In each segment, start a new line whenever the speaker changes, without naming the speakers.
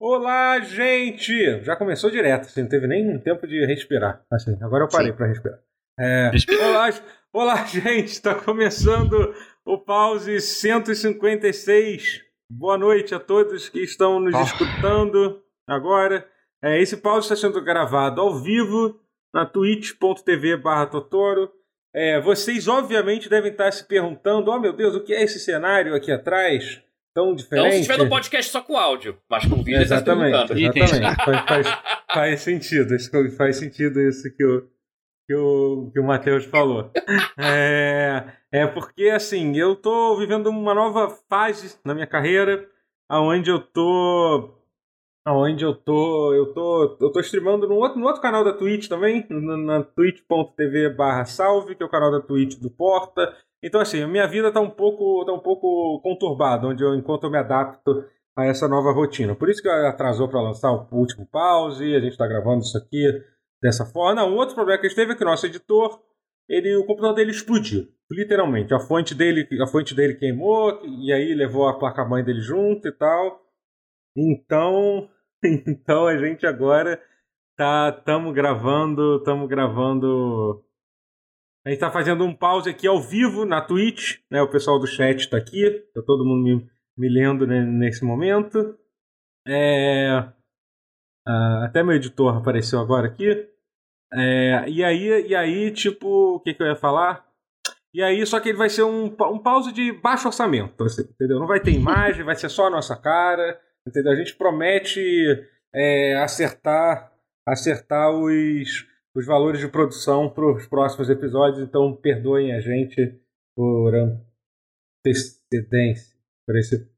Olá, gente! Já começou direto, assim, não teve nem tempo de respirar. Assim, agora eu parei para respirar. É, olá, olá, gente! Está começando o Pause 156. Boa noite a todos que estão nos
Ah.
escutando agora. É, esse pause está sendo gravado ao vivo na twitch.tv barra Totoro. É, vocês obviamente devem estar se perguntando, oh meu Deus, o que é esse cenário aqui atrás? Tão diferente.
Não Então, se tiver no podcast só com áudio, mas com vídeo ele tá se
Exatamente,
perguntando.
exatamente. faz, faz- faz sentido, isso que- faz sentido isso que o, que o, que o Matheus falou. É, é porque, assim, eu tô vivendo uma nova fase na minha carreira, aonde eu tô... Onde eu tô, eu tô, eu tô streamando no outro, no outro canal da Twitch também, na, na twitch.tv barra salve, que é o canal da Twitch do Porta. Então, assim, a minha vida tá um pouco, tá um pouco conturbada, onde eu, enquanto eu me adapto a essa nova rotina. Por isso que atrasou para lançar o último pause, a gente está gravando isso aqui dessa forma. Não, outro problema que a gente teve é que o nosso editor, ele, o computador dele explodiu, literalmente. A fonte dele, a fonte dele queimou e aí levou a placa-mãe dele junto e tal. Então, então a gente agora tá tamo gravando, tamo gravando a gente tá fazendo um pause aqui ao vivo na Twitch, né? O pessoal do chat tá aqui, tá todo mundo me me lendo ne- nesse momento. É, ah, até meu editor apareceu agora aqui. É, e aí, e aí, tipo, o que, que eu ia falar? E aí, só que ele vai ser um, pa- um pause de baixo orçamento, assim, entendeu? Não vai ter imagem, vai ser só a nossa cara, entendeu? A gente promete é, acertar, acertar os, os valores de produção para os próximos episódios, então perdoem a gente por antecedência, por esse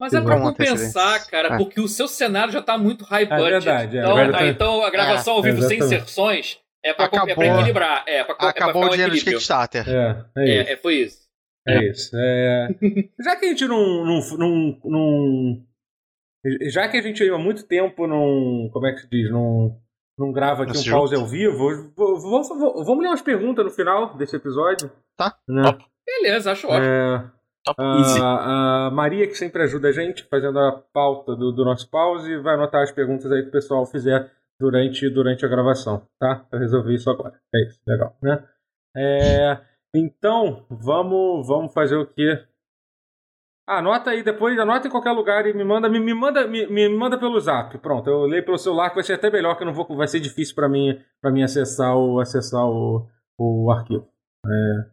Mas é pra
Vamos ter
compensar,
silêncio.
cara,
Ah.
porque o seu cenário já tá muito high
É
budget.
verdade, é
então,
verdade.
ah, então a gravação ao
É,
vivo sem
exatamente.
inserções é pra, com- é pra
Acabou.
equilibrar. É, pra, co- é pra
Acabou
ficar
o
um
dinheiro de
equilíbrio.
Kickstarter.
É, é, isso.
É, é, foi isso.
É isso. É, já que a gente não, não, não, não- Já que a gente há muito tempo não. Como é que se diz? Não, não grava aqui
Não se
um pause ao vivo, v- vamos, vamos ler umas perguntas no final desse episódio.
Tá.
Né?
Top.
Beleza, acho ótimo.
É, a, a Maria, que sempre ajuda a gente fazendo a pauta do, do nosso pause, vai anotar as perguntas aí que o pessoal fizer durante, durante a gravação, tá? Eu resolvi isso agora. É isso, legal, né? É, então, vamos, vamos fazer o quê? Ah, Anota aí depois, anota em qualquer lugar e me manda, me, me manda, me, me manda pelo Zap. Pronto, eu leio pelo celular que vai ser até melhor, que eu não vou, vai ser difícil para mim, para mim acessar o, acessar o, o arquivo. né?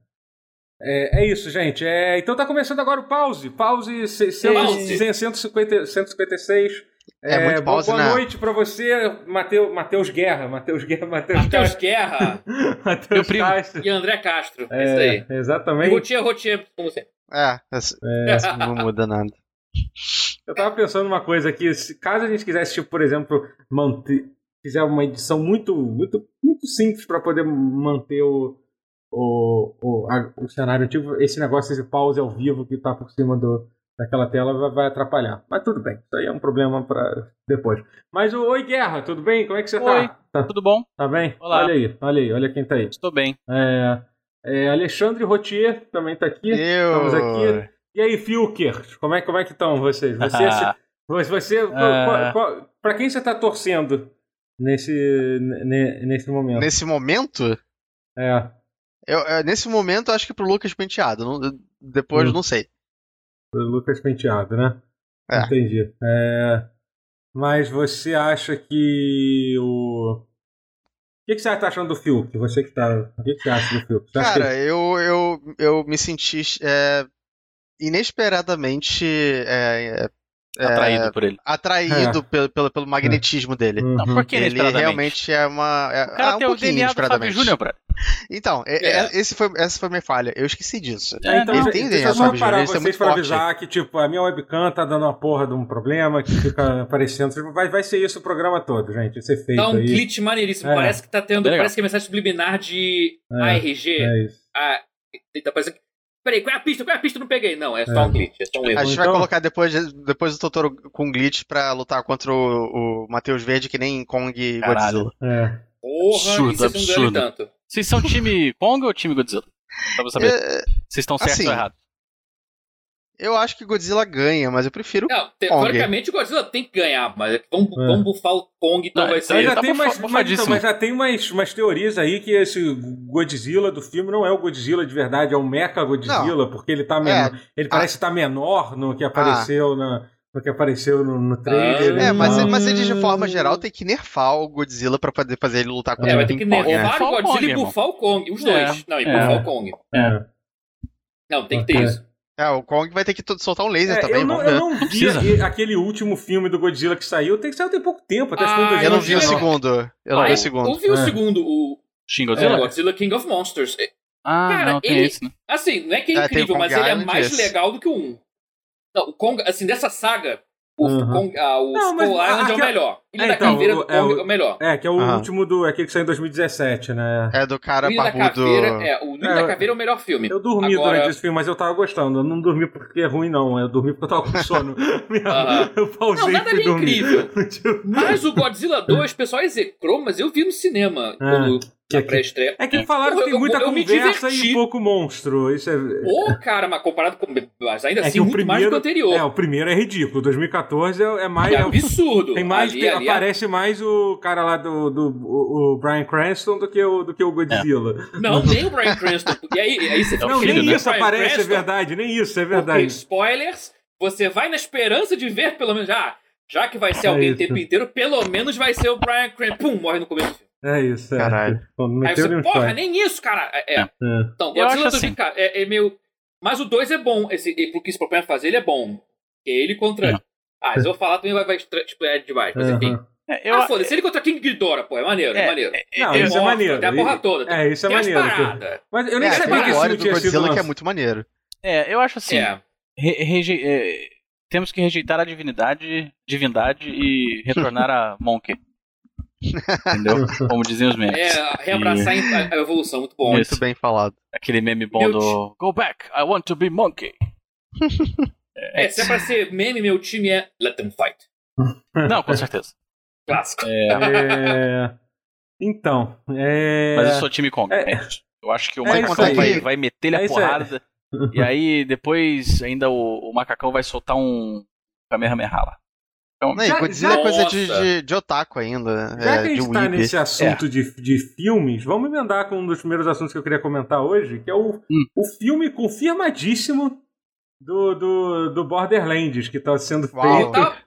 É, é isso, gente. É, então tá começando agora o pause. Pause, se- se-
Pause.
se- 150, 156.
É muito pause,
boa
né?
noite pra você, Mateu- Matheus Guerra. Matheus Guerra, Matheus
Matheus
Castro.
Guerra
Matheus
Meu primo.
Castro.
e André Castro. É isso aí.
É, exatamente.
Rotier, Rotier, como sempre.
É, essa- essa não muda nada.
Eu tava pensando uma coisa aqui. se- Caso a gente quisesse, tipo, por exemplo, manter, fizer uma edição muito, muito, muito simples pra poder manter o, o, o, a- o cenário antigo, esse negócio, esse pause ao vivo que tá por cima do, daquela tela vai, vai atrapalhar. Mas tudo bem, isso aí é um problema pra depois. Mas o Oi Guerra, tudo bem? Como é que você
Oi.
tá? Tá,
Tudo bom?
tá bem?
Olá.
Olha aí, olha aí, olha quem tá aí.
Estou bem.
É, é, Alexandre Rotier também tá aqui. Estamos
Eu.
aqui. né? E aí, Filkers, como é, como é que estão vocês? Você, você, você
Ah.
qual- qual- pra quem você tá torcendo nesse, ne- nesse momento?
Nesse momento,
É,
eu, eu- nesse momento eu acho que pro Lucas Penteado. não- eu- depois
Hum.
não sei.
o Lucas Penteado, né?
É.
Entendi. É, mas você acha que o... O que, que você tá achando do Fiuk? Você que tá... O que, que você acha do Fiuk? Você acha que-
Cara, eu, eu, eu me senti é, inesperadamente é, é,
Atraído Tá por ele.
É.
atraído pelo, pelo, pelo magnetismo dele.
Uhum.
Não, por que
Ele tá
inesperadamente?
realmente é uma. É,
O cara
é um
tem
pouquinho
o DNA do Fábio
inesperadamente.
Júnior, brother.
Então, é- é- esse foi, essa foi minha falha. Eu esqueci disso.
É,
então,
não.
ele tem
deixa eu
ideia,
só
sabe,
parar
Júnior? Isso é
vocês
muito
pra
forte.
avisar que, tipo, a minha webcam tá dando uma porra de um problema que fica aparecendo. tipo, Vai, vai ser isso o programa todo, gente. Esse efeito
Tá um
aí.
glitch maneiríssimo.
É.
Parece que tá tendo.
Legal.
Parece que é mensagem subliminar de
É,
ARG.
É isso.
Ah, tá parecendo que. Peraí, qual é a pista? Qual é a pista? Eu Não peguei. Não, é só
É.
um glitch, é só um
A
erro.
gente
Então-
vai colocar depois, depois o Totoro com glitch pra lutar contra o, o Matheus Verde, que nem Kong e
Caralho.
Godzilla.
É.
Porra,
Absurdo,
isso é um grande
absurdo.
tanto.
Vocês são time Kong ou time Godzilla? Pra eu saber.
É,
Vocês estão certos
assim,
ou errados?
Eu acho que Godzilla ganha, mas eu prefiro.
Não, te-
Kong.
teoricamente o Godzilla tem que ganhar, mas é que vão,
É.
vão bufar o Kong, então
Não,
vai
então
Mas
ser.
já,
tá
tem
bufa-
mais, mas, então,
bufadíssimo.
mas já tem umas, umas teorias aí que esse Godzilla do filme não é o Godzilla de verdade, é o Mecha Godzilla, porque ele tá menor,
É,
ele parece estar menor no que apareceu na no que apareceu no, no trailer. então,
Ah.
e
Ah. É, mas,
tal.
mas eles, de forma geral, tem que nerfar o Godzilla pra poder fazer ele lutar contra
É, vai
o
ter que
King Kong, né?
nerfar
Bufar
o
o
Godzilla e
Kong,
bufar o Kong, os
É.
dois. Não, e
É.
bufar o Kong.
É.
Não, tem que ter
É.
isso.
É, o Kong vai ter que to- soltar um laser
É,
também,
eu, não,
vamos ver.
eu não vi
precisa.
aque- aquele último filme do Godzilla que saiu, tem que saiu tem pouco tempo, tá até acho que foi em
Ah,
Eu não vi o
2019.
segundo. Eu não
Ah,
vi
eu-
o segundo.
Eu vi o
É.
segundo, o
Shin
é,
Godzilla?
Godzilla King of Monsters. É,
Ah,
Cara,
não, tem
ele-
esse, né?
Assim, não é que é
Ah, tem
incrível,
o
mas
Kong
ele é
Island,
mais
esse.
legal do que o um. Não, o Kong, assim, dessa saga, o,
Aham.
Kong, ah, o
Não,
Skull
mas a-
Island é o
aquela-
melhor. Ilha
É,
da
então,
Caveira
o-
do
é,
Kong
o-
é o melhor.
É, que é o
Aham.
último do. Aquele que saiu em 2017, né?
É do
O
cara
Ilha da
barbudo.
Caveira é, o Ilha
É,
da
eu-
Caveira é o melhor filme.
Eu dormi
Agora-
durante esse filme, mas eu tava gostando. Eu não dormi porque é ruim, não. Eu dormi porque eu tava com sono. Mesmo.
Aham.
Eu pausei
Não,
e
nada
fui
ali é
dormir.
incrível.
Tipo,
Mas o Godzilla 2, o pessoal execrou, mas eu vi no cinema quando,
É, que-
na pré-estreia.
É que falaram que
Eu-
tem
eu-
muita
eu me
conversa
diverti.
e pouco monstro. Isso é.
Ô, cara, mas comparado com. Mas ainda
É que
assim,
o
muito mais do que o anterior.
É, o primeiro é ridículo. 2014 é, é mais.
É
é o-
absurdo.
tem mais,
ali,
tem-
ali, é-
aparece mais o cara lá do, do o, o Brian Cranston do que o, do que o Godzilla.
Não, nem o Brian Cranston. E aí, aí você
É o
Não,
filho,
nem
né?
isso
Brian
aparece, é
Cranston,
verdade. Nem isso, é
Porque,
verdade.
spoilers, você vai na esperança de ver, pelo menos, ah, já que vai ser
É
alguém o
isso.
tempo inteiro, pelo menos vai ser o Brian Cranston. Pum, morre no começo do filme.
É isso, é.
Caralho.
Bom, não
Aí
meteu
você,
nenhum
porra,
spoiler.
nem isso, cara. É, é.
É.
Então,
Eu
Godzilla
acho
dois,
assim.
cara, é, é meio... Mas o 2 é bom, esse, e pro que se propõe a fazer, ele é bom. Porque ele contra...
Não.
Ah, se eu falar também vai, vai estra- tipo, é demais, mas enfim.
Aham.
É, eu-
Ah, foda-se, ele contra King Ghidorah, pô, é maneiro, é,
É,
maneiro.
Não,
eu-
isso é
Morta,
maneiro.
Tem a porra toda, tem,
É, isso é
tem umas
maneiro. tipo.
paradas.
Mas eu nem
É, tem
Esse
sabia
a
que
parado.
esse
glória
filme
do
tinha sido
Godzilla que é
lançado.
muito maneiro.
é, eu acho assim.
É.
re- reje- é, temos que rejeitar a divindade, divindade e retornar a Monkey. Entendeu? Como diziam os memes.
É, reabraçar a- a evolução, muito bom.
Isso.
Muito bem falado.
Aquele meme bom
Meu
do Go back, I want to be monkey.
É, se é pra ser meme, meu time é Let Them Fight.
Não, com certeza.
Clássico.
É,
É... Então, é...
mas eu sou time Kong.
É.
É. Eu acho que o
É
Michael
isso aí.
vai, vai meter-lhe
É
a
isso aí.
porrada. E aí depois ainda o, o macacão vai soltar um Kamehameha lá. Então,
Não, e
Já-
Godzilla
já-
é coisa de,
Nossa.
de, de otaku ainda.
Já
é,
que a
de
gente tá
weeb.
nesse assunto de, de filmes, vamos emendar com um dos primeiros assuntos que eu queria comentar hoje, que é o,
Hum.
o filme confirmadíssimo do, do, do Borderlands, que tá sendo
Uau.
feito.
Eu tava,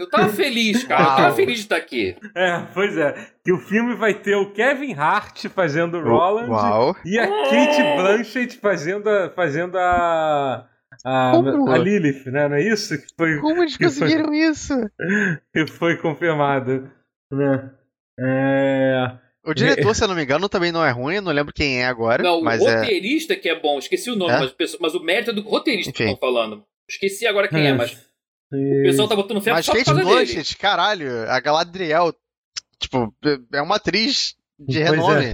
eu tava feliz, cara. Eu tava
Uau.
feliz de estar aqui.
É, pois é. Que o filme vai ter o Kevin Hart fazendo o Roland
Uau.
e a
É.
Kate Blanchett fazendo a, fazendo a, a,
Como?
a Lilith, né? Não é isso? é Que foi,
Como eles
Que foi-
conseguiram isso?
que foi confirmado. Né? É...
O diretor, se eu não me engano, também não é ruim, eu não lembro quem é agora,
Não, o
mas é.
roteirista que é bom, esqueci o nome,
É?
mas, o pessoal- mas o mérito é do roteirista que
Enfim.
estão falando. Esqueci agora quem é, mas o pessoal tá botando fé
Mas
só por
Kate
causa dele.
Blanchett, caralho, a Galadriel, tipo, é uma atriz de
Pois
renome.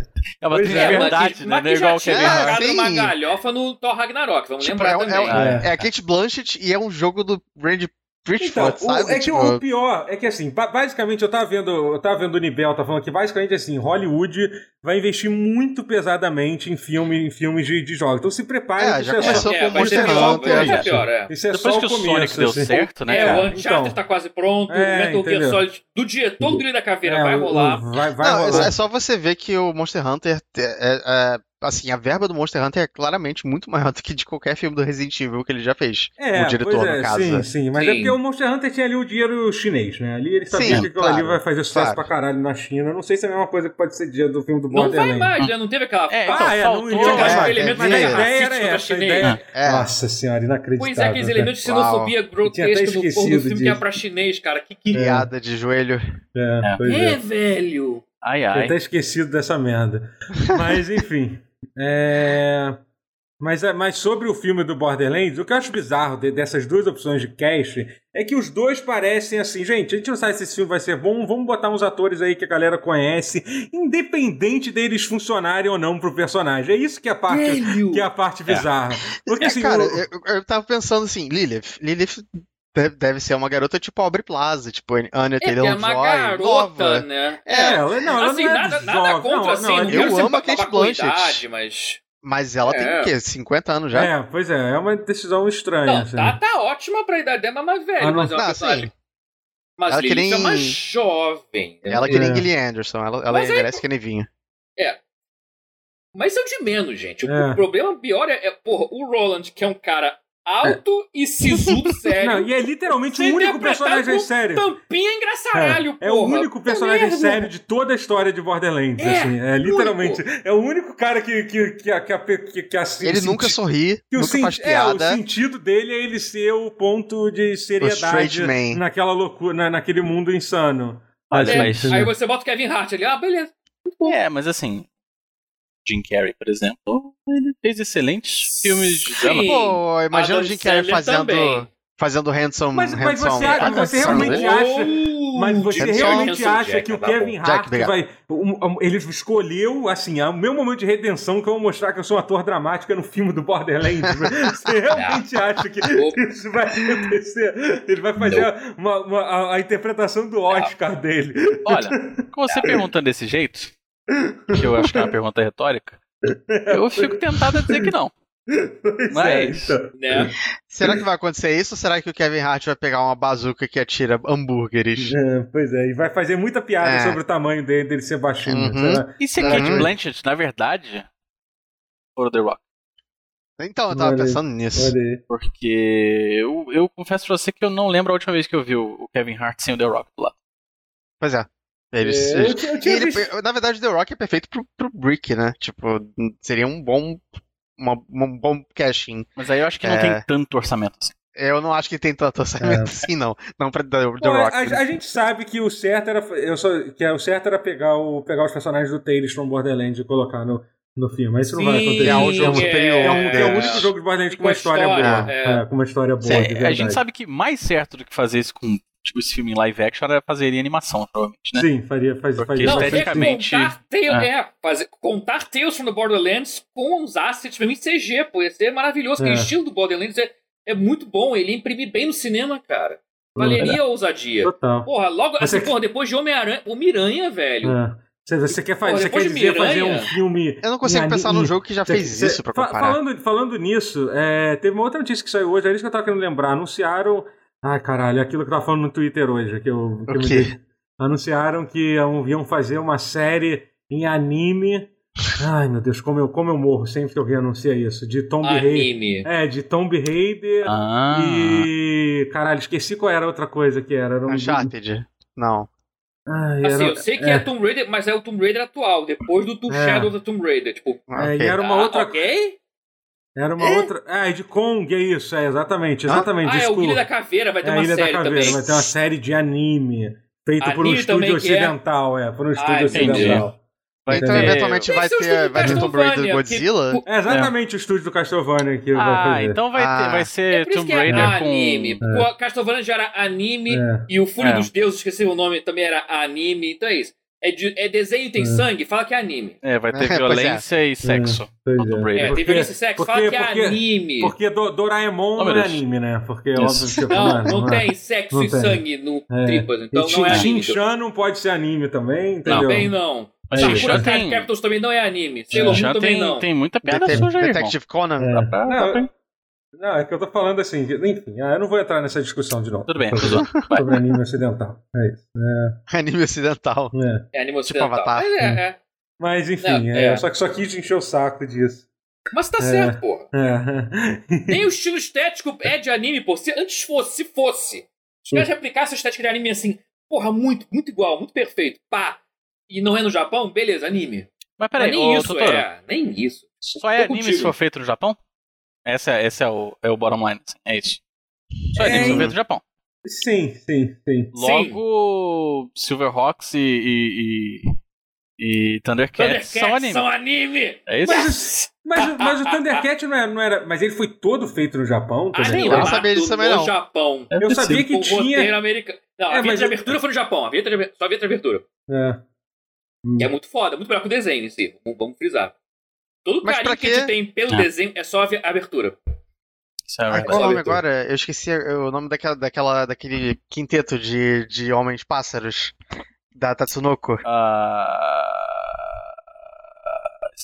É uma
Pois
atriz
é.
de
É,
verdade, né?
mas
Não
que
é igual o
já tinha
Kevin
Ah,
Hart.
jogado uma
sim.
galhofa no Thor Ragnarok, vamos
Tipo,
lembrar
é, um-
também.
é, um-
Ah, é.
é a Kate Blanchett e é um jogo do Randy
Então,
Pritchard,
o-
sabe?
é que
Tipo,
o pior é que assim, ba- basicamente eu tava vendo, eu tava vendo o Nibel, tá falando que basicamente assim, Hollywood vai investir muito pesadamente em filme, em filmes de, de jogos. Então se prepare,
É,
que
já
isso é só,
começou né,
É,
com
vai
isso
ser
é
pior,
só o
Monster
vai ser
começo.
Hunter.
pior, é.
Isso é
Depois
só
que o
o começo.
Sonic deu
assim.
certo, né,
É,
cara?
o Uncharted
então.
tá quase pronto,
É,
o Metal Gear
entendeu?
Solid do diretor do Grilo da Caveira
É,
vai
o-
rolar.
Vai, vai
Não, é-
rolar.
é só você ver que o Monster Hunter é- é- é- assim, a verba do Monster Hunter é claramente muito maior do que de qualquer filme do Resident Evil que ele já fez.
É,
o diretor,
pois é,
no caso.
Sim, sim. Mas é
Sim.
porque o Monster Hunter tinha ali o dinheiro chinês, né? Ali ele sabia
Sim,
que aquilo ali
claro,
vai fazer sucesso
claro.
pra caralho na China. Não sei se é a mesma coisa que pode ser dia do filme do
Não vai
Borderlands.
mais, né? Não teve aquela.
É, então,
Ah, é, não
faltou...
iria
Aqueles
mais.
elementos
Mas a
mais
ideia era
racistas da
essa, a
chinesa.
ideia-
É.
Nossa senhora, inacreditável. né?
Pois é, aqueles
cara.
elementos de xenofobia
Tinha até
grotesca do, do filme
esquecido
que é
disso.
pra chinês, cara. Que que.
Piada de joelho.
É,
É.
pois
é,
é.
velho.
Ai,
Eu
ai.
até esquecido dessa merda. Mas, enfim. é, Mas, é- mas sobre o filme do Borderlands, o que eu acho bizarro de- dessas duas opções de cast é que os dois parecem assim, gente, a gente não sabe se esse filme vai ser bom, vamos botar uns atores aí que a galera conhece, independente deles funcionarem ou não pro personagem. É isso que é a parte,
Velho.
que é a parte bizarra. Porque,
É,
assim,
cara,
o-
eu, eu tava pensando assim, Lilith. Lilith de- deve ser uma garota tipo Aubrey Plaza, tipo Anya
É, que é uma
Taylor-Joy,
garota,
nova.
né?
É, ela, não, ela
assim,
não é
nada, nada
jovem,
contra,
não,
assim,
não,
não,
ela-
eu
quero ser
amo a Kate
babacoidade,
Blanchett.
mas...
Mas ela tem
É.
o quê? 50 anos já?
É, pois é, é uma decisão estranha.
Não,
assim.
tá, tá ótima pra idade dela, mas velha.
Ah, não.
mas é uma
Ah,
personagem.
sim.
Mas
Ela que
Lilith é
nem-
uma jovem. né?
Ela que nem
É.
Gillian Anderson, ela, ela
Mas é aí-
envelhece que nem vinho.
Mas isso é o de menos, gente. O,
É.
o problema pior é, é, porra, o Roland, que é um cara alto e sisudo
É. Não,
sério.
e é literalmente
Ser
o único
interpretado
personagem
por
sério.
Tampinha engraçaralho, porra.
É o único
Puta
personagem
merda.
sério de toda a história de Borderlands,
É,
assim. É literalmente. É o único cara que, que, que, a- que, a- que, que assim.
Ele nunca sorri,
que o
nunca
sen-
faz
é, o
piada.
sentido dele é ele ser o ponto de seriedade
straight man.
naquela loucura, na- naquele mundo insano.
Olha,
Assim,
mas-
entendeu?
É, Aí você bota o Kevin Hart ali, ah, beleza.
É, mas assim. Jim Carrey, por exemplo, ele fez excelentes filmes de drama.
Sim.
Pô, imagina o
Adam
Jim Carrey
Sandler
fazendo,
também.
fazendo handsome,
Mas- mas
handsome.
você acha-
Adam
você
Sandler.
realmente acha-
Ou-
Mas você
Jack
realmente
Johnson,
acha
é Jack,
que o
tá
Kevin
bom.
Hart
obrigado.
vai. um- um- ele escolheu, assim, o meu momento de redenção que eu vou mostrar que eu sou um ator dramático é no filme do Borderlands. Você realmente acha que
Ah. Opa.
isso vai acontecer? Ele vai fazer uma- uma- a, a interpretação do
Ah.
Oscar dele.
Olha, com você perguntando desse jeito, que eu acho que é uma pergunta retórica, eu fico tentado a dizer que não.
é,
Mas.
Certo.
Né?
Será que vai acontecer isso ou será que o Kevin Hart vai pegar uma bazuca que atira hambúrgueres?
É, pois é, e vai fazer muita piada
É.
sobre o tamanho dele, dele ser baixinho.
Uhum.
sei lá.
E se a
Uhum.
é.
Kate Blanchett, na verdade, for The Rock?
Então, eu tava
Olha aí,
pensando nisso.
Olha aí.
Porque eu, eu confesso pra você que eu não lembro a última vez que eu vi o o Kevin Hart sem o The Rock do lado.
Pois é. Eles,
É,
eles-
eu tinha- eu
E
tinha
ele-
visto-
na verdade, The Rock é perfeito pro, pro Brick, né? Tipo, seria um bom. Uma, um bom casting.
Mas aí eu acho que não
É.
tem tanto orçamento assim.
Eu não acho que tem tanto
É.
orçamento assim, não. Não pra The, The
Bom, a,
Rock. né?
a- a gente sabe que o certo era eu só, que é o certo era pegar, o, pegar os personagens do Tales from Borderlands e colocar no, no filme. Mas isso não vai
Sim,
acontecer.
É um jogo superior.
É um- que é o
É.
único jogo de Borderlands com uma história, boa.
é.
É, com uma história boa, de
a
verdade.
gente sabe que mais certo do que fazer isso com tipo, esse filme em live action era fazer em animação, provavelmente, né?
Sim, faria, faz,
Porque
faria
Não,
bastante
esteticamente-
é contar, Tales,
Ah.
é, fazer, contar Tales from the Borderlands com os assets, pra mim, CG, pô, ia ser maravilhoso.
É.
Aquele estilo do Borderlands é, é muito bom, ele imprime bem no cinema, cara.
é.
Valeria a ousadia.
sentido. Total.
Porra, logo,
Você-
assim, porra, depois de Homem-Aranha, o Miranha, velho.
É. Você, você quer, fazer,
Olha,
você quer
depois de
dizer fazer
Miranha-
um filme.
Eu não consigo
em
pensar
ani-
num jogo que já fez
Cê-
isso pra
fa-
comparar.
Falando, falando nisso, é, teve uma outra notícia que saiu hoje, é isso que eu tava querendo lembrar. Anunciaram. Ai, caralho, é aquilo que eu tava falando no Twitter hoje. Que eu, que eu
O
me
quê?
dei- Anunciaram que iam iam fazer uma série em anime. Ai, meu Deus, como eu, como eu morro sempre que alguém anuncia isso. De Tomb Raider.
Anime.
É, de Tomb Raider.
Ah.
E. Caralho, esqueci qual era a outra coisa que era. era um...
É Uncharted? Não.
Ai, era...
Assim, eu sei que é. Tomb Raider, mas é o Tomb Raider atual, depois do Tomb
É.
Shadow of the Tomb Raider. Tipo,
É,
Ok.
E era uma
ah,
outra.
ok?
Era uma outra. Ah, é de Kong, é isso, é, exatamente, exatamente.
Ah, é o
desculpa.
Guilherme da Caveira, vai ter
É a
uma
Ilha da
série
Caveira,
também.
vai ter uma série de anime. Feito por um
Anime também
estúdio
que é?
ocidental, é. Por um estúdio
entendi.
ocidental. um
Vai
Então,
ter-
eventualmente vai
Esse é o estúdio
ter, vai ter Tomb Raider
Castlevania,
Godzilla?
que-
É exatamente o estúdio do Castlevania que vai
Ah,
fazer.
então vai,
Ah.
ter, vai
É
ser
por isso que
Tomb
é
Raider com.
anime. Pô, a Castlevania já era anime,
É.
e o Fúria
É.
dos Deuses, esqueci o nome, também era anime. Então é isso. É, de- é desenho, tem
É.
sangue, fala que é anime.
É, vai ter
É, pois é.
violência e sexo.
Pois
no Tomb
é.
Raider.
É,
Porque-
tem violência e sexo, fala
porque-
que é
porque-
anime.
Porque Do- Doraemon
Oh, meu
não é
Deus.
anime, né? Porque é
Isso.
óbvio que tipo,
Não, não
é.
tem sexo
Não
e
tem.
sangue no
É.
tripas, então
e
não é
Shin
anime.
Chan não pode ser anime também, entendeu?
Também não.
Mas
Sakura
já
Sakura Card
tem.
Capitals também não é anime. Sailor Moon
Já
também
tem,
não.
tem muita piada
Detec-
suja aí, irmão.
Detective Conan?
É.
Dá pra- dá
Não,
pra-
Não, é que eu tô falando assim, de- enfim, ah, eu não vou entrar nessa discussão de novo.
Tudo bem,
sobre,
tudo vai.
sobre anime ocidental. É isso.
Anime ocidental.
É.
É
Tipo
anime ocidental.
Avatar.
Mas, é, é.
Mas enfim,
Não,
é,
é.
Só, que, só quis encher o saco disso.
Mas tá certo, porra.
É.
Nem o estilo estético é de anime, pô. Se antes fosse, se fosse, os caras replicassem a estética de anime assim, porra, muito, muito igual, muito perfeito, pá. E não é no Japão? Beleza, anime.
Mas peraí,
Mas nem
ô,
isso
Totoro,
é, nem isso.
só é
Tô
anime
contigo.
se for feito no Japão? Essa, essa é, o, é o bottom line, assim, é isso. Só é
É,
anime se for
hein?
feito no Japão.
sim, sim, sim.
Logo, Silverhawks e, e, e, e Thundercats, são anime.
são anime!
É isso?
Mas,
Mas, o- mas o Thundercat não era, não era- Mas ele foi todo feito no Japão
Ah,
também.
eu não
né?
lá. sabia disso também,
no
não.
Japão.
É
Eu
possível.
sabia que
com roteiro
tinha.
americano. Não,
É,
a vinheta
mas
de
eu-
abertura foi no Japão. A vinheta de abertura, só a vinheta de abertura.
É.
Que é muito foda, muito melhor que o desenho em si. Vamos, vamos frisar. Todo
Mas
carinho
pra
que a gente
quê?
tem pelo
Ah.
desenho é só a vi- a abertura.
Isso é
Ah,
verdade.
qual o nome
abertura.
agora? Eu esqueci é, o nome daquela, daquela, daquele quinteto de, de homens pássaros da Tatsunoko.
Ah,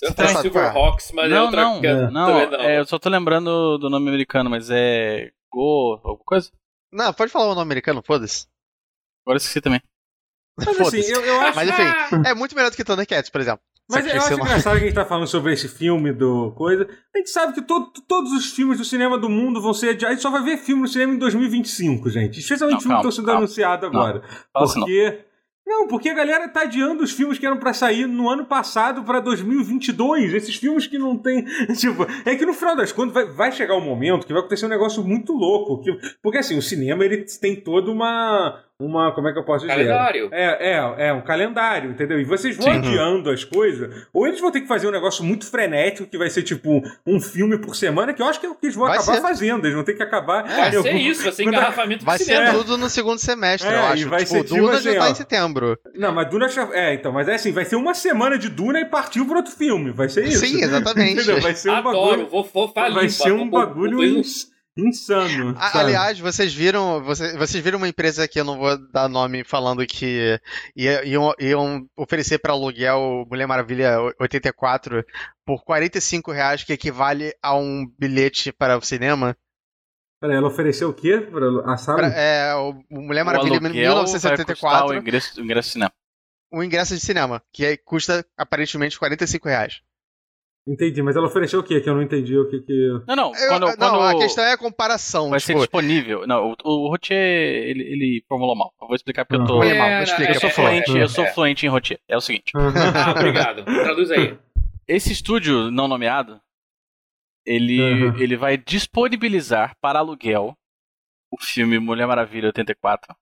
Eu tenho
Tá,
Silverhawks, mas é
não,
outra
não,
coisa.
não,
Também não.
é, eu só tô lembrando do nome americano, mas é Go, alguma coisa?
Não, pode falar o nome americano, foda-se.
Agora eu esqueci também.
Mas assim, eu, eu acho,
Mas enfim, é muito melhor do que Thundercats, por exemplo.
mas
Só
eu
que
acho
esse é uma-
engraçado que a gente tá falando sobre esse filme do coisa. A gente sabe que todo- todos os filmes do cinema do mundo vão ser adiados. A gente só vai ver filme no cinema em 2025, gente. Especialmente
Não,
filmes que
calma,
estão sendo
calma.
anunciados
Não,
agora.
Fala assim, não.
Porque. Não, porque a galera tá adiando os filmes que eram pra sair no ano passado pra 2022. Esses filmes que não tem. Tipo, é que no final das contas vai, vai chegar um momento que vai acontecer um negócio muito louco. que- porque assim, o cinema ele tem toda uma. uma como é que eu posso dizer?
Calendário.
É, é, é um calendário, entendeu? E vocês vão
Sim.
adiando as coisas, ou eles vão ter que fazer um negócio muito frenético, que vai ser tipo um filme por semana, que eu acho que é o que eles vão
Vai
acabar
ser.
fazendo. Eles vão ter que acabar.
Vai
em algum-
ser isso, vai ser
Quando a-
engarrafamento
Vai
do
ser um
cinema.
tudo no segundo semestre,
É,
eu
e
acho.
vai
tipo,
ser tipo
Duna
assim,
já tá
ó.
em setembro.
Não, mas Duna já. É, então, mas é assim, vai ser uma semana de Duna e partiu para outro filme. Vai ser isso.
Sim, exatamente.
Entendeu? Vai ser um
Adoro, Tá
bagulho.
vou, vou falir.
vai ser um
vou- vou-
bagulho
vou-
ins- insano.
A-
sabe?
Aliás, vocês viram, vocês, vocês viram uma empresa que eu não vou dar nome falando que ia- iam, iam oferecer para aluguel Mulher Maravilha 84 por 45 reais, que equivale a um bilhete para o cinema?
Peraí, ela ofereceu o quê? Pra, a sala?
Pra- é, o o Mulher Maravilha
o aluguel vai custar o
1974,
ingresso, o ingresso do cinema.
um ingresso de cinema, que é- custa aparentemente 45 reais.
Entendi, mas ela ofereceu o quê? Que eu não entendi o que que.
Não, não,
Eu-
quando,
não,
quando
a questão é a comparação.
vai ser
Tipo,
disponível. Não, o, o Rotier, ele, ele formulou mal. Eu vou explicar porque eu tô...
Uhum.
É, mal, explica,
Eu sou
é,
fluente,
é,
eu sou
é.
fluente em Rotier. É o seguinte,
Ah, obrigado. Traduz aí.
esse estúdio não nomeado, ele,
Uhum.
ele vai disponibilizar para aluguel o filme Mulher Maravilha 84.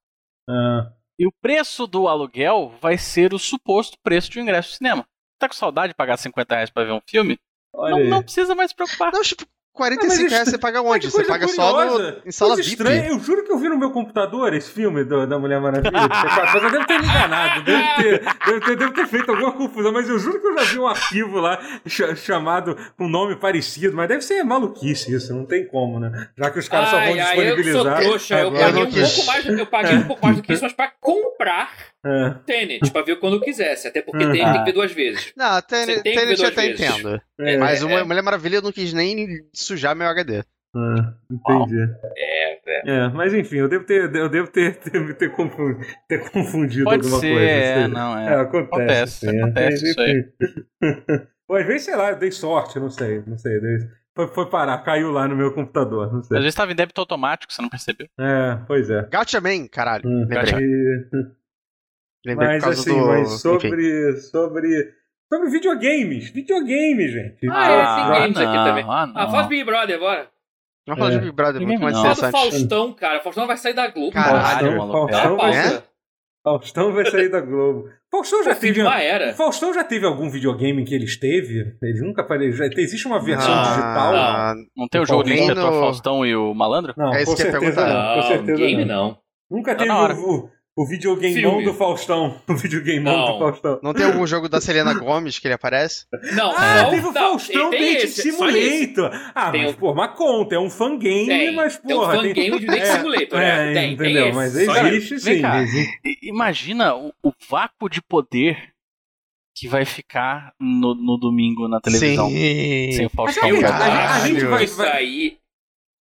Ah,
E o preço do aluguel vai ser o suposto preço de um ingresso de cinema. Tá com saudade de pagar 50 reais pra ver um filme?
olha
Não,
aí.
não precisa mais se preocupar.
não, tipo,
Ah,
45
mas
reais
isso-
você paga
Olha
onde?
que
Você
coisa
paga só no-
curiosa.
em sala
Coisa
VIP.
estranha. Eu juro que eu vi no meu computador esse filme do- da Mulher Maravilha. de 74. Eu devo ter me enganado, devo ter, devo, ter, devo ter feito alguma confusão, mas eu juro que eu já vi um arquivo lá cha- chamado com nome parecido, mas deve ser maluquice isso, não tem como, né? Já que os caras só vão
Ai, ai, eu sou
disponibilizar.
trouxa. Eu
agora.
paguei,
não
um
quis.
pouco mais, eu paguei um pouco mais do que isso, mas pra comprar
É.
Tenet, pra ver quando eu quisesse. Até porque
Hum.
Tenet tem que ver duas vezes.
Não, até,
Você tem que ver
Tenet eu
duas
até
vezes.
entendo.
É,
Mas
é,
uma
é.
Mulher Maravilha eu não quis nem sujar meu HD.
Ah, entendi. É, mas enfim, eu devo ter, eu devo ter, ter, ter confundido, ter confundido
Pode
alguma
ser,
coisa.
é,
sei lá.
não,
É,
é.
acontece.
Acontece,
sim, é.
acontece
Mas,
isso aí.
enfim. Ou às vezes, sei lá, eu dei sorte, não sei, não sei. dei- Foi, foi parar, caiu lá no meu computador, não
Às
sei.
vezes tava em débito automático, você não percebeu.
É, pois é.
Gatchaman, caralho.
Hum,
lembrei.
e-
Lembrei por
Mas
causa
assim,
do.
mas
Enfim.
sobre, sobre. Sobre videogames. Videogames, gente.
Ah, é, tem games aqui
não,
também.
Ah, não.
Ah, fala de Big Brother, bora.
Vamos falar
É.
de Big Brother, muito
Ninguém
mais
não.
Fala do
interessante.
Faustão, cara. Faustão vai sair da Globo.
Caralho,
Faustão,
maluco.
Faustão,
Dá uma
vai,
é?
pausa.
Faustão vai sair da Globo. Faustão já
Já
teve. um,
uma era.
Faustão já teve algum videogame que ele esteve? Ele nunca apareceu. Existe uma versão
Ah,
digital?
Não tem o jogo do
Nem
Inspetor
no-
Faustão e o Malandro?
Não,
É isso
com
que eu ia
certeza
perguntar.
não. Ah, Com
Não,
certeza
game
não.
não.
Nunca
Tá
teve
na hora.
o, o videogameão
Filme.
do Faustão. O videogameão do
Não.
Faustão.
Não tem algum jogo da Selena Gomes que ele aparece?
Não,
Ah,
não,
teve o
não.
Faustão
Tem
Date
esse, só esse.
Simulator. Ah,
Tem
mas,
o-
pô, mas conta. É um fangame,
Tem,
mas,
tem um
porra.
fangame de Date Simulator, né?
é,
Tem, tem
entendeu?
esse,
mas
só esse.
existe
Vem
sim.
cá.
existe.
I- Imagina o, o vácuo de poder que vai ficar no, no domingo na televisão.
Sim.
Sem o Faustão.
Mas é
cara.
verdade, a gente vai- Tipo-
Isso aí.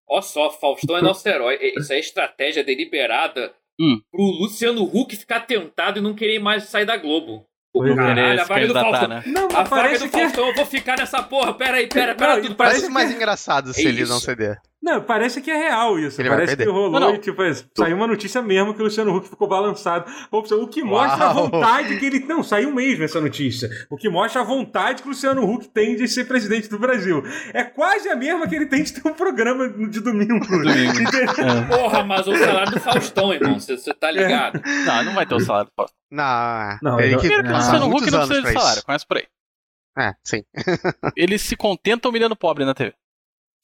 Ó só, Faustão é nosso herói. É- Isso é estratégia deliberada
Hum.
pro Luciano Huck ficar tentado e não querer mais sair da Globo.
Pois é.
Querer
Caralho, a
se
vaga do
candidatar,
Faustão.
né?
Não,
A
mas
vaga
parece
do
que. é-
Faustão, eu vou ficar nessa porra. Pera aí, pera,
Não,
pera tudo. Parece
Parece
que-
mais engraçado se
É
ele não
isso.
ceder.
Não, parece que é real isso.
Ele vai
parece que
perder.
rolou
Não, não.
e tipo, é, saiu uma notícia mesmo que o Luciano Huck ficou balançado. Opção, O que mostra a
Uau.
vontade que ele. Não, saiu mesmo essa notícia. O que mostra a vontade que o Luciano Huck tem de ser presidente do Brasil. É quase a mesma que ele tem de ter um programa de domingo.
Domingo. É.
Porra, mas o salário do Faustão, irmão. Você
É.
tá ligado?
Não, não vai ter o salário do Faustão.
Não,
Não,
teria
eu-
que
eu-
Primeiro que o
Ah,
passar
Luciano Huck
muitos
não
anos
precisa
pra
de salário,
isso.
começa por aí.
É, sim.
Ele se contenta humilhando o pobre na TV.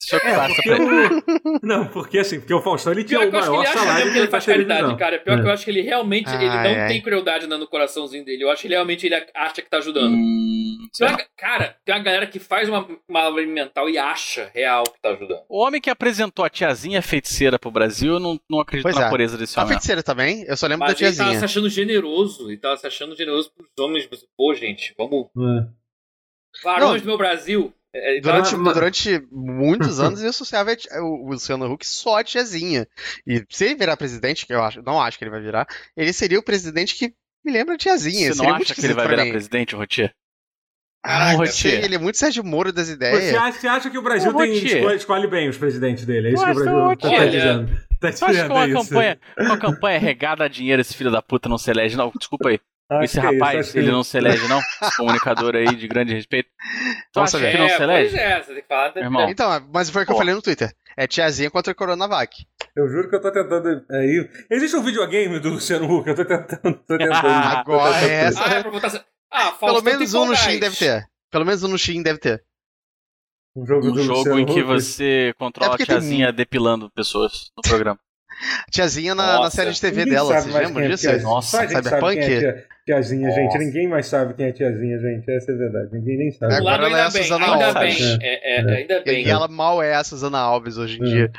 Isso é o que basta
Porque
pra ele.
o- Não, porque assim, porque o Faustão ele tinha
Pior
o
que eu acho que
maior
ele acha
salário
mesmo que ele
da
faz caridade,
televisão.
cara. Pior que eu acho que ele realmente ele não
Ai, ai.
tem crueldade no coraçãozinho dele. Eu acho que ele realmente ele acha que tá ajudando.
Hum,
Tem uma- cara, tem uma galera que faz uma malabra mental e acha real que tá ajudando.
O homem que apresentou a tiazinha feiticeira pro Brasil, eu não, não acredito
Pois
na
é.
pureza desse
A
homem.
feiticeira também, eu só lembro da
Mas ele tava se
tiazinha.
achando generoso. Ele tava se achando generoso pros homens. Pô, gente, vamos.
É.
Varões do meu Brasil. É,
Durante,
Ah, mas-
durante muitos anos ele associava a tia- o Luciano Huck só a tiazinha. E se ele virar presidente, que eu acho, não acho que ele vai virar, ele seria o presidente que me lembra a tiazinha.
Você
Seria
não
muito
acha que ele
esquisito
vai
pra
virar
mim.
presidente, Rotier?
Caraca,
Não,
assim,
Rotier.
ele é muito Sérgio Moro das ideias.
É. Você acha, você acha que o Brasil
Ô,
tem,
Rotier.
escolhe, escolhe bem os presidentes dele? É isso que o
Mas,
Brasil tá, tá
Rotier.
dizendo. Tá
Você acha que
dizendo
uma
isso.
campanha, uma campanha regada a dinheiro esse filho da puta não se elege, não? Desculpa aí.
Acho
Esse
que é isso,
rapaz,
acho que
ele
é
não se elege, não? Esse comunicador aí de grande respeito. Tu
Nossa,
acha que não se
pois
elege?
é, você tem que falar.
Irmão.
Então, mas foi o que eu
Pô.
falei no Twitter. É tiazinha contra a Coronavac.
Eu juro que eu tô tentando. Aí. Existe um videogame do Luciano Huck, eu tô tentando. Tô tentando.
Ah,
Agora é essa.
Ah, é pra votar. Ah,
Pelo
Faustão
menos
tem
um no
Fall
Steam
Guys.
deve ter. Pelo menos um no Steam deve ter.
Um jogo
Um
do
jogo
Luciano
em que
Huck.
você
É
controla a
porque tem
tiazinha depilando pessoas no programa.
Tiazinha na, na
Nossa,
série de TV
Ninguém
dela,
sabe
vocês
mais quem
lembram
é
disso?
tiazinha.
Nossa,
Só a gente sabe
Cyberpunk?
quem é tia- tiazinha, gente.
Nossa.
Ninguém mais sabe quem é tiazinha, gente. Essa é a verdade. Ninguém nem sabe.
É,
Do
Agora
lado
ela é
ainda
a
bem,
Suzana
ainda
Alves.
bem. É, é, ainda bem.
E ela mal é a Suzana Alves hoje
Hum.
em
É.
dia.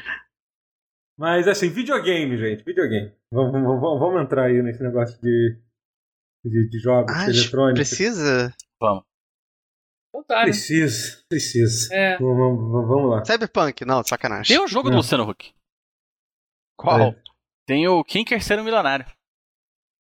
Mas assim, videogame, gente. Videogame. Vamos, vamos- vamos- vamos entrar aí nesse negócio de, de, de jogos
Ah,
eletrônicos.
Precisa?
Então tá, né?
Precisa, precisa.
É.
Vamos, vamos- vamos lá.
Cyberpunk? Não, sacanagem.
Tem um jogo do
Não.
Luciano Huck.
Qual?
Tem o Quem Quer Ser um Milionário.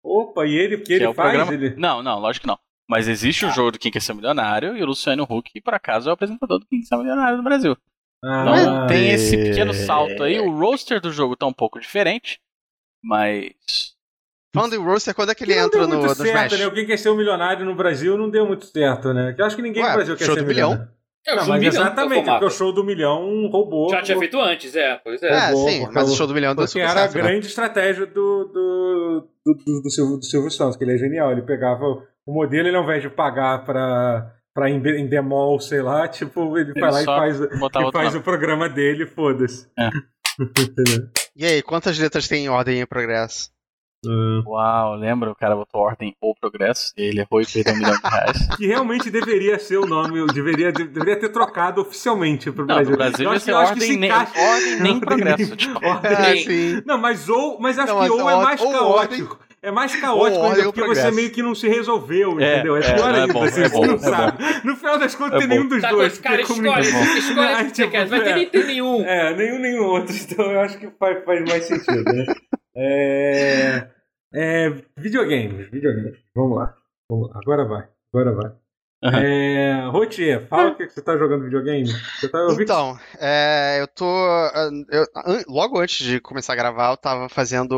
Opa, e ele, que ele
é o
faz?
programa.
Ele...
Não, não, lógico que não. Mas existe o jogo do Quem Quer Ser um Milionário e o Luciano Huck, por acaso, é o apresentador do Quem Quer Ser um Milionário no Brasil. Então
Ah,
tem esse
é.
pequeno salto aí. O roster do jogo tá um pouco diferente, mas.
Falando em Roaster, quando é que ele
não
entra
deu
no,
muito
no
certo,
Smash?
né? Alguém quer ser um milionário no Brasil não deu muito certo, né? Que Eu acho que ninguém
Ué,
no Brasil quer
show
ser
do milhão.
milionário. Não,
É,
mas
o Zumbilhão
exatamente,
que é o
porque o
formato.
show do milhão um roubou.
Já tinha feito antes, é. Pois é.
É,
boa,
sim,
por
mas
causa-
o show do milhão deu
Porque
super
era a
certo, né?
grande estratégia do, do, do, do, do Silvio, do Silvio Santos, que ele é genial. Ele pegava o- o modelo, ele ao invés de pagar pra, pra em, em demol, sei lá, tipo, ele, vai lá e
só
faz,
Botava
e
outro
faz
nome.
o programa dele, foda-se.
É.
Entendeu?
E aí, quantas letras tem em ordem em progresso?
Uau, lembra? O cara botou ordem ou progresso, e ele errou e perdeu um milhão de reais.
que realmente deveria ser o nome, eu deveria, de- deveria ter trocado oficialmente pro
Não,
Brasil.
no Brasil
eu
ia
acho, que-
ser
eu acho que se
ordem, nem,
encaixa.
ordem nem
Ordem
progresso.
nem-
Tipo,
ordem-
Ah,
Tem.
sim.
Não, mas ou. Mas acho
Não,
que
mas
ou é
or-
mais
ou
caótico. É mais caótico
ou
ainda,
ordem ou
porque você
progresso.
meio que não se resolveu,
É,
entendeu? É,
é,
pior
não é
ainda,
bom,
assim,
é
você
bom,
não
é
sabe. No final das contas,
É
tem nenhum dos
Tá,
dois.
cara,
porque
escolhe,
comunicado-
escolhe
É,
o que você
tipo,
quer. Vai ter
é.
nem ter nenhum.
É, nenhum, nenhum outro, então eu acho que faz, faz mais sentido, né? É, é, videogames, videogames. Vamos lá, vamos lá. Agora vai, agora vai.
Aham.
É, Rotier, fala o que que você tá jogando videogame. Você tá, eu vi que
Então, é, eu tô. ah, eu- an- logo antes de começar a gravar, eu tava fazendo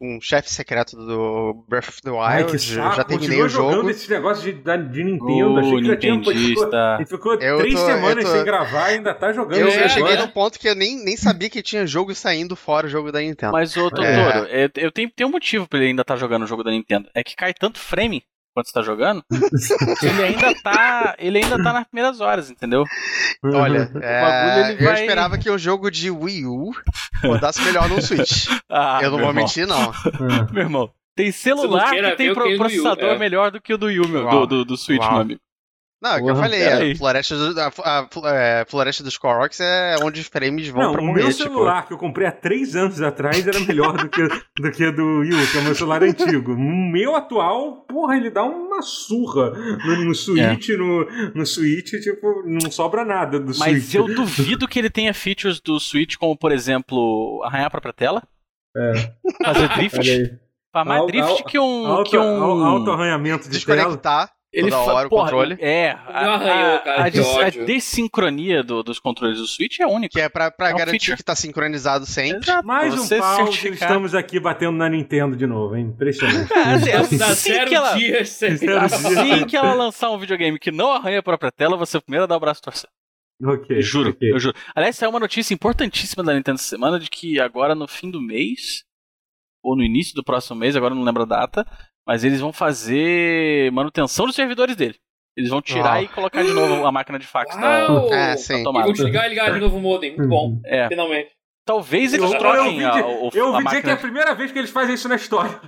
um chefe secreto do Breath of the Wild.
Ai, que saco.
já terminei
Continua
o
jogando
jogo.
esse negócio de, da- de Nintendo. Achei
o
que já tinha um ficou,
Nintendista.
e ficou
Eu
três
tô-
semanas
eu tô-
sem gravar e ainda tá jogando.
Eu,
isso
eu
agora.
cheguei
agora-
num ponto que eu nem, nem sabia que tinha jogo saindo fora o jogo da Nintendo.
Mas, ô, Totoro,
É.
eu, eu tenho, tem um motivo pra ele ainda estar jogando o jogo da Nintendo. É que cai tanto frame quando você tá jogando, que ele ainda tá. Ele ainda tá nas primeiras horas, entendeu?
Olha, é,
bagulho, ele
eu
vai-
esperava que o jogo de Wii U rodasse melhor no Switch.
Ah,
eu não
meu
vou
irmão,
mentir,
Ah.
não.
Meu irmão. Tem
Você
celular
não queira
que tem
ver o
pro-
que é do
processador
Wii U, é.
melhor do que o do Yu, meu.
Uau.
Do, do, do Switch,
Uau.
meu amigo.
Não, é o que eu
Porra,
falei,
peraí.
a floresta, do- a, a- é, floresta dos Koroks é onde os frames vão
Não,
pra
o
morrer,
meu
tipo.
celular que eu comprei há três anos atrás era melhor do que do que do Yu, que é o meu celular antigo. O meu atual, porra, ele dá uma surra no, no Switch,
É.
no, no Switch, tipo, não sobra nada do
Mas
Switch.
eu duvido que ele tenha features do Switch, como, por exemplo, arranhar a própria tela. Fazer
Olha
drift.
É, aí.
Faz mais
Al-
drift
al-
que um.
Alto,
que um...
al- alto arranhamento de tela.
Desconectar toda
fa-
hora o
porra,
controle.
É.
Não arranhou, cara,
a,
que
des- a
ódio.
dessincronia do- dos controles do Switch é única.
Que é pra, pra
É um
garantir
feature.
que tá sincronizado sempre.
Exato.
Mais um
Você
pau que
certificar-
estamos aqui batendo na Nintendo de novo, hein? Impressionante.
Cara, assim,
Dá
assim,
zero
que ela,
dias sem.
Zero
assim que ela lançar um videogame que não arranha a própria tela, você é o primeiro a dar o braço torcer.
ok.
Eu juro,
ok.
eu juro. Aliás, saiu uma notícia importantíssima da Nintendo essa semana de que agora no fim do mês, ou no início do próximo mês, agora eu não lembro a data, mas eles vão fazer manutenção dos servidores dele. Eles vão tirar
Uau.
e colocar de novo a máquina de fax da,
Uau!
É,
E
sim.
da tomada.
vou desligar e ligar de novo o modem. Muito bom.
É,
Finalmente.
talvez eles
Eu- eu
troquem
vi
a,
de-
o-
Eu
a
ouvi dizer que é
máquina.
a primeira vez que eles fazem isso na história.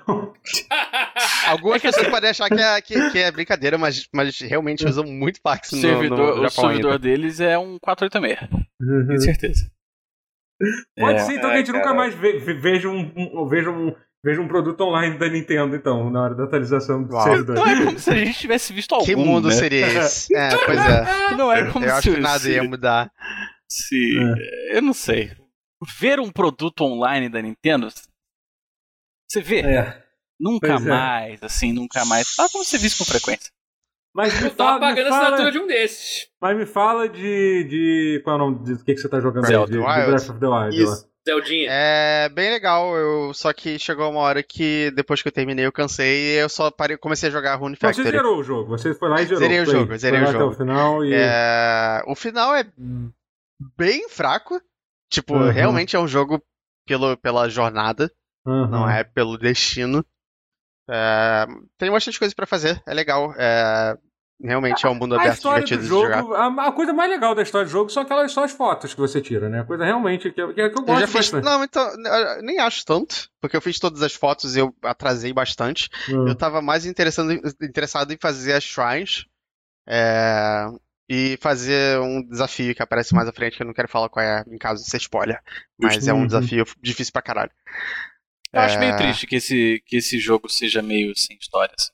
Algumas
assim-
pessoas podem achar que é, que- que é brincadeira, mas, mas realmente usam muito fax
O
no,
servidor,
no
o
Japão ainda.
servidor deles é um 486, tenho certeza.
Pode
É.
ser, então, que a gente nunca mais ve- ve- veja um, um- veja um, Veja um produto online da Nintendo, então, na hora da atualização do
Uau.
servidor.
Não é como se a gente tivesse visto algum,
Que mundo
né?
seria esse? É, pois é.
Não é como
Eu
se,
acho que nada
se-
ia mudar.
se-
É.
Eu não sei. Ver um produto online da Nintendo, você vê,
É.
nunca
pois é.
mais, assim, nunca mais. Ah, como você visto com frequência.
Mas me
Eu tava
fala,
pagando
me
a assinatura
fala,
de um desses.
mas me fala de, de. Qual é o nome? De, do que, que você tá jogando aí?
Zelda
De, de
Wild.
Breath of the Wild.
Isso.
lá.
Zeldinha.
É bem legal, eu, só que chegou uma hora que depois que eu terminei eu cansei e eu só parei, comecei a jogar Rune
Então, você
Factory.
zerou o jogo, você foi lá e zerou.
Zerei o
foi,
jogo,
foi
zerei
lá
o jogo.
Até o final e.
É, o final é
Hum.
bem fraco, tipo,
Uhum.
realmente é um jogo pelo, pela jornada,
Aham.
não é pelo destino. É, tem bastante coisa pra fazer, é legal, é, realmente é um mundo
A
aberto
história do
divertido de jogar.
jogo, a, a coisa mais legal da história do jogo são aquelas só as fotos que você tira, né? A coisa realmente que, que, que eu
Eu
gosto
já fiz.
bastante.
Não, então. eu Nem acho tanto. Porque eu fiz todas as fotos e eu atrasei bastante.
Hum.
Eu tava mais interessando, interessado em fazer as shrines. é, e fazer um desafio que aparece mais à frente, que eu não quero falar qual é, em caso de ser spoiler. Mas é um
Uhum.
desafio difícil pra caralho.
Eu acho meio
É.
triste que esse, que esse jogo seja meio sem assim. histórias.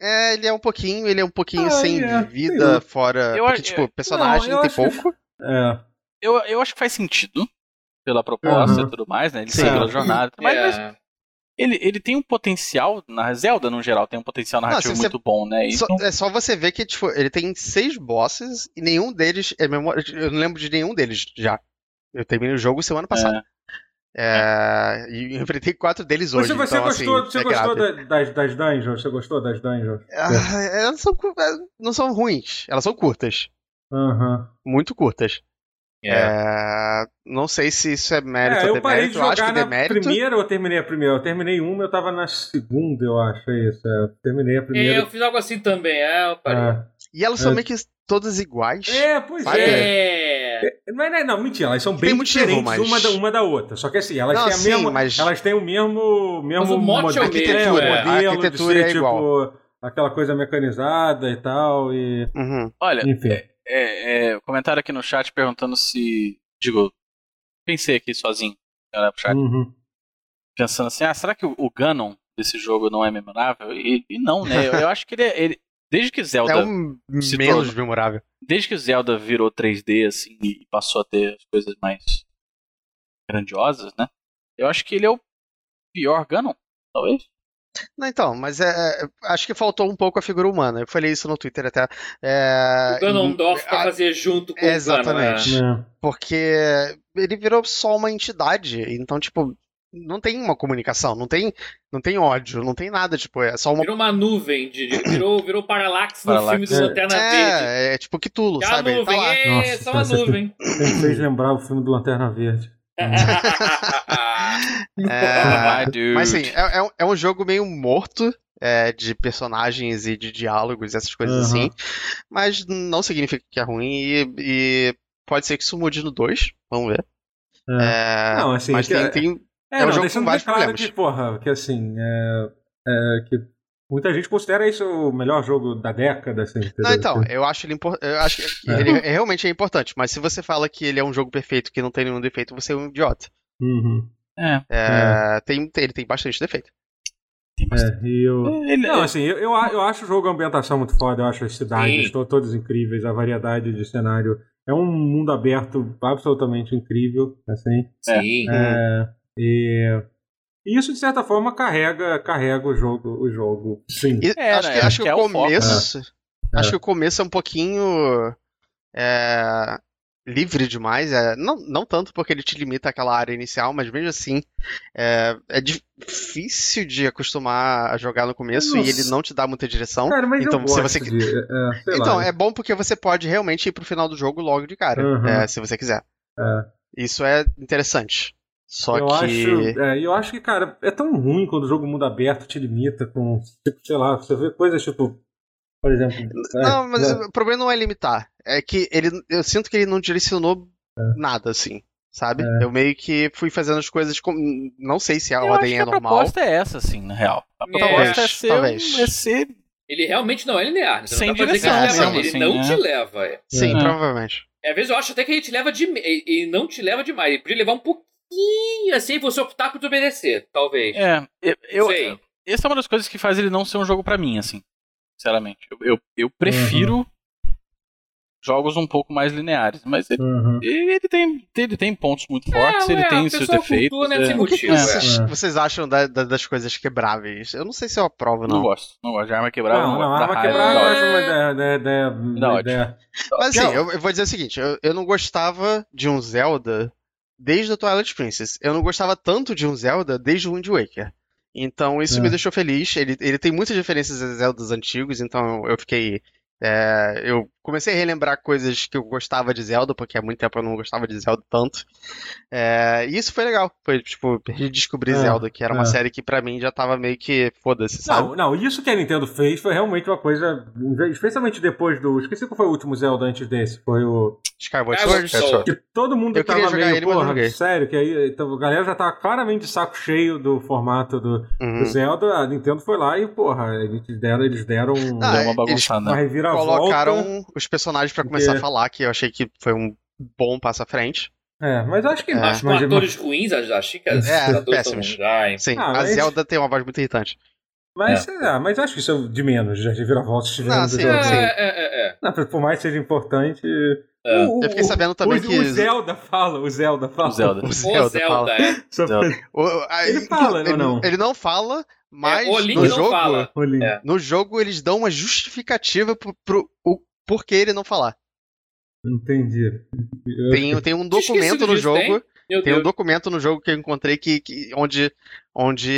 É, ele é um pouquinho, ele é um pouquinho
Ah,
sem
é, sei
vida
lá.
fora.
Eu
porque,
a-
tipo, personagem
é. Não, eu
tem
acho-
pouco.
É.
Eu, eu acho que faz sentido pela proposta
Uhum.
e tudo mais, né? Ele
Sim.
seguiu a jornada, e tudo mais, mas
É.
ele, ele tem um potencial, na Zelda no geral, tem um potencial
Não,
narrativo
se você-
muito bom, né? E
Só-
não-
é só você ver que, tipo, ele tem seis bosses e nenhum deles é memória. Eu não lembro de nenhum deles já. Eu terminei o jogo semana passada. É, E eu enfrentei quatro deles hoje.
Você, você
então,
gostou,
assim,
você
é
gostou da-
grave.
das, das dungeons? Você gostou das dungeons?
Ah, elas são, cu- elas não são ruins, elas são curtas.
Aham.
Muito curtas.
É.
É, Não sei se isso é mérito
É,
ou
eu parei de
demérito. Eu acho
jogar
que
na
demérito.
primeira ou eu terminei a primeira? Eu terminei uma, eu tava na segunda, eu acho, é isso. É. Eu Terminei a
É,
primeira.
Eu fiz algo assim também. É, eu parei.
Ah.
E elas são
É.
meio que todas iguais.
É, pois
Vai,
é.
É.
Não, não, não, mentira, elas são
Tem
bem
motivo,
diferentes
mas-
uma, da, uma da outra. Só que assim, elas
Não,
têm a
sim,
mesma.
mas-
Elas têm o mesmo. mesmo
Mas o mote
modelo, né,
é o mesmo, é.
A
modelo
arquitetura
de ser,
é igual.
tipo aquela coisa mecanizada e tal. E...
Uhum.
Olha,
Enfim.
é, é, comentário aqui no chat perguntando se. Digo, pensei aqui sozinho, olhar pro chat,
Uhum.
pensando assim, ah, será que o, o Ganon desse jogo não é memorável? E, e não, né? Eu, eu acho que ele, é- ele- Desde que Zelda.
É um
se
menos
torna.
memorável.
Desde que o Zelda virou 3D, assim, e passou a ter as coisas mais grandiosas, né? Eu acho que ele é o pior Ganon, talvez.
Não, então, mas é, é, acho que faltou um pouco a figura humana. Eu falei isso no Twitter até. É,
O
tá
Ganondorf pra
a-
fazer junto com
Exatamente.
o né? Ganon.
É.
porque ele virou só uma entidade. Então, tipo, não tem uma comunicação, não tem, não tem ódio, não tem nada. Tipo, é só
é.
uma.
Virou uma nuvem, de, de- virou, virou Parallax no filme
Parallax.
do Lanterna Verde.
É, é tipo Cthulhu,
É uma
sabe? Ele tá
nuvem,
lá.
é,
Nossa,
só
cara,
uma
você-
nuvem.
Me fez lembrar o filme do Lanterna Verde.
Hum. É,
Ah, dude.
mas assim, é, é um- é um jogo meio morto. é, de personagens e de diálogos, essas coisas
Aham.
assim. Mas não significa que é ruim. E, e pode ser que isso mude no 2. Vamos ver.
É.
É,
Não, assim,
mas
que-
tem, tem
É,
É um
não,
jogo
deixando
com
bem
vários
claro
problemas.
que, porra, que assim, é, é, que muita gente considera isso o melhor jogo da década, assim.
Não,
entendeu?
então, eu acho ele impor- eu acho que
É.
ele é- realmente é importante, mas se você fala que ele é um jogo perfeito, que não tem nenhum defeito, você é um idiota.
Uhum.
É,
É, tem, tem- ele tem bastante defeito.
tem bastante.
É, e eu...
Ele-
Não, assim, eu, eu, a- eu acho o jogo a ambientação muito foda, eu acho as cidades
Sim.
to- todas incríveis, a variedade de cenário. É um mundo aberto absolutamente incrível, assim.
Sim.
É, e... e isso, de certa forma, carrega, carrega o jogo, o jogo. Sim.
E
É,
acho,
né,
que,
acho
acho
que
que
é
o
o foco.
começo.
É.
Acho que o começo é um pouquinho. é, livre demais. é, não, não tanto porque ele te limita àquela área inicial, mas mesmo assim. É, é difícil de acostumar a jogar no começo e
Nossa.
ele não te dá muita direção.
Cara, mas
Então,
eu
se
gosto
você-
de, é, é, sei
Então,
lá.
é bom porque você pode realmente ir pro final do jogo logo de cara,
Uhum.
é, se você quiser.
É.
Isso é interessante. Só
eu
que.
Acho, é, eu acho que, cara, é tão ruim quando o jogo mundo aberto te limita com, tipo, sei lá, você vê coisas tipo. Por exemplo. é,
Não, mas
né?
o problema não é limitar. É que ele, eu sinto que ele não direcionou nada, assim. Sabe? Eu meio que fui fazendo as coisas com. Não sei se a
eu acho
ordem
que
é
a
normal.
proposta é essa, assim, na real. A
É.
proposta é,
Talvez,
ser,
talvez.
um- é ser
Ele realmente não é linear. Você
Sem
não dá pra dizer
direção,
que ele, leva,
né?
ele
Assim,
não
é.
te leva.
Sim,
É.
provavelmente.
É, Às vezes eu acho até que ele te leva de. Ele não te leva demais. Ele podia levar um pouquinho pouquinho assim pra você optar por desobedecer, talvez.
É, eu, eu-
Sei.
essa é uma das coisas que faz ele não ser um jogo pra mim, assim. Sinceramente. Eu, eu, eu prefiro jogos um pouco mais lineares, mas ele,
Uhum.
ele tem, ele tem pontos muito fortes, ele
É, ué, a
tem seus
pessoa
defeitos.
cultua, né,
é.
sem
O que, que
motivo, é.
vocês,
é.
vocês acham da- da- das coisas quebráveis? Eu não sei se eu aprovo,
Não
não.
gosto, não gosto de arma quebrada.
Não, não,
gosto da
arma
raiva,
quebrada
da
eu
ódio.
acho é uma ideia. ideia- ideia-
Não,
ideia-
Mas assim,
Não.
eu, eu vou dizer o seguinte: eu, eu não gostava de um Zelda desde o Twilight Princess. Eu não gostava tanto de um Zelda desde o Wind Waker. Então isso
É.
me deixou feliz. Ele, ele tem muitas diferenças dos Zeldas antigos, então eu fiquei. é, eu comecei a relembrar coisas que eu gostava de Zelda, porque há muito tempo eu não gostava de Zelda tanto. É, e isso foi legal. Foi, tipo, redescobrir
É,
Zelda, que era uma
é.
série que pra mim já tava meio que foda-se, sabe?
Não, não, isso que a Nintendo fez foi realmente uma coisa. Especialmente depois do. Esqueci qual foi o último Zelda antes desse. Foi o.
Skyward
Skyward
Sword?
Sword.
Que todo mundo
Eu queria
tava
jogar
meio,
ele, mas não
porra,
joguei.
sério, que aí então, a galera já tava claramente de saco cheio do formato do, do
Uhum.
Zelda, a Nintendo foi lá e, porra, eles deram, eles deram um-
Ah,
Deu uma
eles
bagunçada.
uma reviravolta.
colocaram um- os personagens pra começar
Ah, Porque-
a falar, que eu achei que foi um bom passo à frente.
É, mas acho que
É.
mas,
Acho que com atores ruins, achei que as- os
É,
atores são
péssimos.
ruins. Ah, enfim.
Sim,
Ah,
a
mas-
Zelda tem uma voz muito irritante.
mas,
É.
sei lá, mas acho que isso é de menos, já reviravoltas tiveram
Não,
do
Ah, sim,
jogo.
sim.
É, é, é, é.
Não, por mais que seja importante.
É.
o- o-
Eu fiquei sabendo também
o,
que-
O Zelda fala, o Zelda fala.
O Zelda.
O
O
Zelda, fala.
Zelda, é.
Só
Zelda.
O- a-
Ele fala, né,
ele,
ou não?
Ele não fala, mas
É, o Link
no,
não
jogo,
fala.
Olhinho.
É.
no jogo eles dão uma justificativa pro, pro o porquê ele não falar.
Entendi. Eu-
Tem, tem um
Tinha esquecido
documento no
disso,
jogo, tem,
Meu Deus.
um documento no jogo que eu encontrei que, que- onde onde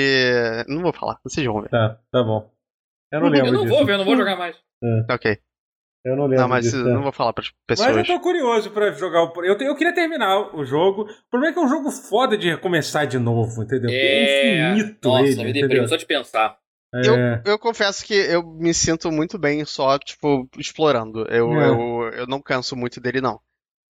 não vou falar, vocês vão ver.
Tá, tá bom. Eu não
Eu
lembro
Eu não
disso.
vou ver, eu não vou jogar mais.
Tá OK.
Eu não lembro
Não, mas
disso.
eu
tá.
não vou falar para pessoas.
Mas eu tô curioso pra jogar o. Eu, te- eu queria terminar o jogo. O problema é que é um jogo foda de recomeçar de novo, entendeu?
É.
infinito
Nossa,
ele,
me
entendeu?
deprimo só de pensar.
É,
Eu confesso que eu me sinto muito bem só, tipo, explorando. Eu,
É.
eu, eu não canso muito dele, não.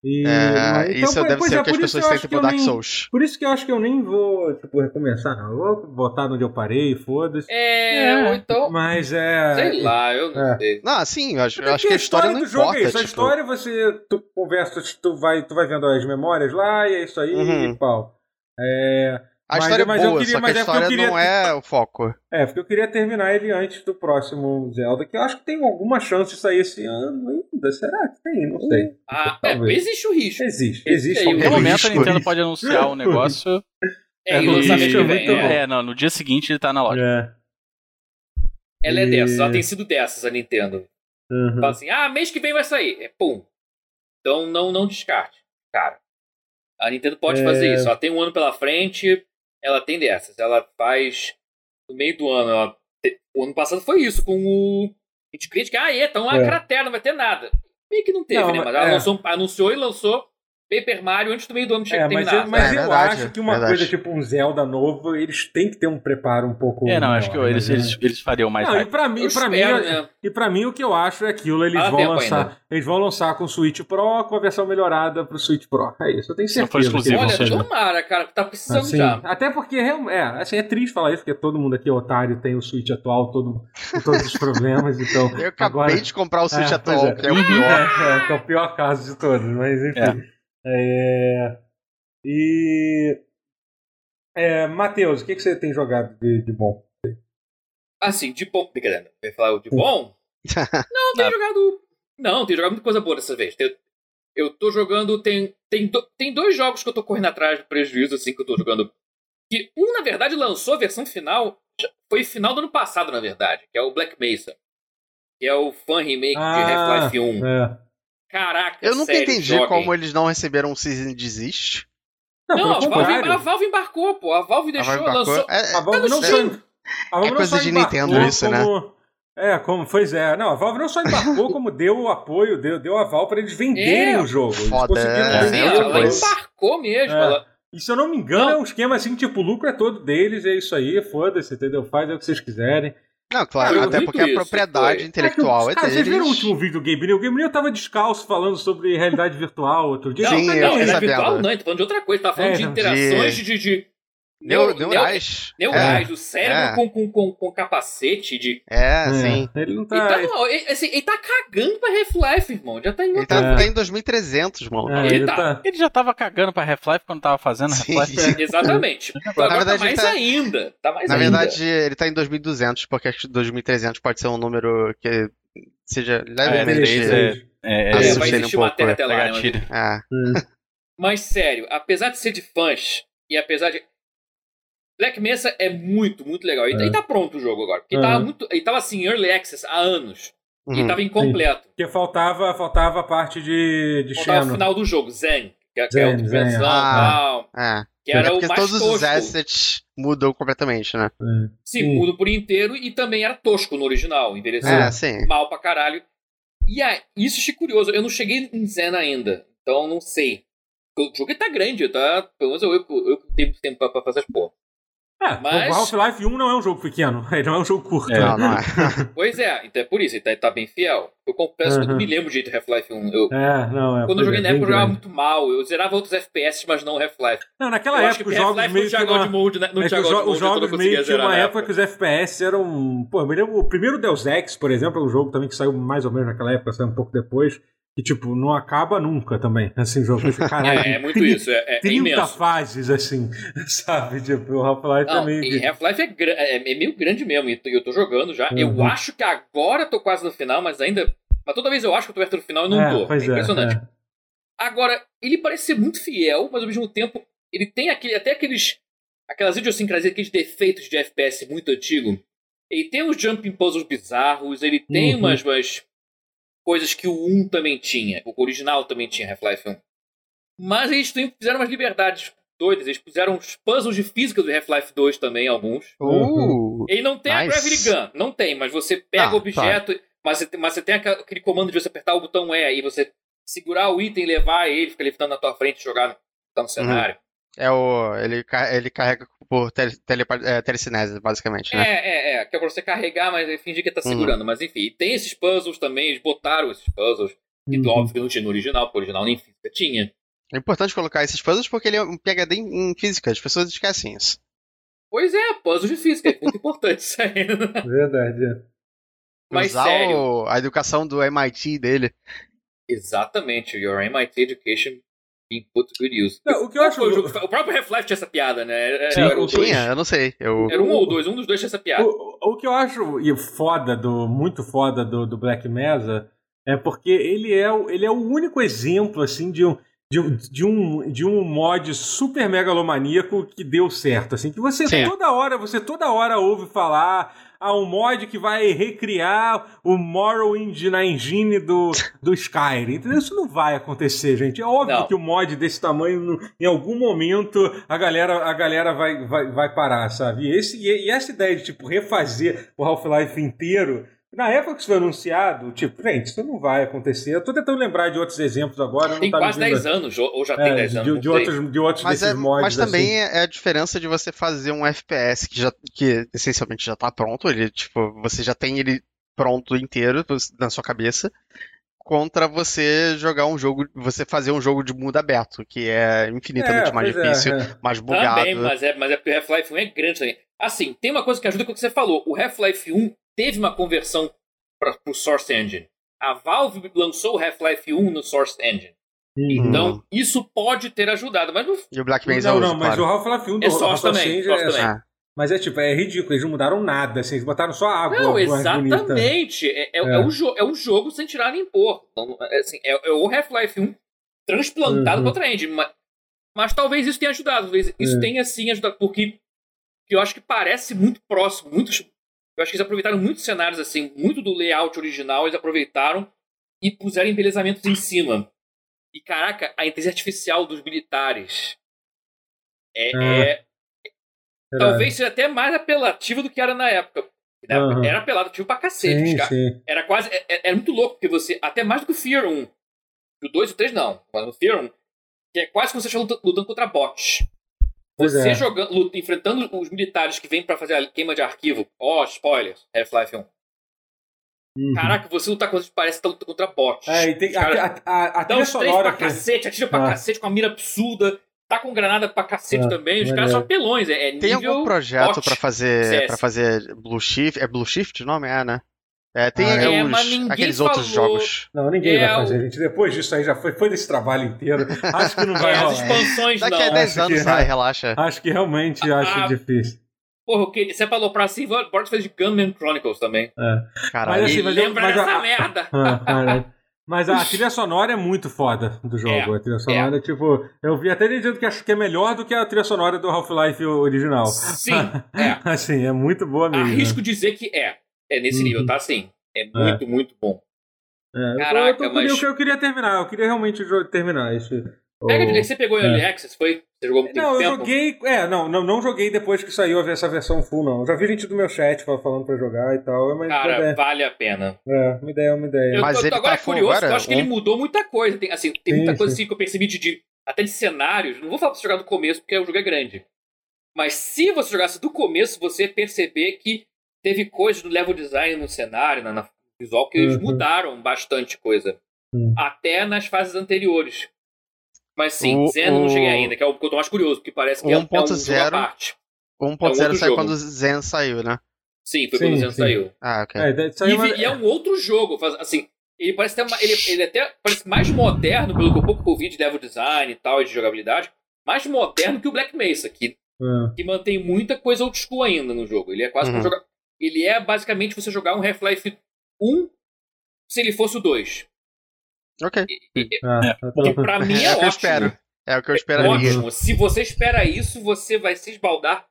e-
É,
então,
isso
pois-
deve
pois
ser
é,
o que as
por isso eu
pessoas
acho
sentem
que
por
eu
Dark
nem-
Souls.
Por isso que eu acho que eu nem vou, tipo, recomeçar, não. Eu vou botar onde eu parei, foda-se.
É,
É.
ou então.
Mas é.
Sei lá, eu não
É.
sei.
Não, assim, eu acho, eu
Porque
acho que a história, não
do jogo
importa.
é isso. A
tipo,
história você tu conversa, tu vai, tu vai vendo as memórias lá e é isso aí
Uhum.
e pau. É,
a
mas-
história
mas
é
eu
boa,
queria-
só que
mas
a
é porque eu
história
queria-
não é o foco.
é, porque eu queria terminar ele antes do próximo Zelda, que eu acho que tem alguma chance de sair esse ano ainda. Será que tem? Não sei.
Ah, é,
Talvez.
existe o risco.
Existe,
Esse
existe.
aí,
qualquer
No
Risco,
momento a Nintendo
risco.
pode anunciar um negócio.
É, e
É,
o lançamento
isso
que
é
vem.
muito bom.
É.
É, não, no dia seguinte ele tá na loja.
É,
Ela é dessas, ela
E-
tem sido dessas, a Nintendo.
uhum.
Fala assim, ah, mês que vem vai sair. É, pum. Então não, não descarte, cara. A Nintendo pode
É.
fazer isso. Ela tem um ano pela frente, ela tem dessas. Ela faz no meio do ano. ela te- O ano passado foi isso, com o. A gente critica, ah, é, tá uma
É.
cratera, não vai ter nada. Meio que não teve,
Não,
né?
mas-
Mas ela
é.
lançou- anunciou e lançou Paper Mario antes do meio do ano
É,
chegar
mas,
terminar.
eu, mas
É,
eu
verdade,
acho que uma
verdade.
coisa tipo um Zelda novo, eles têm que ter um preparo um pouco.
É, não, acho que
maior,
eles,
né?
eles, eles fariam mais
Não, e
hype.
pra mim,
Eu
pra mim,
espero, né?
E pra mim o que eu acho é aquilo, eles
Ah,
vão
tempo
lançar,
ainda.
eles vão lançar com o Switch Pro, com a versão melhorada pro Switch Pro. É isso, eu tenho
Se
certeza.
não for exclusivo,
que
não
eles
Olha,
seja.
vão fazer.
tomara, cara, porque tá precisando
Assim,
já.
até porque real- é, assim, é triste falar isso, porque todo mundo aqui é otário, tem o Switch atual, todo, com todos os problemas, então
Eu acabei
agora
de comprar o Switch
É, pois
atual,
é.
que
Uhum.
é o pior.
é, é, que é o pior caso de todos, mas enfim. É, e é, Matheus, o que, que você tem jogado de, de bom?
Assim, de bom. Brincadeira. Eu ia falar
Hum.
de bom? Não,
Ah.
tenho jogado. Não, tenho jogado muita coisa boa dessa vez. Eu, eu tô jogando. Tem, tem, do- tem dois jogos que eu tô correndo atrás do prejuízo, assim, que eu tô jogando. Que um, na verdade, lançou a versão final. já- Foi final do ano passado, na verdade. Que é o Black Mesa. Que é o fan remake
Ah,
de Half-Life 1.
É.
Caraca,
Eu nunca
sério,
entendi
joguem.
como eles não receberam um Season Desist.
Não,
Não, a
pelo
Valve,
contrário.
a Valve embarcou, pô. A Valve
A
deixou,
Valve Bacor-
lançou.
é-
A Valve
Eu não
Ah, não só. A Valve
É
não
coisa
só
de
embarcou
Nintendo isso, né?
como- É, como, pois é. Não, a Valve não só embarcou, como deu o apoio, deu, deu aval para eles venderem
É,
o jogo. Eles
foda,
conseguiram
é,
vender
Sim,
é
o
outra
jogo.
ela
coisa.
embarcou mesmo.
É.
Ela,
E se eu não me engano,
Não.
é um esquema assim, tipo, o lucro é todo deles, é isso aí, foda-se, entendeu? Faz é o que vocês quiserem.
Não, claro,
Ah, eu
até
vi
porque a
isso,
propriedade
foi.
intelectual
Cara,
é
cara, vocês viram o
deles.
último vídeo do Gabe New? O Gabe New tava descalço falando sobre realidade virtual outro dia. tá
Não,
Sim,
não,
eu
não,
fiquei
era virtual
sabendo.
não, tô falando de outra coisa, tá falando
É,
de
não,
interações, de... de,
Neu- neurais.
Neurais, o cérebro
é.
com, com, com, com capacete de.
É, é, sim.
Ele não tá.
Ele tá, no- ele- assim, ele tá cagando pra Half-Life, irmão. Já tá em
Ele
outra.
tá,
É.
tá em 2300, mano.
é,
ele
ele
tá-
tá.
Ele já tava cagando pra Half-Life quando tava fazendo
Sim.
Half-Life.
Exatamente. Agora
verdade,
tá mais
ele tá-
ainda. Tá mais
Na
ainda.
verdade, ele tá em 2200, porque acho que 2300 pode ser um número que seja levemente.
três, é. É,
Ah,
É,
isso
vai
seria um
existir uma
pouco,
terra
é,
até lá. né, mas-
gatilho.
Ah,
Mas sério, apesar de ser de fãs, e apesar de. Black Mesa é muito, muito legal. E, tá-
É.
e tá pronto o jogo agora. Porque
É.
tava muito. Ele tava assim, em early access há anos.
uhum.
E tá- tava incompleto.
Porque faltava, faltava a parte de, de
Faltava o
Xeno.
final do jogo, Zen. Que, é- que é
Zen,
outra
Zen,
versão
é.
tal.
É.
Que era
é
o
porque
mais
todos
tosco.
os assets mudam completamente, né?
É.
Sim,
Sim.
muda por inteiro e também era tosco no original. Envelheceu
É, sim.
mal pra caralho. E aí, isso eu achei curioso. Eu não cheguei em Zen ainda. Então não sei. O jogo tá grande, tá? Pelo menos eu, eu, eu tenho tempo pra, pra fazer as porra.
É,
Mas-
o Half-Life 1 não é um jogo pequeno, ele não é um jogo curto.
É.
Não, não é.
Pois é, então é por isso, ele tá, tá bem fiel. Eu confesso que eu não
Uhum.
me lembro direito do Half-Life 1. Eu,
É, não, é.
quando eu joguei na
bem
época, eu jogava
grande.
muito mal. Eu zerava outros FPS, mas não Half-Life.
Não, naquela
Eu acho que
época os jogos
Half-Life é no
meio que.
Diagonal de
uma-
Mode, né? No
é que os,
Diagonal
jo-
de Mode,
os
eu não
jogos
conseguia
meio que
zerar
uma
na
época que os FPS eram. Pô, eu me lembro, o primeiro Deus Ex, por exemplo, é um jogo também que saiu mais ou menos naquela época, saiu um pouco depois, e tipo, não acaba nunca também. Assim, o jogo. Caralho,
É, é muito
30
isso, é, é- é
30
imenso.
fases, assim, sabe? Tipo, o Half-Life
Não,
também.
e Half-Life é, gra- é- é meio grande mesmo, e t- eu tô jogando já. Eu
Uhum.
acho que agora eu tô quase no final, mas ainda. Mas toda vez eu acho que eu tô perto do final e não
é,
tô. É
pois
impressionante.
É,
Agora, ele parece ser muito fiel, mas ao mesmo tempo, ele tem aquele, até aqueles. aquelas idiosincrasias, aqueles defeitos de FPS muito antigo. Ele tem uns jumping puzzles bizarros, ele tem
Uhum.
umas, umas coisas que o 1 também tinha, o original também tinha Half-Life 1. Mas eles tem- fizeram umas liberdades doidas, eles puseram uns puzzles de física do Half-Life 2 também, alguns.
Uh,
Ele não tem a Gravity
Nice.
Gun, não tem, mas você pega
Ah,
o objeto, mas, você, mas você tem aquela- aquele comando de você apertar o botão E e você segurar o item, levar ele, fica levitando na tua frente, jogar no, tá
Uhum.
no cenário.
é o. Ele, ca- ele carrega por tele, telepa- é, telecinese, basicamente, né?
É, é, é, que é pra você carregar, mas é fingir que tá
Uhum.
segurando, mas enfim. E tem esses puzzles também, eles botaram esses puzzles, que
Uhum.
Uhum,
óbvio que não tinha no original, porque o original nem física tinha.
É importante colocar esses puzzles porque ele é um PHD em, em física, as pessoas esquecem isso.
Pois é, puzzles de física, é muito importante isso aí.
Verdade. é.
Mas
Usar
sério.
o- a educação do MIT dele.
Exatamente, your MIT education being put to good use.
Não, o que eu acho.
Foi o, jogo- o próprio Half-Life tinha essa piada, né? Era-
Sim,
era o dois.
Tinha, eu não sei. Eu,
Era um ou dois, um dos dois tinha essa piada.
O, o que eu acho e foda do muito foda do, do Black Mesa é porque ele é o- ele é o único exemplo assim de um de, um- de um de um mod super megalomaníaco que deu certo assim que você
Sim.
toda hora você toda hora ouve falar a um mod que vai recriar o Morrowind na engine do, do Skyrim. Entendeu? Isso não vai acontecer, gente. É óbvio
Não.
que o mod desse tamanho, no- em algum momento, a galera, a galera vai, vai, vai parar, sabe? E, esse, e, e essa ideia de, tipo, refazer o Half-Life inteiro. Na época que isso foi anunciado, tipo, gente, isso não vai acontecer. Eu tô tentando lembrar de outros exemplos agora. não
Tem
tá me
quase
vindo-
10 anos, ou ou já tem
é,
10 anos.
de, de
não sei.
outros, de outros
mas
desses
é-
mods.
mas
assim.
também é a diferença de você fazer um FPS que já que essencialmente já tá pronto, ele tipo, você já tem ele pronto inteiro na sua cabeça, contra você jogar um jogo, você fazer um jogo de mundo aberto, que é infinitamente
É,
mais
pois é,
difícil,
é.
mais bugado.
Também, mas é, mas é porque o Half-Life 1 é grande também. Assim, tem uma coisa que ajuda com o que você falou. O Half-Life 1 teve uma conversão para pro Source Engine. A Valve lançou o Half-Life 1 no Source Engine.
Uhum.
Então, isso pode ter ajudado, mas não
E o Black Mesa
não,
usa,
não, mas
claro.
o Half-Life 1
É sócio
Half-Life
também,
Change
sócio
é-
também.
Mas é tipo, é ridículo, eles não mudaram nada, assim, eles botaram só água.
Não,
mais bonita.
exatamente. É, é,
É.
é um jo- é um jogo sem tirar nem pôr. Então, é assim, é, é o Half-Life 1 transplantado
Uhum.
pra outra engine. Mas, mas talvez isso tenha ajudado. Talvez isso
É.
tenha sim ajudado. Porque que eu acho que parece muito próximo. Muitos, eu acho que eles aproveitaram muitos cenários assim, muito do layout original, eles aproveitaram e puseram embelezamentos em cima. E caraca, a inteligência artificial dos militares. É,
Ah,
é-
É
talvez seja até mais apelativa do que era na época. Na época
Aham.
Era apelativo pra cacete,
Sim,
cara.
sim.
Era quase. é- é- Era muito louco, porque você. Até mais do que o Fear 1. O 2 e o 3 não. Mas no Fear 1. Que é quase como se você estivesse lutando contra bots.
Pois
Você
é.
jogando, luta- enfrentando os militares que vêm pra fazer a queima de arquivo. Ó, oh, spoilers. Half-Life 1.
Uhum.
Caraca, você lutar contra. Parece que tá lutando contra bots.
É, e tem
Os caras
a, a, a, a
Dá
trilha
uns três
sonora
pra
que.
cacete, atira pra
Ah.
cacete com a mira absurda. tá com granada pra cacete
É,
também. Os
maneiro.
caras são apelões. É, é nível
Tem algum projeto
hot.
pra fazer
é
CS.
para fazer Blue Shift? É Blue Shift o nome? É, né? É, tem
Ah,
é,
uns-
mas ninguém
aqueles outros
falou.
jogos.
Não, ninguém
É,
vai fazer, gente. Depois disso aí já foi, foi desse trabalho inteiro. Acho que não vai
É, as
rolar.
expansões
Daqui a
não.
10
Acho
anos
que-
sai, relaxa.
Acho que realmente acho
Ah,
difícil.
Porra, o que? Se é pra aloprar assim, Borges fez de Gunman Chronicles também.
Mas
Caralho.
assim,
E
mas eu-
lembra
mas
dessa
a-
merda.
Ah, caralho. Mas a trilha sonora é muito foda
É,
do jogo. a trilha sonora, tipo, eu vi até gente dizendo que acho que é melhor do que a trilha sonora do Half-Life original.
Sim, é.
Assim, é muito boa mesmo.
Arrisco dizer que é. É nesse
Uhum.
nível, tá? Sim. É muito, muito bom.
É, eu tô-
Caraca,
eu, tô,
mas-
eu, eu queria terminar, eu queria realmente jo- terminar esse.
Pega
o-
de você pegou Early Access, foi? Você jogou muito
é. Não, eu
tempo?
joguei. É, não, não, não joguei depois que saiu essa versão full, não. Já vi gente do meu chat fal- falando pra jogar e tal, mas
Cara,
é,
vale a pena.
é, uma ideia, uma ideia.
Eu
Mas
tô, tô
ele
agora
tá full
curioso,
agora?
eu acho que ele
Um?
mudou muita coisa. Tem, assim, tem
Sim,
muita coisa
sim.
assim, que eu percebi de, de- até de cenários. Não vou falar pra você jogar do começo, porque o jogo é grande. Mas se você jogasse do começo, você ia perceber que teve coisas no level design, no cenário, na, na visual, que eles
Uhum.
mudaram bastante coisa.
Hum.
Até nas fases anteriores. Mas sim,
O-
Zeno não
o-
cheguei ainda, que é o que eu tô mais curioso, porque parece que é, um- é um jogo
1.0.
à parte.
1.0
É outro
sai
jogo.
é quando o Zen saiu, né?
Sim, foi
Sim,
quando o Zeno
sim.
saiu.
Ah, ok.
É, deve sair
E,
uma-
vi- e é um outro jogo, faz- assim. Ele parece até, ma- ele, ele até parece mais moderno, pelo que eu pouco ouvi de level design e tal, e de jogabilidade. Mais moderno que o Black Mesa, que,
Ah,
que mantém muita coisa old school ainda no jogo. Ele é quase como
Uhum.
jogar. Ele é basicamente você jogar um Half-Life 1 se ele fosse o 2.
É.
Ok.
ah,
É,
tá-
Que pra mim é,
É o que eu
ótimo.
espero. É o que eu esperaria.
Ótimo. Se você espera isso, você vai se esbaldar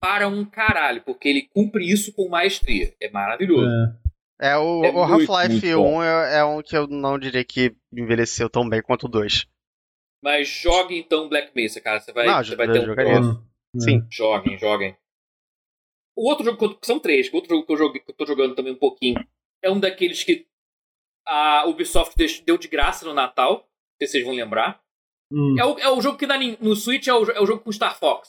para um caralho, porque ele cumpre isso com maestria. É maravilhoso.
é.
É, o,
É
o
muito,
Half-Life
muito bom.
1 é, é um que eu não diria que envelheceu tão bem quanto o 2.
Mas jogue então Black Mesa, cara. Você vai,
Não,
você
eu
vai ter um
É,
jogaria.
troço.
É.
hum,
Sim.
Joguem, joguem. O outro jogo que eu, que são três, que o outro jogo que eu, joguei, que eu tô jogando também um pouquinho é um daqueles que a Ubisoft deix- deu de graça no Natal. Não sei se vocês vão lembrar.
Hum.
É o, é o jogo que dá nin- no Switch, é o, jo- é o jogo com Star Fox.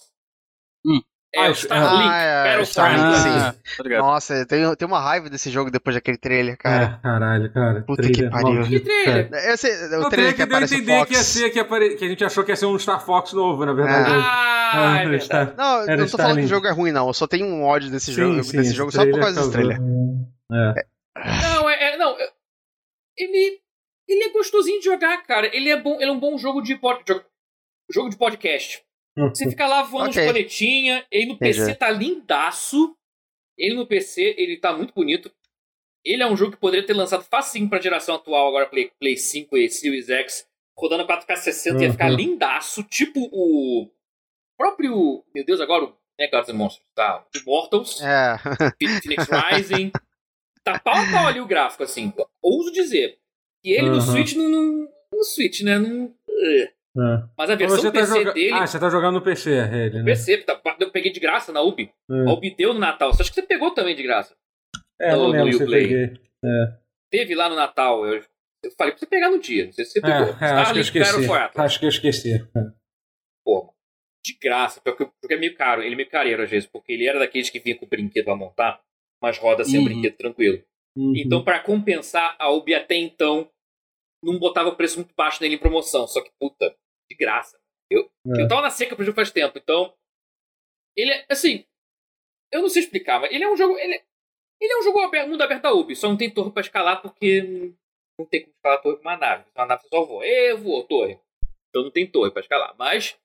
Hum.
Ah,
É o Starlink.
ah, é,
Battlefront.
Starlink, sim.
assim.
Ah, tá ligado.
Nossa, tem, tem uma raiva desse jogo depois daquele trailer, cara.
Ah, caralho, cara.
Puta
Trilha
que pariu.
maldita,
Que trilha?
cara.
Eu sei, o
O
trailer
deu
que
a
aparece o
entender
Fox.
É. que ia ser, que, apare... que a gente achou que ia ser um Star Fox novo, na verdade.
Ah, é
Ah,
verdade.
Star-
Não, eu
Era
não tô falando que o
Starlink.
jogo é ruim, não. Eu só tenho um ódio desse
Sim,
jogo,
sim,
desse
esse
jogo só por causa
trailer
desse trailer.
causou. É.
Não, é. é- não, é- ele. Ele é gostosinho de jogar, cara. Ele é bom, ele é um bom jogo de pod, jogo, jogo de podcast.
Hum,
Você fica lá voando
Ok.
de planetinha, ele no PC
Entendi.
tá lindaço. Ele no PC, ele tá muito bonito. Ele é um jogo que poderia ter lançado facinho pra geração atual, agora Play, Play 5 e Series X, rodando 4K60 ia ficar
Uhum.
lindaço, tipo o próprio, meu Deus, agora o né, Gods and Monsters, tá? Immortals.
É.
Phoenix Rising. tá pau a pau ali o gráfico, assim. Ouso dizer. E ele no
Uhum.
Aham.
Switch não, não- No Switch, né? Não-
É.
Mas a
Mas
versão
você tá
PC
joga-
dele.
Ah, você tá jogando no PC, ele, né?
PC, tá- eu peguei de graça na Ubi. A
É.
Ubi deu no Natal. Acho que você pegou também de graça.
É, eu não
no- no
lembro se eu
Uplay.
peguei.
Teve lá no Natal. Eu, eu falei pra você pegar no dia. Não sei se você
É, é,
pegou.
acho que eu
Starlink Battle
esqueci.
for Atlas.
Acho que eu esqueci.
Pô, de graça. Porque o jogo é meio caro. Ele é meio careiro às vezes. Porque ele era daqueles que vinha com o brinquedo a montar. Mas roda sem o
Uhum.
brinquedo tranquilo.
Uhum.
Então, para compensar, a Ubi até então não botava preço muito baixo nele em promoção. Só que, puta, de graça. Eu,
É.
eu tava na seca pro jogo faz tempo. Então, ele é, assim, eu não sei explicar, mas ele é um jogo. Ele, é- ele é um jogo aberto, mundo aberto da Ubi. Só não tem torre pra escalar porque hum, não tem como escalar a torre com uma nave. Uma nave só voa. Ê, voou, torre. Então não tem torre pra escalar. Mas.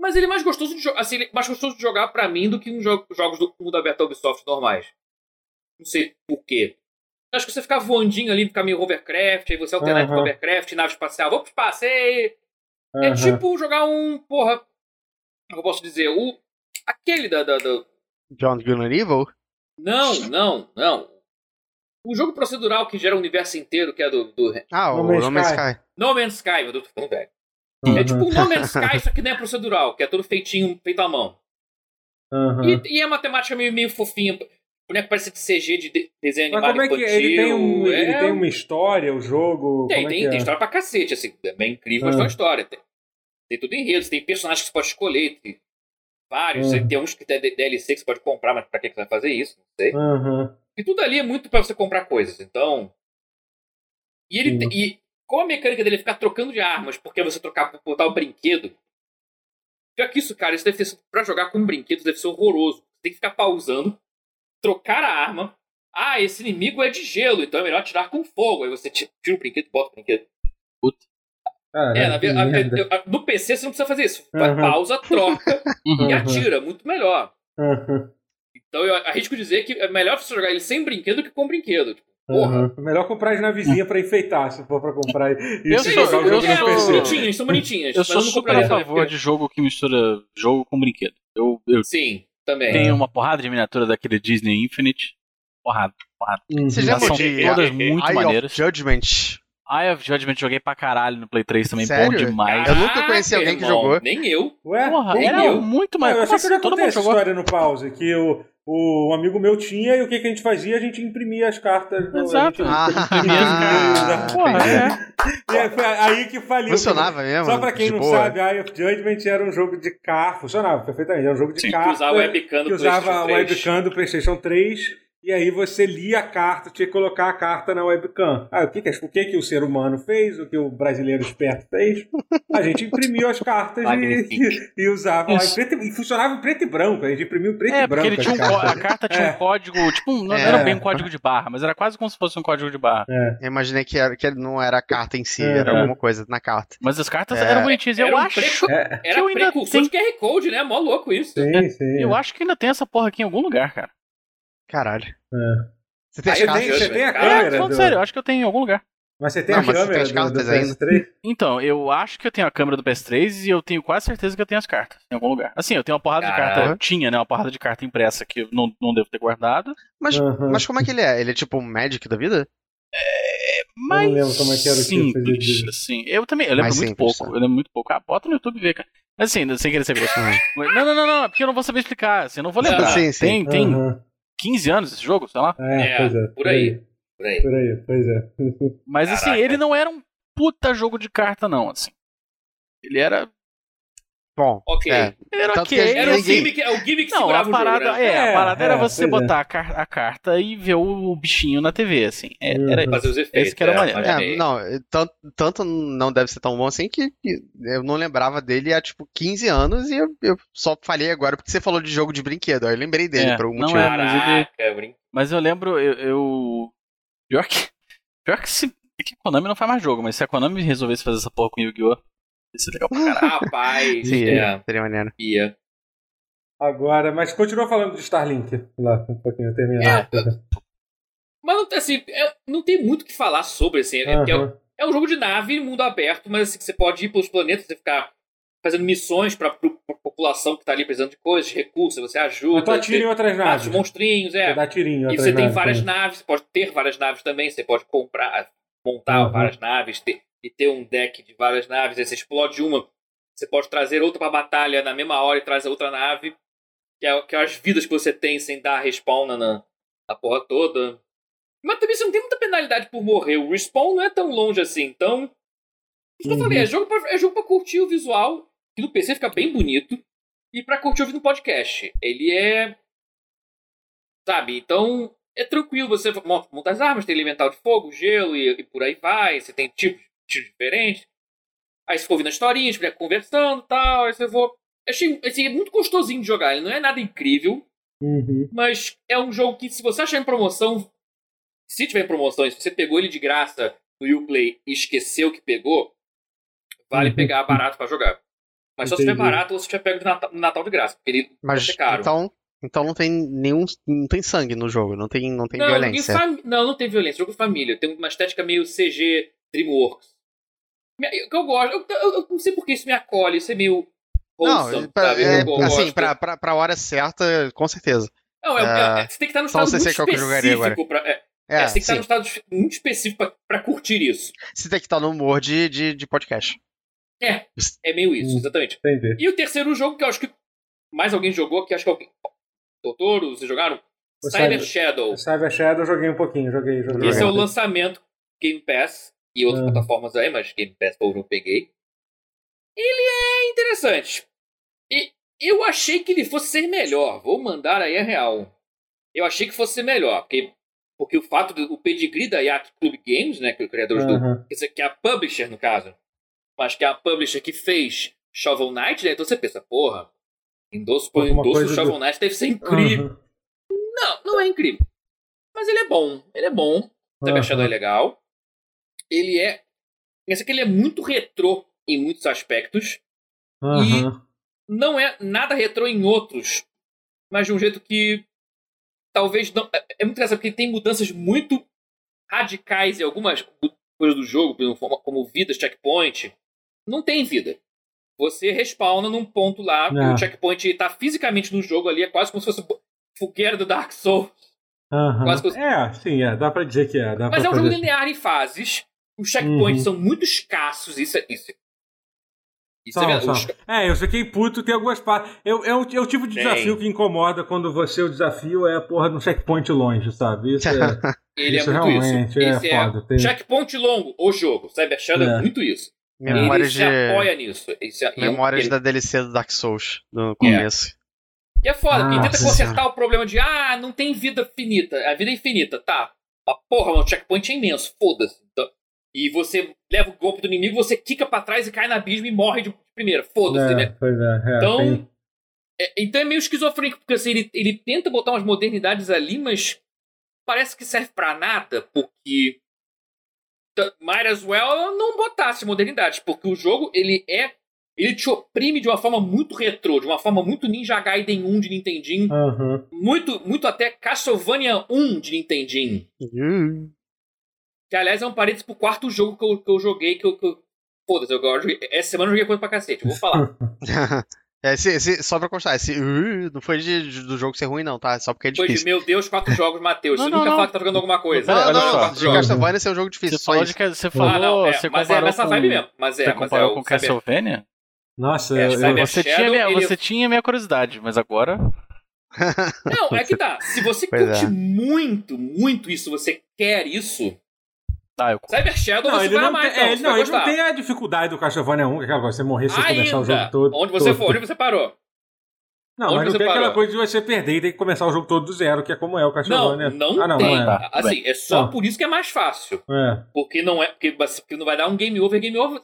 Mas ele é mais gostoso de, jo- assim, ele é mais gostoso de jogar pra mim do que uns jo- jogos do mundo aberto da Ubisoft normais. Não sei porquê. Acho que você ficar voandinho ali, ficar meio hovercraft, aí você alternar entre
Aham.
hovercraft, nave espacial, vamos pro espaço, ei! É
Aham.
tipo jogar um, porra, como eu posso dizer, o, aquele da, da, da-
John Gunnar Evil?
Não, não, não. O jogo procedural que gera o universo inteiro, que é do, do
Ah,
No
o
Man's
No Man's
Sky.
Sky.
No Man's Sky, meu Deus, tô falando velho.
Aham.
É tipo o No Man's Sky, só que não é procedural, que é tudo feitinho, feito à mão.
Aham.
E, e é matemática meio, meio fofinha. O boneco parece de CG de, de desenho
Mas
animado
como é que
infantil.
ele tem, um, ele
é-
tem uma história, o jogo?
Tem,
como é
tem,
que é?
tem história pra cacete, assim. É bem
Ah.
incrível, mas tem uma história. Tem, tem tudo enredo, você tem personagens que você pode escolher. Tem vários.
Ah.
Você tem uns que tem D- DLC que você pode comprar, mas pra que que você vai fazer isso? Não sei.
Aham.
E tudo ali é muito pra você comprar coisas, então. E ele.
Sim.
te- E qual a mecânica dele é ficar trocando de armas? Porque você trocar botar o brinquedo. Pior que isso, cara, isso deve ter sido. Pra jogar com brinquedos deve ser horroroso. Tem que ficar pausando, trocar a arma. Ah, esse inimigo é de gelo, então é melhor atirar com fogo. Aí você tira o brinquedo, bota o brinquedo.
Puta.
Cara,
É, na,
que
a- a-
Ah, merda.
a- no PC você não precisa fazer isso. Vai,
Aham.
Pausa, troca e
Uhum.
atira. Muito melhor.
Aham,
Então eu arrisco dizer que é melhor você jogar ele sem brinquedo que com brinquedo. Tipo, porra.
aham. É Melhor comprar as navezinhas pra enfeitar, se for pra comprar e
Eu
se
sou-
jogar o
eu
jogo
é,
no
sou-
elas
PC.
são bonitinhas, são bonitinhas.
Eu
mas
sou
não
super
compraria,
a
sabe?
favor de jogo que mistura jogo com brinquedo. Eu, eu
Sim, também.
tenho uma porrada de miniatura daquele Disney Infinite. Porrada, porrada.
Você já
Elas são
modi-
todas muito
Eye
maneiras.
of Judgment.
Eye of Judgment joguei pra caralho no Play 3 também, bom
Sério?
demais.
eu nunca conheci
Caraca,
alguém que
Ah, irmão,
jogou.
Nem eu.
Uhum. Ué?
Porra,
nem
era
eu.
muito
Mas
mais.
eu
Como
achei que
assim?
já
Todo
contei
mundo
essa
jogou.
história no pause, que o, o um amigo meu tinha e o que, que a gente fazia? A gente imprimia as cartas. no-
Exato.
a gente-
Ah,
Porra,
entendi.
é.
E aí, foi aí que faliu.
Funcionava mesmo?
Só pra quem
de
não
boa.
sabe, Eye of Judgment era um jogo de carro. Funcionava perfeitamente. Era um jogo de
Sim, que
carro.
usava a webcam do
que usava a
PlayStation 3.
webcam do PlayStation 3. E aí você lia a carta, tinha que colocar a carta na webcam. Ah, o que, que, o, que que o ser humano fez? O que o brasileiro esperto fez? A gente imprimiu as cartas e,
Magnifique.
e usava. lá em
Isso.
preto e e funcionava em preto e branco. A gente imprimiu em preto
É,
e branco.
porque ele tinha
as
um có-
cartas.
a carta tinha
É.
um código, tipo, um- não
É.
era bem um código de barra, mas era quase como se fosse um código de barra.
É.
Eu imaginei que, era, que não era a carta em si,
É.
era alguma coisa na carta.
Mas as cartas
É.
eram bonitinhas.
Era
Eu
um
acho.
preco-
É.
Era
eu ainda
precursor de QR Code, né? Mó louco isso.
Sim, sim.
É. Eu acho que ainda tem essa porra aqui em algum lugar, cara.
Caralho.
É.
Você tem as
Aí eu
cartas?
Tem- você tem a
Caraca,
É,
câmera.
tô falando
do-
sério, eu acho que eu tenho em algum lugar.
Mas você tem
Não,
a
mas você tem
câmera
as
do, do
cartas ainda?
PS3?
Então, eu acho que eu tenho a câmera do PS3 e eu tenho quase certeza que eu tenho as cartas em algum lugar. Assim, eu tenho uma porrada de
Caralho.
carta. Tinha, né? Uma porrada de carta impressa que eu não, não devo ter guardado.
Mas,
Aham.
mas como é que ele é? Ele é tipo um Magic da vida?
Mas
não lembro como é que era o que eu fazia
simples,
disso.
assim. Eu também, eu lembro
Mais
muito
simples,
pouco.
né?
Eu lembro muito pouco. Ah, bota no YouTube e vê, cara. Mas, Assim, sem querer saber.
Hum.
Não, não, não, não, é porque eu não vou saber explicar. Assim, eu não vou lembrar.
Sim, sim.
Tem, tem
Aham.
15 anos esse jogo, sei lá.
É,
É,
pois é.
por aí. Por aí.
Por aí, pois é.
Mas assim,
Caraca.
ele não era um puta jogo de carta, não, assim. Ele era.
Bom,
Ok.
É.
Ele era
Tanto
ok.
que
assim.
a gente
Era o
Ninguém-
gimmick, é o gimmick que
Não, a
segurava
parada,
o jogo, né?
é,
É,
a parada
é,
era você
pois é.
botar a car- a carta e ver o bichinho na TV, assim. É,
Uhum.
era
Fazer
isso.
os efeitos.
Esse que era
é,
maneiro.
mas
é,
bem.
não, tanto, tanto não deve ser tão bom assim que, que eu não lembrava dele há tipo 15 anos e eu, eu só falei agora porque você falou de jogo de brinquedo. Aí eu lembrei dele
É,
por algum
não
motivo.
é. mas ele-
Caraca, brin-
Mas eu lembro, eu. eu- Pior que. Pior que se. é que a Konami não faz mais jogo, mas se a Konami resolvesse fazer essa porra com Yu-Gi-Oh! Ia ser
Ah,
legal pra caralho.
Rapaz,
Sim,
é,
seria maneiro.
ia.
Agora, mas continua falando de Starlink lá, um pouquinho, eu terminei.
É, Mas não, assim, é- não tem muito o que falar sobre, assim. É, porque é,
Aham.
é um jogo de nave, mundo aberto, mas assim, que você pode ir pelos planetas e ficar fazendo missões pra, pro- pra população que tá ali precisando de coisas, de recursos, você ajuda.
Eu tô atirando em outras
você mata os
naves.
monstrinhos,
Você
é.
dá tirinho em
E
outras
você tem
naves
várias
também.
naves, você pode ter várias naves também, você pode comprar, montar
Uhum.
várias naves ter- e ter um deck de várias naves, aí você explode uma, você pode trazer outra pra batalha na mesma hora e traz a outra nave, que é, que é as vidas que você tem sem dar respawn na, na na porra toda. Mas também você não tem muita penalidade por morrer, o respawn não é tão longe assim, então... Por isso que eu
Uhum.
falei, é jogo, pra, é jogo pra curtir o visual, que no PC fica bem bonito, e pra curtir ouvindo podcast. Ele é Sabe? Então é tranquilo, você mon- monta as armas, tem elemental de fogo, gelo e, e por aí vai. Você tem tipos tiros diferentes. Aí você fica ouvindo a historinha, fica conversando e tal. Aí você vou. Achei assim, é muito gostosinho de jogar. Ele não é nada incrível,
Uhum.
mas é um jogo que se você achar em promoção, se tiver em promoção, e se você pegou ele de graça no Uplay e esqueceu que pegou, vale
Uhum.
pegar barato pra jogar. Mas só se tiver
Entendi.
barato ou se tiver pego no Natal, no Natal de graça, porque ele vai
Mas
ser caro.
então, então não tem nenhum. Não tem sangue no jogo, não tem, não tem
não,
violência.
jogo de fami- Não, não tem violência. Jogo de família. Tem uma estética meio CG Dreamworks. Me- Que eu gosto. Eu, eu- eu não sei por que isso me acolhe. Isso é meio. Wholesome,
Não, pra,
sabe?
é,
eu gosto.
assim, pra, pra, pra hora certa, com certeza.
Não, é,
ah,
é- você tem que estar num
só
estado
você
muito
sei qual que eu jogaria agora.
específico. Pra, é,
É,
é, você tem que estar
sim.
num estado muito específico pra, pra curtir isso.
Você tem que estar no humor de, de, de podcast.
É meio isso,
Hum.
exatamente.
Entendi.
E o terceiro jogo que eu acho que mais alguém jogou, que acho que alguém. Totoro, vocês jogaram?
Eu
Silent
sabe-
Shadow.
Cyber Shadow eu joguei um pouquinho, joguei, joguei.
Esse é o
Joguei.
lançamento Game Pass e outras
Ah.
plataformas aí, mas Game Pass eu não peguei. Ele é interessante. E eu achei que ele fosse ser melhor. Vou mandar aí a real. Eu achei que fosse ser melhor, porque, porque o fato do o pedigree da Yacht Club Games, né, que é o criador do,
Aham.
quer dizer, que é a publisher no caso, mas que é a publisher que fez Shovel Knight, né? Então você pensa, porra, endosso por
Alguma
endosso,
coisa do-
Shovel Knight deve ser incrível.
Aham,
Não, não é incrível. Mas ele é bom, ele é bom. Sabe,
aham.
achando ele legal. Ele é. Pensa que ele é muito retrô em muitos aspectos. é
Aham.
Não é nada retrô em outros. Mas de um jeito que. Talvez não. é- É muito engraçado porque tem mudanças muito radicais em algumas co- coisas do jogo, por exemplo, como- como vida, checkpoint. Não tem vida. Você respawna num ponto lá,
É.
o checkpoint tá fisicamente no jogo ali, é quase como se fosse bo- fogueira do Dark Souls.
Aham.
Quase que eu-
É, sim, é. Dá pra dizer que é. Dá
Mas
pra
é um jogo
fazer.
linear em fases. Os checkpoints
Uhum.
são muito escassos. Isso é. Isso, é- isso é
São,
verdade.
são.
Os ca-
É, eu fiquei puto, tem algumas partes. Eu, é o é o tipo de
Tem.
desafio que incomoda quando você, o desafio é a porra de um checkpoint longe, sabe? Isso é,
Ele
isso
é muito
realmente
isso.
é
Esse
foda, tem-
Checkpoint longo, o jogo. Cyber Shadow é,
É.
muito isso.
Memórias
ele
de.
se apoia nisso. Isso é, e é um-
Memórias
ele-
da DLC do Dark Souls, do começo.
E é foda, porque
Ah,
tenta
sim,
consertar o problema de ah, não tem vida finita. A vida é infinita, tá. Mas porra, mano, o checkpoint é imenso, foda-se. Então, e você leva o golpe do inimigo, você quica pra trás e cai na abismo e morre de primeira. Foda-se, né?
é, pois é, é, tem-
Então é, então é meio esquizofrênico, porque assim, ele, ele tenta botar umas modernidades ali, mas parece que serve pra nada, porque t- might as well não botasse modernidades, porque o jogo, ele é ele te oprime de uma forma muito retrô, de uma forma muito Ninja Gaiden 1 de Nintendinho,
Aham.
muito muito até Castlevania 1 de Nintendinho.
Hum.
Que, aliás, é um parênteses pro quarto jogo que eu, que eu joguei, que eu... Que eu Foda-se, eu agora joguei- essa semana eu joguei coisa pra cacete, eu vou falar.
É, esse- esse- só pra constar, esse uh, não foi de- de- do jogo ser ruim, não, tá? Só porque é
Foi de,
difícil.
meu Deus, quatro jogos, Matheus.
Não,
Você
não,
nunca
não.
fala que tá jogando alguma coisa.
Não,
Olha
não,
só,
quatro
de
jogos.
Castlevania esse é um jogo difícil,
Você
só
falou, de,
isso.
que- você falou,
Ah, não, é,
você
mas é
comparou
nessa
com,
vibe mesmo. Mas é,
você
mas é
comparou
o
com
saber-
Castlevania?
Nossa,
É,
eu, eu-
Cyber
Você
Shadow,
tinha, minha,
ele-
você tinha minha curiosidade, mas agora
Não, é que tá. Se você
Pois
curte
é.
muito, muito isso, você quer isso,
tá, eu
Cyber Shadow
Não,
você
ele
vai
não,
amar,
tem,
então.
é,
você
não,
vai
ele não
gostar.
tem a dificuldade do Castlevania 1, que é aquela coisa, você morrer, você começar o jogo
Ainda.
todo.
Onde você
todo.
for, onde você parou.
Não,
onde
mas não
você
tem aquela
parou?
coisa de você perder e tem que começar o jogo todo do zero, que é como é o
Não,
Castlevania.
não,
ah, não,
tem.
Não é.
Tá, tudo
assim, é só
Tá.
por isso que é mais fácil.
É.
Porque não é. Porque, porque não vai dar um game over, game over.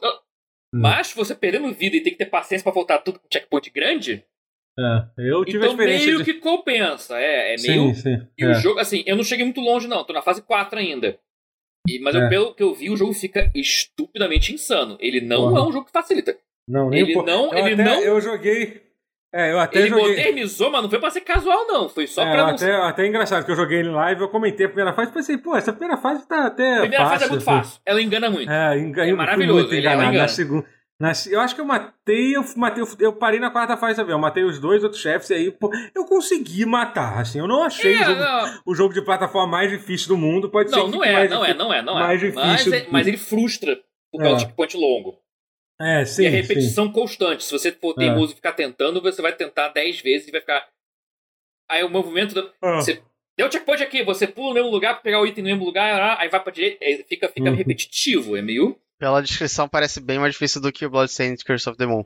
Hum.
ah, Mas você perdendo vida e tem que ter paciência pra voltar tudo com checkpoint grande,
É, eu tive a
então
experiência
meio
de...
que compensa. É, é
Sim,
meio
sim.
E
é.
o jogo, assim, eu não cheguei muito longe, não. Tô na fase 4 ainda. E- mas eu-
É.
pelo que eu vi, o jogo fica estupidamente insano. Ele não
Porra.
é um jogo que facilita.
Não, nem
ele
um pouco.
não-
eu
ele
até,
não-
Eu joguei... É, eu até
ele
joguei...
modernizou, mas não foi pra ser casual, não. Foi só
é,
pra não
até, até é engraçado que eu joguei ele em live, eu comentei a primeira fase e pensei, pô, essa primeira fase tá até.
Primeira
fácil,
fase é muito
assim.
fácil. Ela engana muito.
É, engan...
É maravilhoso,
Muito
ele é um
enganado. na
engano.
segunda. na se- Eu acho que eu matei, eu, matei, eu- eu parei na quarta fase também. Eu matei os dois outros chefes e aí, pô, eu consegui matar. Assim, eu não achei o, jogo,
É, não,
o jogo de plataforma mais difícil do mundo. Pode ser
não,
que
não
fique
é,
mais
não é, não é, não é.
mais
mas,
difícil
é-
do que-
mas ele frustra por causa
É.
do checkpoint longo.
É, sim.
e a
sim. É.
repetição constante. Se você for teimoso e ficar tentando, você vai tentar 10 vezes e vai ficar. Aí o movimento da,
Ah,
Você- Deu um checkpoint aqui, você pula no mesmo lugar pra pegar o item no mesmo lugar, ah, aí vai pra direita, aí fica, fica
Uhum.
repetitivo, é meio.
Pela descrição, parece bem mais difícil do que o Bloodstained Curse of the Moon.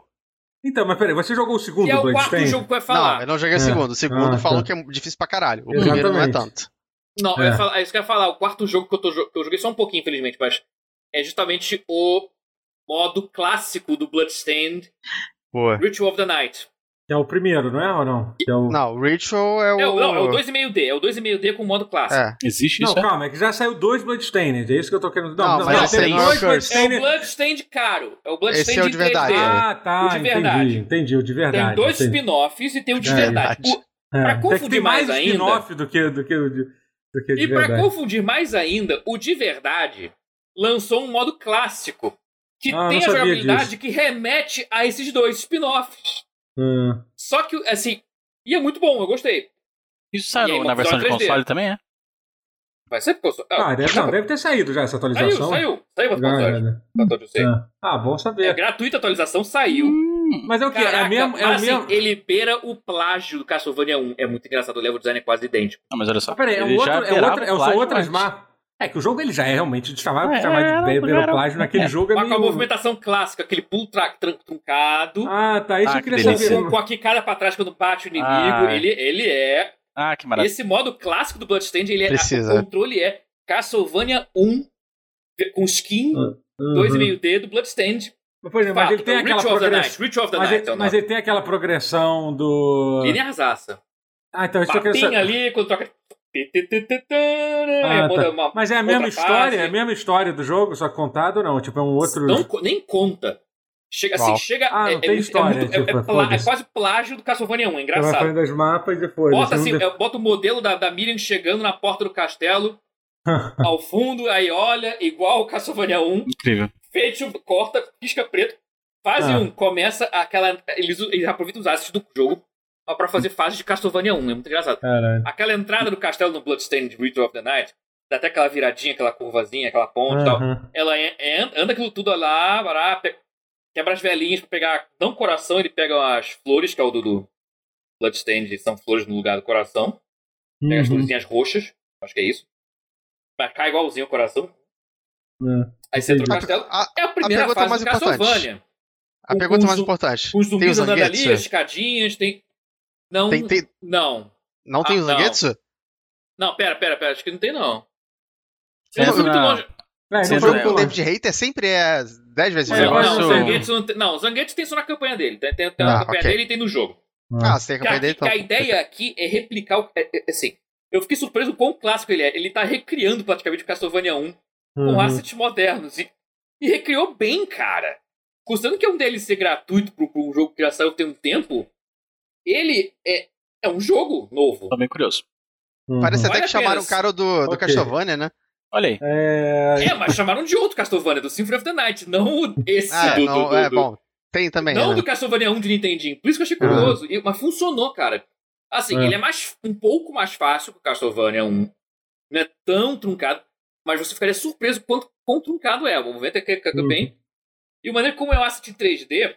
Então, mas peraí, você jogou o segundo
E é o quarto
Bloodstain?
jogo que vai
Não, eu
falar. Não,
não joguei o
É.
segundo. O segundo
Ah,
falou
tá.
que é difícil pra caralho. O primeiro não é
Exatamente.
tanto.
eu ia
É.
falar, é isso que eu ia falar. O quarto jogo que eu, tô jo- que eu joguei só um pouquinho, infelizmente, mas é justamente o modo clássico do Bloodstained
Boa.
Ritual of the Night.
Que é o primeiro, não é? Ou não? Que é o...
Não, o Ritual é o.
É o, não, é
Oh.
o 2,5D, é o 2,5D com o modo clássico.
É.
existe
Não,
isso. é?
calma, é que já saiu dois Bloodstained, é isso que eu tô querendo.
Não, mas
esse
tem
aí não é o
dois
Curse.
É, o
Bloodstained.
Bloodstained caro, é o Bloodstained
Esse é o
em
de
3D.
verdade.
Ah, tá.
O de
entendi,
verdade.
Entendi, o de verdade. é
Tem dois
entendi.
spin-offs e tem o de
É,
verdade.
verdade.
O- pra
É, tem
confundir
que ter mais
mais ainda-
spin-off do que, do que o de, do que o de
E pra
verdade.
confundir mais ainda, o de verdade lançou um modo clássico que
Ah, eu não
tem a
sabia
jogabilidade
disso.
que remete a esses dois spin-offs.
Hum,
Só que, assim, e é muito bom, eu gostei.
Isso
E aí,
saiu
uma
na versão de
opção 3D.
console também, é?
Vai ser porque eu sou.
Ah, deve, não, deve ter saído já essa
saiu,
atualização.
saiu, saiu
Já,
a atualização.
já, já.
pra todos vocês.
É. Ah, bom
É
saber.
gratuita a atualização, saiu.
Hum.
Mas é o que?
Caraca,
É mesmo. É
mas,
o
assim,
mesmo...
ele beira o plágio do Castlevania 1. É muito engraçado, o level design é quase idêntico.
Não, mas olha só.
Ah, peraí, é um
ele
outro,
já
é
beirava
outra,
o
é, são
plágio
outras
antes.
má. É que o jogo ele já é realmente de chamar,
Ah,
É,
chamar
era-
de be-
era-
beroplágio naquele
é.
jogo é
Mas com a
meio...
movimentação clássica, aquele pull tra- tran- truncado,
Ah, tá, isso
Ah,
eu queria
que
saber.
delícia.
com a quicada pra trás quando bate o inimigo,
Ah.
ele, ele é
Ah, que maravilha.
Esse modo clássico do Bloodstained, ele é,
Precisa.
o controle é Castlevania 1 com skin
Uhum.
2,5D do Bloodstained.
Mas, por exemplo, mas ele
Fato,
tem
é o
aquela
Ritual of the
progressão.
Night. Ritual of the
Mas,
Night. é
ele, mas ele tem aquela progressão do.
Ele é arrasaça.
Ah, então isso eu quero
Papinho
saber.
ali, quando toca...
Ah,
Ah,
tá.
uma...
Mas é a mesma
outra
história,
fase.
é a mesma história do jogo, só contado ou não? Tipo, é um outro.
Não co- nem conta. Chega assim,
Uau.
chega...
Ah,
é,
não
é-
tem
é
história,
muito- é-
tipo,
é plá-
foda-se.
é quase plágio do Castlevania 1, é
Você vai
engraçado.
fazendo as mapas e Então, um foi.
Bota, assim, é, bota o modelo da, da Miriam chegando na porta do castelo, ao fundo, aí olha, igual o Castlevania 1,
Incrível.
feito, corta, pisca preto, fase
Ah.
1, começa aquela. Eles, eles aproveitam os assets do jogo pra fazer fase de Castlevania 1, é muito engraçado.
Caralho.
Aquela entrada do castelo no Bloodstained Ritual of the Night, dá até aquela viradinha, aquela curvazinha, aquela ponte e tal.
Aham.
Ela en- en- anda aquilo tudo lá, lá pe- quebra as velhinhas pra pegar. Não o coração, ele pega as flores, que é o do, do Bloodstained, são flores no lugar do coração. Pega as
Uhum.
luzinhas roxas, acho que é isso. Mas cai igualzinho o coração.
É.
Aí você entra no
A-
castelo.
a-
É a primeira
pergunta
fase
mais
do
importante.
Castlevania.
A
Com-
pergunta
com
mais
zo-
importante.
Com os
Tem o
zumbis andando ali, as
Zangetsu?
escadinhas, tem. Não.
Tem- tem-
Não.
Não tem
Ah,
o
não.
Zangetsu?
Não, pera, pera, pera. Acho que não tem, não.
Você
Eu fui
entra
muito
na-
longe.
É,
Você
No
não
entra
jogo
foi
com o
um
David Hater sempre é 10 vezes
Mas
É,
melhor.
agora-
não,
negócio-
o Zangetsu não, tem- não, o Zangetsu tem só na campanha dele. Tem, tem, tem
Ah,
na campanha
ok.
dele e tem no jogo.
Ah, você tem que
Que a,
aprender então.
que a ideia aqui é replicar o. é- é- assim, eu fiquei surpreso o quão clássico ele é. Ele tá recriando praticamente o Castlevania 1
Uhum.
com assets modernos. E, e recriou bem, cara. Considerando que é um DLC gratuito pro, pro um jogo que já saiu tem um tempo, ele é, é um jogo novo.
Tô bem curioso.
Uhum.
Parece assim.
Vale
até que
a
chamaram
pena.
o cara do, do
Ok.
Castlevania, né?
Olha aí.
É.
É, mas chamaram de outro Castlevania, do Symphony of the Night, não o- esse
Ah,
do,
não,
do-
é
do-
bom. Tem também,
não
né? Ah.
do Castlevania 1 de Nintendinho. Por isso que eu achei
Aham.
curioso. E- mas funcionou, cara. Assim,
É.
ele é mais, um pouco mais fácil que o Castlevania 1. Não é tão truncado, mas você ficaria surpreso quanto quão truncado é. O movimento é que que- que
Uhum.
bem. E o maneira como é o asset 3D,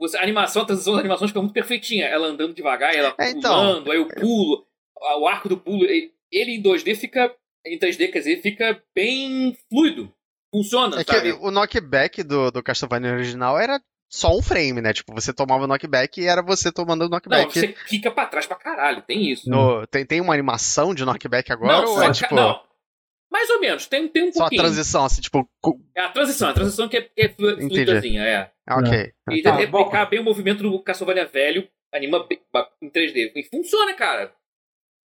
você, a animação, a transição das animações fica muito perfeitinha. Ela andando devagar, ela
É,
pulando,
então.
aí o pulo, a- o arco do pulo. e- Ele em 2D fica. Em 3D, quer dizer, fica bem fluido. Funciona,
É
sabe?
que o knockback do, do Castlevania original era só um frame, né? Tipo, você tomava o knockback e era você tomando o
Não,
knockback.
você quica pra trás pra caralho, tem isso.
no- tem, tem uma animação de knockback agora?
não,
ou
só
é,
ca-
tipo,
não. Mais ou menos, tem, tem um
só a
pouquinho.
transição, assim, tipo. cu-
É a transição, a transição que é, que é flu-
Entendi.
fluidazinha, é.
Ah, ok.
E
Tá,
replicar
bom.
bem o movimento do Castlevania velho, anima bem- ba- em 3D. E funciona, cara.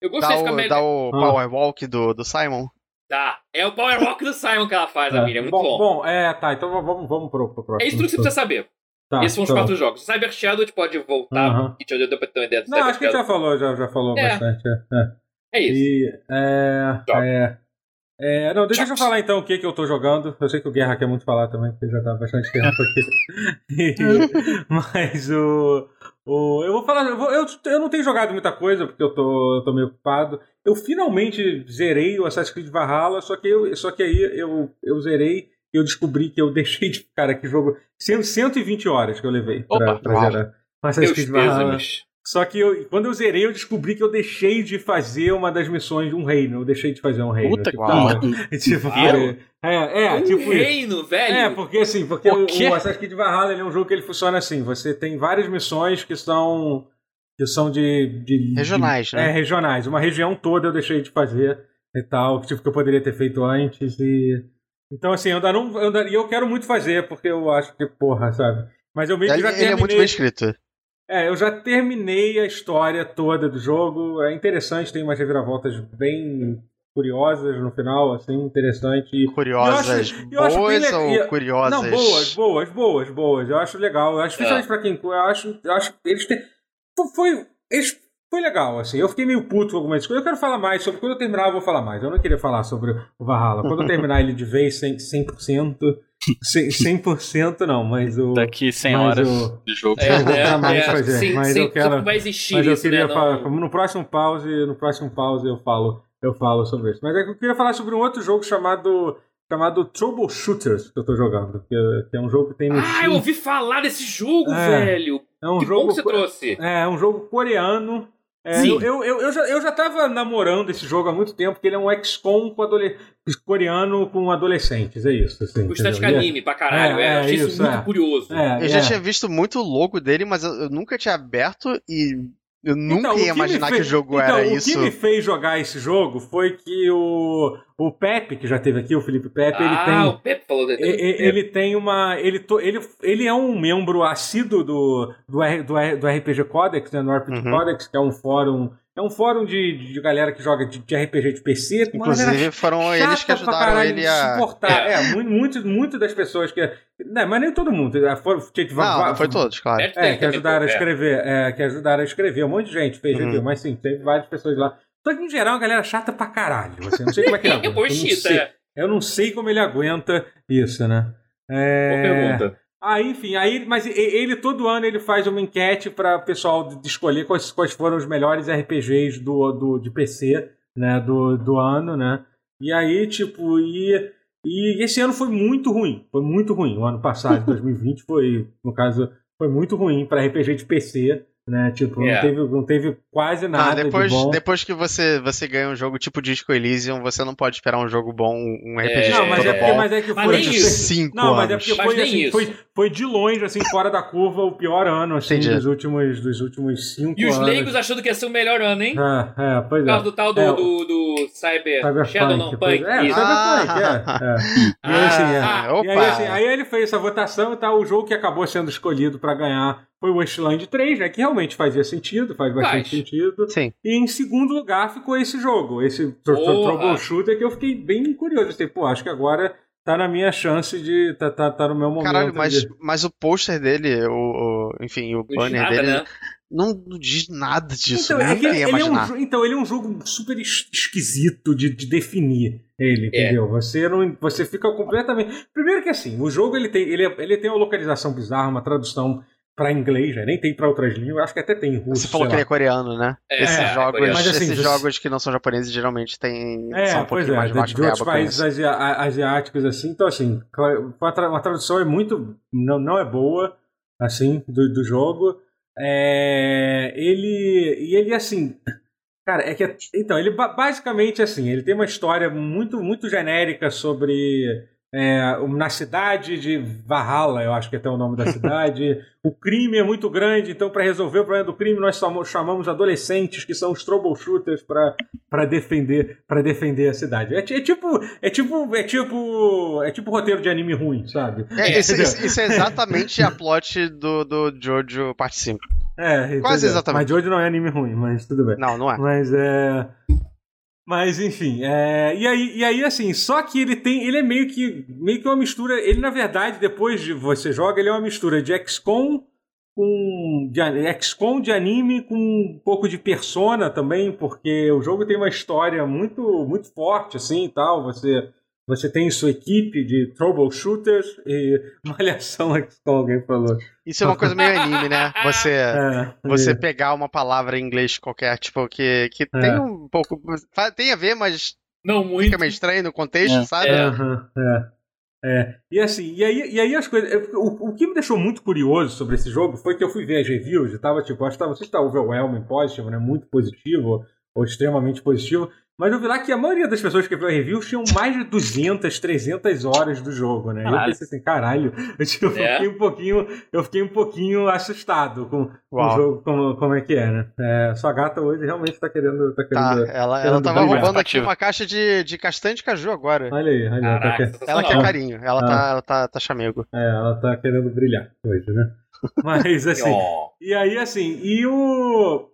Eu
Dá
gostei de ficar
o,
melhor.
dá o
Ah.
Power Walk do, do Simon.
Dá. É o Power Walk do Simon que ela faz, a Miriam. Muito bom.
Tá. bom. Bom, é, tá, então vamos, vamos pro, pro próximo.
É isso tudo que você precisa saber.
Tá,
Esses são os
então.
quatro jogos. Cyber Shadow, a gente pode voltar,
Aham.
porque já deu pra ter uma ideia do
Não,
Cyber
acho que a gente
Shadow.
já falou, já, já falou
É.
bastante. É, é.
É isso.
E, é,
Tchau.
é, é, não, deixa eu
Tchau.
falar então o que, que eu tô jogando. Eu sei que o Guerra quer muito falar também, porque já tá bastante tempo aqui. Mas o, o. Eu vou falar. Eu, vou- eu, eu não tenho jogado muita coisa, porque eu tô, eu tô meio ocupado. Eu finalmente zerei o Assassin's Creed Valhalla, só que, eu, só que aí eu, eu zerei e eu descobri que eu deixei de. Cara, que jogo. 100, 120 horas que eu levei pra,
Opa,
pra
uau.
zerar. o Assassin's
Meus
Creed Valhalla.
pêsames.
Só que eu- quando eu zerei, eu descobri que eu deixei de fazer uma das missões de um reino. Eu deixei de fazer um reino.
Puta que
Uau.
pariu.
tipo,
pariu.
é, é,
um
tipo isso.
reino, velho.
É, porque assim, porque o,
O quê?
o Assassin's Creed Valhalla ele é um jogo que ele funciona assim. Você tem várias missões que são que são de, de
Regionais,
de-
né?
É, regionais. Uma região toda eu deixei de fazer e tal, tipo que eu poderia ter feito antes e então assim, eu ainda não, eu ainda- e eu quero muito fazer porque eu acho que porra, sabe? Mas eu meio que
Ele,
já
ele
terminei.
é muito bem escrito.
É, eu já terminei a história toda do jogo. É interessante, tem umas reviravoltas bem curiosas no final, assim, interessante. E-
Curiosas
eu acho bem
boas
le-
ou
e- não,
curiosas?
Não, boas, boas, boas, boas. Eu acho legal. Eu acho,
É.
principalmente pra quem. Eu acho, eu acho que eles têm. fo- Foi. Eles, foi legal, assim. Eu fiquei meio puto com algumas coisas. Eu quero falar mais sobre. Quando eu terminar, eu vou falar mais. Eu não queria falar sobre o Valhalla. Quando eu terminar ele de vez, 100%. 100%, 100% não, mas o.
Daqui 100
Mas
horas
o-
de jogo.
É. Pra mais fazer,
sim,
mas
sim,
eu quero-
tudo vai existir
Mas eu
isso,
queria
né?
falar,
Não...
no próximo pause, no próximo pause eu falo, eu falo sobre isso. Mas é que eu queria falar sobre um outro jogo chamado chamado Troubleshooters que eu tô jogando, que, é- que é um jogo que tem no
Ah, eu
Steam.
ouvi falar desse jogo,
É,
velho.
É um
que bom
jogo
que você trouxe.
é é um jogo coreano. É,
Sim.
eu, eu, eu, eu já, eu já tava namorando esse jogo há muito tempo, porque ele é um XCOM com adole- coreano com adolescentes, é isso. Assim,
O
entendeu?
estética anime pra caralho.
É,
é, eu achei isso,
isso,
muito
é.
curioso.
É,
Eu já
é.
tinha visto muito o logo dele, mas eu, eu nunca tinha aberto e Eu nunca
Então, o
ia
que me
imaginar que o
fez-
jogo
então,
era
o
isso.
que me fez jogar esse jogo foi que o, o Pepe, que já teve aqui, o Felipe Pepe, ele
ah,
tem.
o Pepe falou dele.
E- e- Ele tem uma. Ele, to- ele, ele é um membro assíduo do, do, R- do, R- do RPG Codex, né? No RPG
Uhum.
Codex, que é um fórum. É um fórum de, de galera que joga de, de RPG de PC. com uma galera
Inclusive, foram
chata
eles que
pra
ajudaram
caralho
ele
de
a.
suportar. É, mu- muito, muito das pessoas que. Né, mas nem todo mundo. eh, Foram, teve
Não,
va-
não foi todos, claro.
Certo?
é,
Tem,
que
tem,
ajudaram a
é.
escrever. É, que ajudaram a escrever. Um monte de gente fez
Uhum.
review, mas sim, teve várias pessoas lá. Só que em geral, a galera é chata pra caralho. assim, não sei como é que ele aguenta.
É
eu não
bochita,
sei.
é.
Eu não sei como ele aguenta isso, né? É...
Boa pergunta.
Ah, enfim, aí, mas e- ele todo ano ele faz uma enquete para o pessoal de de escolher quais, quais foram os melhores RPGs do, do de PC, né, do, do ano, né? E aí, tipo, e, e esse ano foi muito ruim, foi muito ruim. O ano passado, 2020, foi, no caso, foi muito ruim para RPG de PC, né? Tipo,
É.
não, teve, não teve quase
Ah,
nada
depois,
de bom.
depois que você, você ganha um jogo tipo Disco Elysium, você não pode esperar um jogo bom, um RPG
Não, mas é,
todo
porque,
bom
mas é que
Mas
foi
nem
durante
isso.
cinco
Não, mas é
anos.
porque
Mas
foi,
nem
assim,
isso.
foi, foi de longe, assim, fora da curva, o pior ano, assim,
Entendi.
dos últimos, dos últimos cinco
E os
anos.
leigos achando que ia ser o melhor ano, hein?
É, é, pois
Por
é.
causa do tal do,
É, o-
do, do Cyber,
Cyberpunk.
Shadow não
pois-
Punk.
É,
isso.
Cyberpunk, é. é. E aí, assim, é.
Ah,
opa!
E aí, assim, aí ele fez essa votação e tal. O jogo que acabou sendo escolhido pra ganhar foi o Wasteland 3, né? Que realmente fazia sentido, faz bastante
Faz.
sentido.
Sim.
E em segundo lugar ficou esse jogo, esse tr- tr-
Porra!
troubleshooter que eu fiquei bem curioso. Assim, pô, acho que agora tá na minha chance de. tá, tá, tá no meu momento.
Caralho, mas,
de-
mas o pôster dele, o, o- enfim, o
Não diz
banner
nada,
dele,
né?
não, não diz nada disso.
Então, é
nunca
que ele
ia
é um,
imaginar.
jo- então, ele é um jogo super es- esquisito de, de definir ele,
É.
entendeu? Você não, você fica completamente. Primeiro que assim, o jogo ele tem, ele, é- ele tem uma localização bizarra, uma tradução pra inglês, né? nem tem pra outras línguas, acho que até tem em russo.
Você falou que
sei lá.
ele é coreano, né?
É,
esses
é,
jogos,
coreano.
Mas, assim,
esses
você-
jogos que não são japoneses geralmente têm
É,
são um
pois
pouquinho
é,
mais
de,
baixo
de outros
verba pra
países
isso.
asia- a- asiáticos, assim. Então, assim, cla- uma tra- uma tradução é muito. não, não é boa, assim, do, do jogo. É, ele. E ele, assim. Cara, é que. é- Então, ele ba- basicamente, assim, ele tem uma história muito, muito genérica sobre. é, um- na cidade de Valhalla, eu acho que é até o nome da cidade. o crime é muito grande, então, para resolver o problema do crime, nós chamo- chamamos adolescentes, que são os troubleshooters, para para defender para defender a cidade. É, ti- é tipo é tipo é tipo é tipo roteiro de anime ruim, sabe?
É, isso,
entendeu?
isso- isso é exatamente a plot do, do Jojo parte 5.
É, entendeu?
exatamente.
Mas de hoje não é anime ruim, mas tudo bem.
Não, não é.
Mas é mas enfim, é, e, aí, e aí assim, só que ele tem, ele é meio que meio que uma mistura, ele na verdade depois de você joga, ele é uma mistura de XCOM com de, a- XCOM de anime com um pouco de persona também, porque o jogo tem uma história muito muito forte assim e tal, você você tem sua equipe de troubleshooters e malhação XCOM, alguém falou.
Isso é uma coisa meio anime, né? Você,
É,
você
e-
pegar uma palavra em inglês qualquer, tipo, que, que
É.
tem um pouco. fa- Tem a ver, mas
Não muito.
fica meio estranho no contexto,
É.
sabe?
É.
Aham, é. É. E assim, e aí, e aí as coisas. eu- O, o que me deixou muito curioso sobre esse jogo foi que eu fui ver as reviews e tava tipo, acho que tava, não sei se tá overwhelming positivo, né? Muito positivo, ou extremamente positivo. Mas eu vi lá que a maioria das pessoas que viu a review tinham mais de 200, 300 horas do jogo, né? E eu
Caralho.
pensei assim, caralho, eu, tipo, eu
É.
fiquei um pouquinho, eu fiquei um pouquinho assustado com, com o
Uau.
jogo, como, como é que é, né? É, sua gata hoje realmente tá querendo. Tá
Tá,
querendo...
ela,
Querendo
ela tava
brilhar.
roubando aqui
Compatível.
uma caixa de, de castanha de caju agora.
Olha aí, olha aí. tá
Caraca,
quer-
Ela
sensacional.
quer carinho, ela tá, ela tá, tá chamego.
É, ela tá querendo brilhar hoje, né? Mas assim.
Ó.
e aí, assim, e o.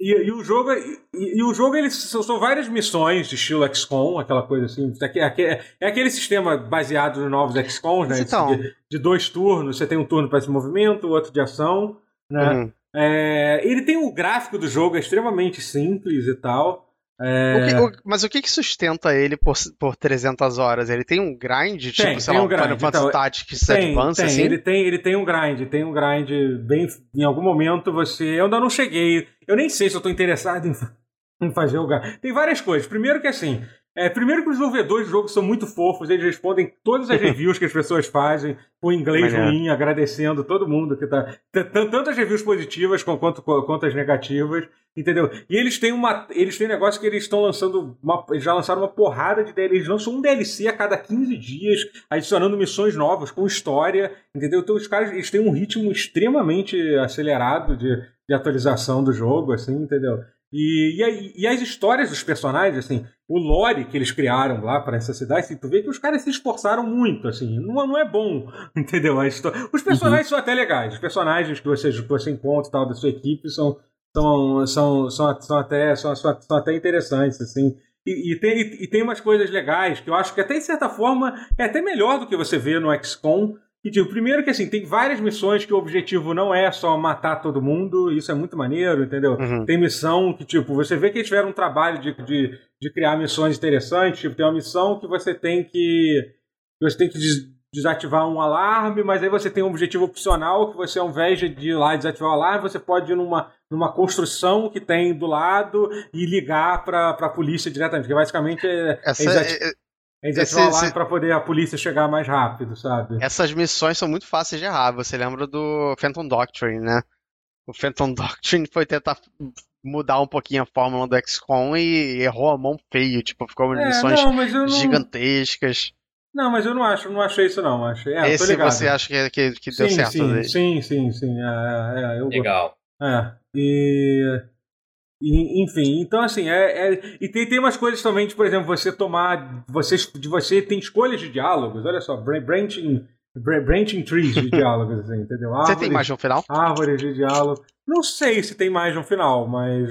E, e o jogo. E, e o jogo, ele são, são várias missões de estilo XCOM, aquela coisa assim. É, que- é que- é aquele sistema baseado nos novos XCOMs, né?
Então.
De, de dois turnos. Você tem um turno para esse movimento, outro de ação, né?
Uhum.
É, ele tem o gráfico do jogo, é extremamente simples e tal. É,
O que- o- mas o que que sustenta ele por, por 300 horas? Ele tem um grind, tipo, sei
tem
lá,
um
um Final
grind, então,
Fantasy Tactics Advance,
tem.
assim?
Ele tem, ele tem um grind, tem um grind bem. Em algum momento você. Eu ainda não cheguei. Eu nem sei se eu tô interessado em, fa- em fazer o grind. Tem várias coisas. Primeiro que assim, É, primeiro que os desenvolvedores do jogo são muito fofos, eles respondem todas as reviews que as pessoas fazem, com inglês
Maneiro.
ruim, agradecendo todo mundo que tá. t- t- Tanto as reviews positivas com- quanto, quanto as negativas, entendeu? E eles têm uma. Eles têm um negócio que eles estão lançando. Uma, eles já lançaram uma porrada de DLC. Eles lançam um DLC a cada 15 dias, adicionando missões novas, com história, entendeu? Então os caras eles têm um ritmo extremamente acelerado de, de atualização do jogo, assim, entendeu? E, e, aí- e as histórias dos personagens, assim, o lore que eles criaram lá para essa cidade, assim, tu vê que os caras se esforçaram muito, assim, não, não é bom, entendeu? A histó- Os personagens são até legais, os personagens que você, que você encontra e tal, da sua equipe são, são, são, são, são até, são, são- são até interessantes, assim. E, e tem, e, tem umas coisas legais que eu acho que até, de certa forma, é até melhor do que você vê no XCOM. E, tipo, primeiro que, assim, tem várias missões que o objetivo não é só matar todo mundo, isso é muito maneiro, entendeu?
Uhum.
Tem missão que, tipo, você vê que eles tiveram um trabalho de, de, de criar missões interessantes. Tipo, tem uma missão que você tem que. Você tem que des- desativar um alarme, mas aí você tem um objetivo opcional que você, ao invés de ir lá e desativar o alarme, você pode ir numa, numa construção que tem do lado e ligar pra, pra polícia diretamente. Que basicamente é,
Essa-
é desati-
é-
é desativar o
esse-
alarme pra poder a polícia chegar mais rápido, sabe?
essas missões são muito fáceis de errar. Você lembra do Phantom Doctrine, né? O Phantom Doctrine foi tentar mudar um pouquinho a fórmula do XCOM e errou a mão feio. Tipo, ficou
É,
missões
não, mas eu não,
gigantescas.
não, mas eu não acho, não achei isso não, achei. É, eu tô
Esse
ligado.
você acha que, que, que deu
sim,
certo?
sim,
né?
sim, sim, sim, é, é, eu
Legal.
É, e, e- enfim, então assim, é, é- e tem, tem umas coisas também de, por exemplo, você tomar, você, de você tem escolhas de diálogos, olha só, bran- branching, bran- branching trees de diálogos, assim, entendeu?
Você tem mais de um final?
árvores de diálogo, não sei se tem mais no final, mas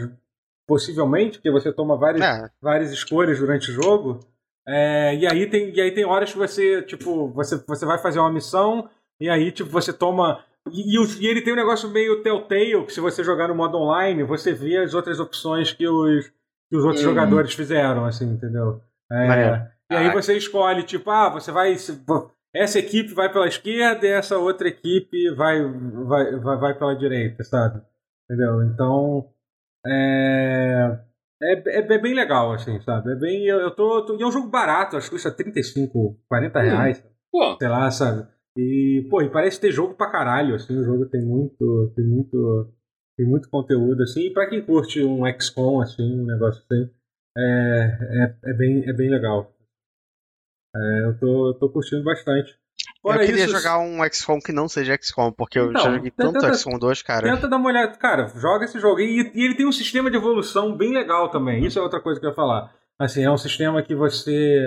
possivelmente, porque você toma várias,
É.
várias escolhas durante o jogo. É, e, aí tem, e aí tem horas que você, tipo, você, você vai fazer uma missão e aí, tipo, você toma. E, e os- e ele tem um negócio meio telltale, que se você jogar no modo online, você vê as outras opções que os, que os outros
Hum.
jogadores fizeram, assim, entendeu? É,
Maneiro.
e aí
Ah.
você escolhe, tipo, ah, você vai. se- Essa equipe vai pela esquerda e essa outra equipe vai, vai, vai, vai pela direita, sabe? Entendeu? Então. É, é, é- é bem legal, assim, sabe? É bem. Eu, eu tô, tô- E é um jogo barato, acho que custa 35, 40
Hum.
reais,
Pô,
sei lá, sabe? E, pô, e parece ter jogo pra caralho, assim, o jogo tem muito. Tem muito. Tem muito conteúdo, assim, e pra quem curte um XCOM, assim, um negócio assim, é, é, é bem, é bem legal. É, eu tô, eu tô curtindo bastante.
Eu
Fora
queria
isso,
jogar um XCOM que não seja XCOM, porque eu
Então,
já joguei
tenta-
tanto XCOM 2, cara.
Tenta dar uma olhada. Cara, joga esse jogo. E, e ele tem um sistema de evolução bem legal também. Isso é outra coisa que eu ia falar. Assim, é um sistema que você.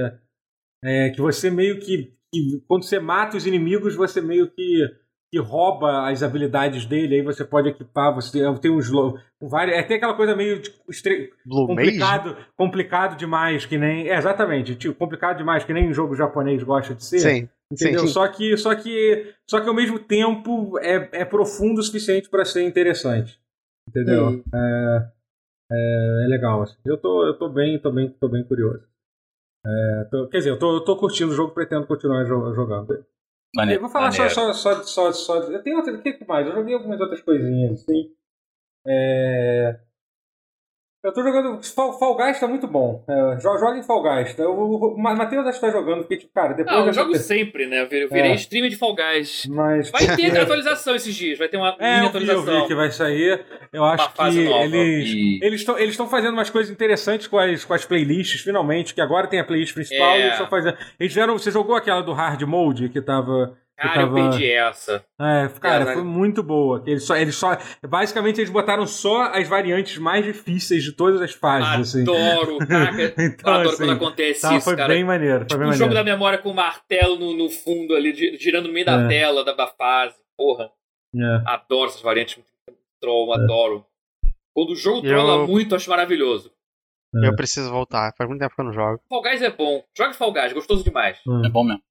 é, que você meio que, que Quando você mata os inimigos, você meio que. que rouba as habilidades dele. Aí você pode equipar. Você tem uns. lo- Vários, é, tem aquela coisa meio. de- estre-
Blue Mage?
complicado, complicado demais, que nem. É, exatamente. Tipo, complicado demais, que nem um jogo japonês gosta de ser.
Sim.
Entendeu?
Sim.
Só que só que só que ao mesmo tempo é, é profundo o suficiente para ser interessante. Entendeu?
hum,
É legal. assim. Eu tô eu tô bem, tô bem, tô bem curioso. É, tô- quer dizer, eu tô, eu tô curtindo o jogo, pretendo continuar jo- jogando. Eu
Maneiro.
vou falar só,
Maneiro.
só, só, só, só. Eu tenho outra. O que mais? Eu joguei algumas outras coisinhas, assim. É, Eu tô jogando. Fall, Fall Guys tá muito bom. É, jo- joga em Fall Guys. Eu, o Ma- Matheus acho que tá jogando, porque, tipo, cara, depois.
Não, eu
dessa
jogo
ter-
sempre, né? Eu virei- eu virei
É.
streamer de Fall Guys.
Mas.
Vai ter atualização esses dias, vai ter uma
É,
mini
eu vi, eu
atualização.
vi que vai sair. Eu acho que
fase nova.
eles
E-
eles estão eles estão fazendo umas coisas interessantes com as, com as playlists, finalmente, que agora tem a playlist principal
É.
e eles estão fazendo. Eles fizeram, você jogou aquela do hard mode que tava. que
Cara, eu
tava-
perdi essa.
É, cara,
É,
foi
né?
muito boa. Eles só, eles só, basicamente, eles botaram só as variantes mais difíceis de todas as fases, assim.
Adoro, cara.
Então,
adoro
assim,
quando acontece
tá,
isso,
foi
cara.
bem maneiro, foi bem
um jogo
maneiro.
da memória com o martelo no, no fundo ali, gi- girando no meio da
É.
tela da, da fase. Porra,
É.
adoro essas variantes. Troll, adoro. Quando o jogo
Eu-
trola muito, eu acho maravilhoso.
Eu preciso voltar. Faz muito tempo que eu não jogo.
Fall Guys é bom. Joga Fall Guys, gostoso demais.
hum.
É bom mesmo.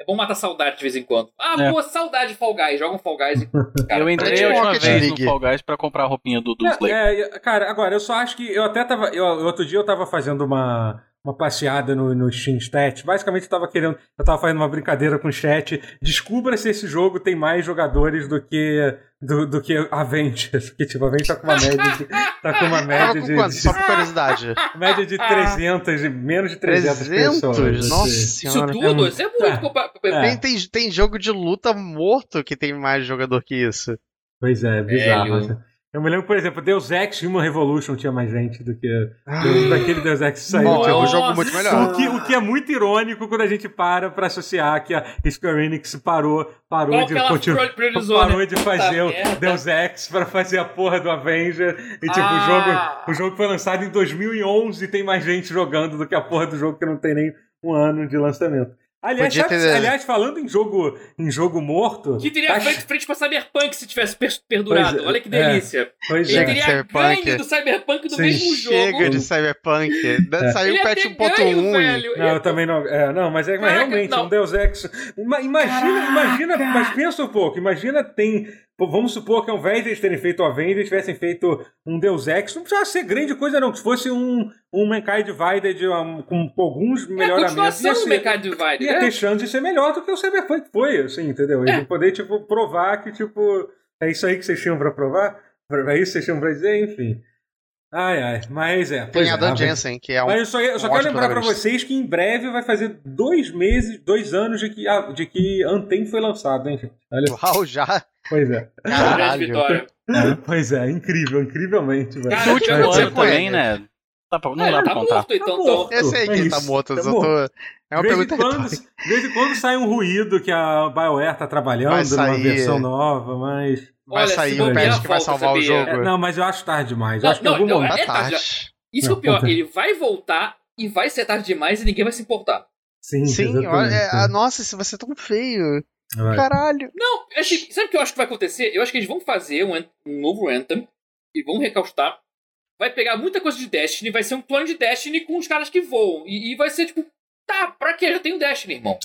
É bom matar saudade de vez em quando. Ah,
É.
pô, saudade de Fall Guys. Joga um Fall Guys. e- Cara,
eu
é
entrei
tipo
a última
Rocket
vez
League.
no Fall Guys pra comprar a roupinha do, do
Não,
Slay.
é, eu- cara, agora, eu só acho que eu até tava. eu- outro dia eu tava fazendo uma, uma passeada no, no Steam Stat. Basicamente, eu tava querendo. Eu tava fazendo uma brincadeira com o chat. Descubra se esse jogo tem mais jogadores do que. do, do que Avengers. Que tipo, Avengers tá com uma média de. Tá com uma
Tava
média
com
de.
quanto? Só
de
por curiosidade.
média de 300, de menos de 300, pessoas.
Nossa
assim.
Isso
senhora.
tudo, isso é muito. compa-
É.
Tem, tem, tem jogo de luta morto que tem mais jogador que isso.
Pois é, bizarro.
Velho.
assim. Eu me lembro, por exemplo, Deus Ex Human Revolution tinha mais gente do que.
Ah,
do- Daquele Deus Ex que saiu.
Bom, é um
tipo,
jogo muito
Nossa!
melhor.
O que, o que é muito irônico quando a gente para pra associar que a Square Enix parou, parou
Qual
de
que ela
continu-
priori- priorizou,
parou
né?
de fazer
Puta merda.
o Deus Ex pra fazer a porra do Avenger e tipo
Ah.
o jogo o jogo foi lançado em 2011 e tem mais gente jogando do que a porra do jogo que não tem nem um ano de lançamento. Aliás,
Podia
sabe-
ter-
aliás falando em jogo em jogo morto,
Que teria
tá-
feito frente pra Cyberpunk se tivesse per- perdurado.
Pois é,
Olha que
é.
delícia.
pois
Ele
Chega
é.
de
teria
Cyberpunk.
ganho do Cyberpunk do
Sim,
mesmo jogo.
Chega de Cyberpunk.
É.
Saiu
Ele
o
ia
patch
ter ganho,
1.1.
velho.
Não, eu também não. É, não, mas é mas
Caraca,
realmente,
não.
um Deus Ex. Uma- imagina, imagina, mas pensa um pouco. Imagina tem. pô, Vamos supor que ao invés de eles terem feito o Avengers, tivessem feito um Deus Ex. Não precisava ser grande coisa, não. Que fosse um, um Mankind Divided um, com, com alguns
É a
melhoramentos.
continuação do
ia, ser-
Mercado Divider.
ia
né? É.
ter chance de ser melhor do que o Cyberpunk foi, assim, entendeu? E poder, tipo, provar que, tipo, é isso aí que vocês tinham pra provar? É isso que vocês tinham pra dizer? Enfim. Ai, ai. Mas é. pois
Tem
é,
Adam
Aven-
Jensen, que é um.
mas eu só, eu só
um
quero
ótimo
lembrar pra
protagonista.
vocês que em breve vai fazer dois meses, dois anos de que, ah, de que Anthem foi lançado, hein, gente? Olha,
Uau, já.
pois é.
Grande
Caralho.
vitória.
Pois é, incrível, incrivelmente. velho.
Cara,
No último
Último
é
Você
ano
conhece?
também, né? Tá pra- Não
Ah,
dá
ele
pra
tá
contar.
morto, então.
Tá
então.
morto.
Eu sei que
É
ele tá
isso,
morto. eu
tá
só tô- É uma
de, vez
pergunta
em quando,
retórica.
de vez em quando sai um ruído que a BioWare tá
Vai
trabalhando numa
sair. é.
versão nova, mas.
Vai
Olha, se
sair o
bobear,
patch que vai
volta,
salvar o
sabia?
jogo.
É, não, mas eu acho tarde demais. Eu
Não,
acho que em
não,
algum
não,
momento.
Tá
é tarde,
tarde.
Isso que é o pior, ele vai voltar e vai ser tarde demais e ninguém vai se importar.
Sim,
Sim,
exatamente.
olha. é, ah, Nossa, se você é tão feio.
Vai.
Caralho.
Não, assim, sabe o que eu acho que vai acontecer? Eu acho que eles vão fazer um, an- um novo Anthem e vão recaustar. Vai pegar muita coisa de Destiny, vai ser um clone de Destiny com os caras que voam. E, e vai ser tipo, tá, pra que? Já tem o Destiny, irmão.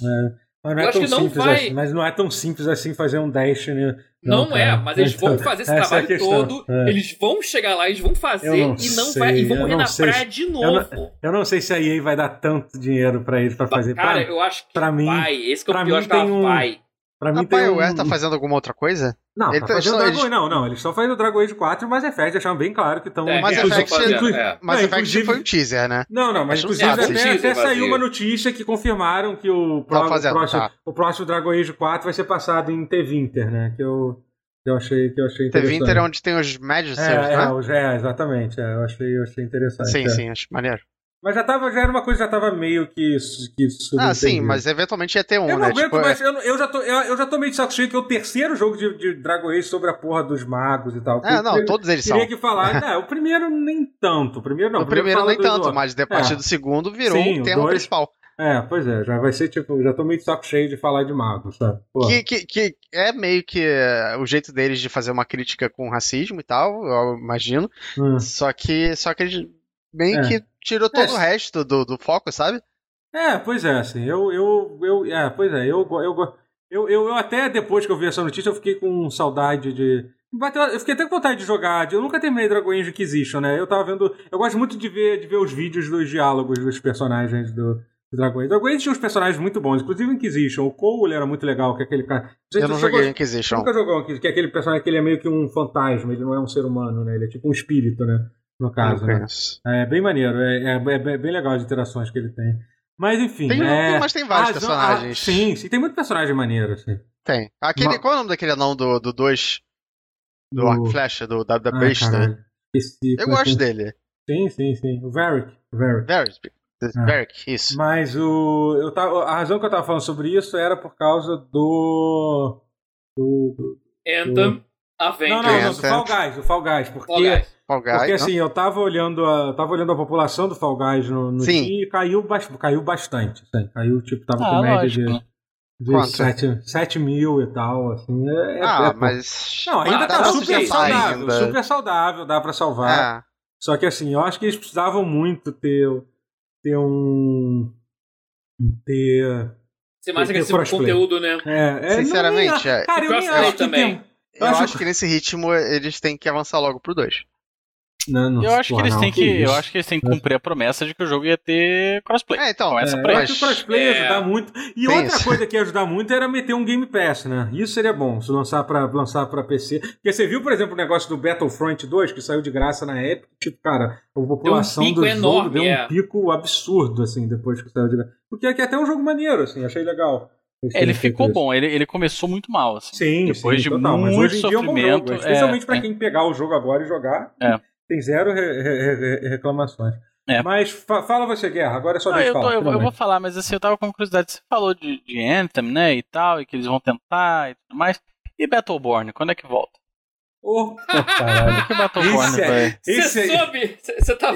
Mas não
Eu
é
acho
tão
que não
simples
vai-
assim. Mas não é tão simples assim fazer um Destiny.
Não,
Não,
é,
cara.
mas eles vão
Então,
fazer esse
essa é a
trabalho
questão.
todo,
É.
eles vão chegar lá, eles vão fazer
Eu não
e não
sei,
vai, e vão
eu
morrer
não
na
sei.
praia de
não-
novo.
Eu não sei se a EA vai dar tanto dinheiro pra eles pra fazer. pra,
Cara, eu acho que
pra mim-
vai. Esse que é o
pra
pior,
mim
acho que ela
tem um-
vai.
pra
A
mim tem um...
BioWare tá fazendo alguma outra coisa?
Não,
Ele
tá
tá-
fazendo
só-
Dragon
eles-
Não, não, eles estão fazendo Dragon Age 4 e Mass Effect deixaram bem claro que estão...
É,
Mass
que elas tão
Effect-
fazendo,
inclusive-
é.
Mas
Não,
o Effect
inclusive-
foi um teaser, né?
Não, não, mas
Acho
inclusive
chato,
até,
sim,
até
vazio.
saiu uma notícia que confirmaram que o, pro-
Tão fazendo,
o próximo,
tá.
o próximo Dragon Age 4 vai ser passado em Tevinter, né? Que eu, que eu achei que eu achei
Teve
interessante.
Inter é onde tem os Magicers,
é, é,
né?
os- é, exatamente. é, eu, achei, eu achei interessante.
Sim,
é.
sim, acho maneiro.
Mas já, tava, já era uma coisa que já tava meio que, su- que
Ah, sim,
subentendida.
mas eventualmente ia ter um,
né? Eu não
né?
aguento
Tipo,
mais, eu, não- eu já tô, eu, eu já tô meio de saco cheio que é o terceiro jogo de, de Dragon Age sobre a porra dos magos e tal.
é,
Eu
não,
queria-
todos eles são.
Queria que falar, não, o primeiro nem tanto, o primeiro não.
o primeiro
fala
nem
do-
tanto,
do-
mas de- a partir do segundo virou
Sim,
o
o
tema
dois.
principal.
É, pois é, já vai ser tipo, já tô meio de saco cheio de falar de magos, sabe? Pô,
Que, que, que é meio que é, o jeito deles de fazer uma crítica com racismo e tal, eu imagino.
hum.
Só que, só que eles meio
É.
que tirou todo
É.
o resto do, do foco, sabe?
É, pois é, assim, eu, eu, eu, é, pois é, eu, go- eu, go- eu, eu, eu até depois que eu vi essa notícia, eu fiquei com saudade de... bateu- Eu fiquei até com vontade de jogar. Eu nunca terminei Dragon Age Inquisition, né? Eu tava vendo. Eu gosto muito de ver, de ver os vídeos dos diálogos dos personagens do, do Dragon Age. Dragon Age tinha uns personagens muito bons, inclusive Inquisition. O Cole era muito legal, que é aquele cara. sei se
eu não
você
joguei
gosta-
Inquisition.
Nunca jogou Inquisition, que é aquele personagem que ele é meio que um fantasma, ele não é um ser humano, né? Ele é tipo um espírito, né? No
Não
caso, né?
conheço.
É bem maneiro, é, é- é- é bem legal as interações que ele tem. Mas enfim.
Tem,
é...
Mas tem vários
Ah, zo-
personagens.
ah, sim, sim, tem muito personagem maneiro, assim.
Tem. Aquele,
Ma-
Qual é o nome daquele anão do 2? Do, dois? do
Do-
Arco e Flecha, do, da, da
Ah,
besta?
caralho, esqueci,
Eu
como é que-
gosto dele.
Sim, sim, sim. O Varric. o Varric.
Varric.
Ah.
Varric, isso.
Mas o. Eu tava, a razão que eu tava falando sobre isso era por causa do. do, do...
Anthem,
um- Não,
Avengers.
não, não, do
Anthem.
Fall Guys, do Fall Guys, porque.
Fall Guys.
Fall Guy,
Porque
É, não?
assim, eu tava olhando a, tava olhando a população do Fall Guys no, no
Sim.
Steam e caiu, bas- caiu bastante. assim. Caiu, tipo, tava
Ah,
com média
lógico.
de.
né?
de
Quanto?
7, mil e tal, assim. É, é-
Ah,
é pouco.
mas.
Não, ainda tá,
Ah, dá pra
super
sustentar
saudável,
ainda.
super saudável, dá pra salvar.
Ah,
Só que assim, eu acho que eles precisavam muito ter, ter um. ter.
Você mais
Tem
agressivo com
crossplay.
conteúdo, né?
É, é,
Sinceramente,
não, nem,
é.
cara, eu nem
Crossplay
acho que um-
também.
tem.
eu
acho-
acho que nesse ritmo eles têm que avançar logo pro 2.
Não, não
eu
se
acho que
porra,
eles
não.
têm que, eu
isso?
acho que eles têm que cumprir a promessa de que o jogo ia ter crossplay.
É, então.
Começa
É,
por
eu
aí.
acho que o crossplay ia
É.
ajudar muito. E
Tem
outra
isso.
coisa que ia ajudar muito era meter um Game Pass, né? Isso seria bom, se lançar pra, lançar pra PC. Porque você viu, por exemplo, o negócio do Battlefront 2, que saiu de graça na época. Tipo, cara, a população
pico
do jogo
enorme,
deu um
é.
pico absurdo, assim, depois que saiu de graça. Porque aqui é até um jogo maneiro, assim, achei legal.
É, Ele ficou
bom.
bom, ele, ele começou muito mal, assim.
Sim, sim,
Depois de
total. mas
muito
hoje em dia é um bom jogo,
sofrimento, é,
especialmente pra
é.
quem pegar o jogo agora e jogar.
É.
Tem zero re- re- re- reclamações.
É.
Mas fa- fala você, Guerra, agora é só
Ah,
vez
eu, tô-
falar.
eu- eu vou
finalmente.
falar, mas assim, eu tava com curiosidade. Você falou de, de Anthem, né, e tal, e que eles vão tentar e tudo mais. E Battleborn, quando é que volta?
Ô, caralho.
Que Battleborn
Esse é-
vai?
Esse
Você
aí-
soube? Você tava.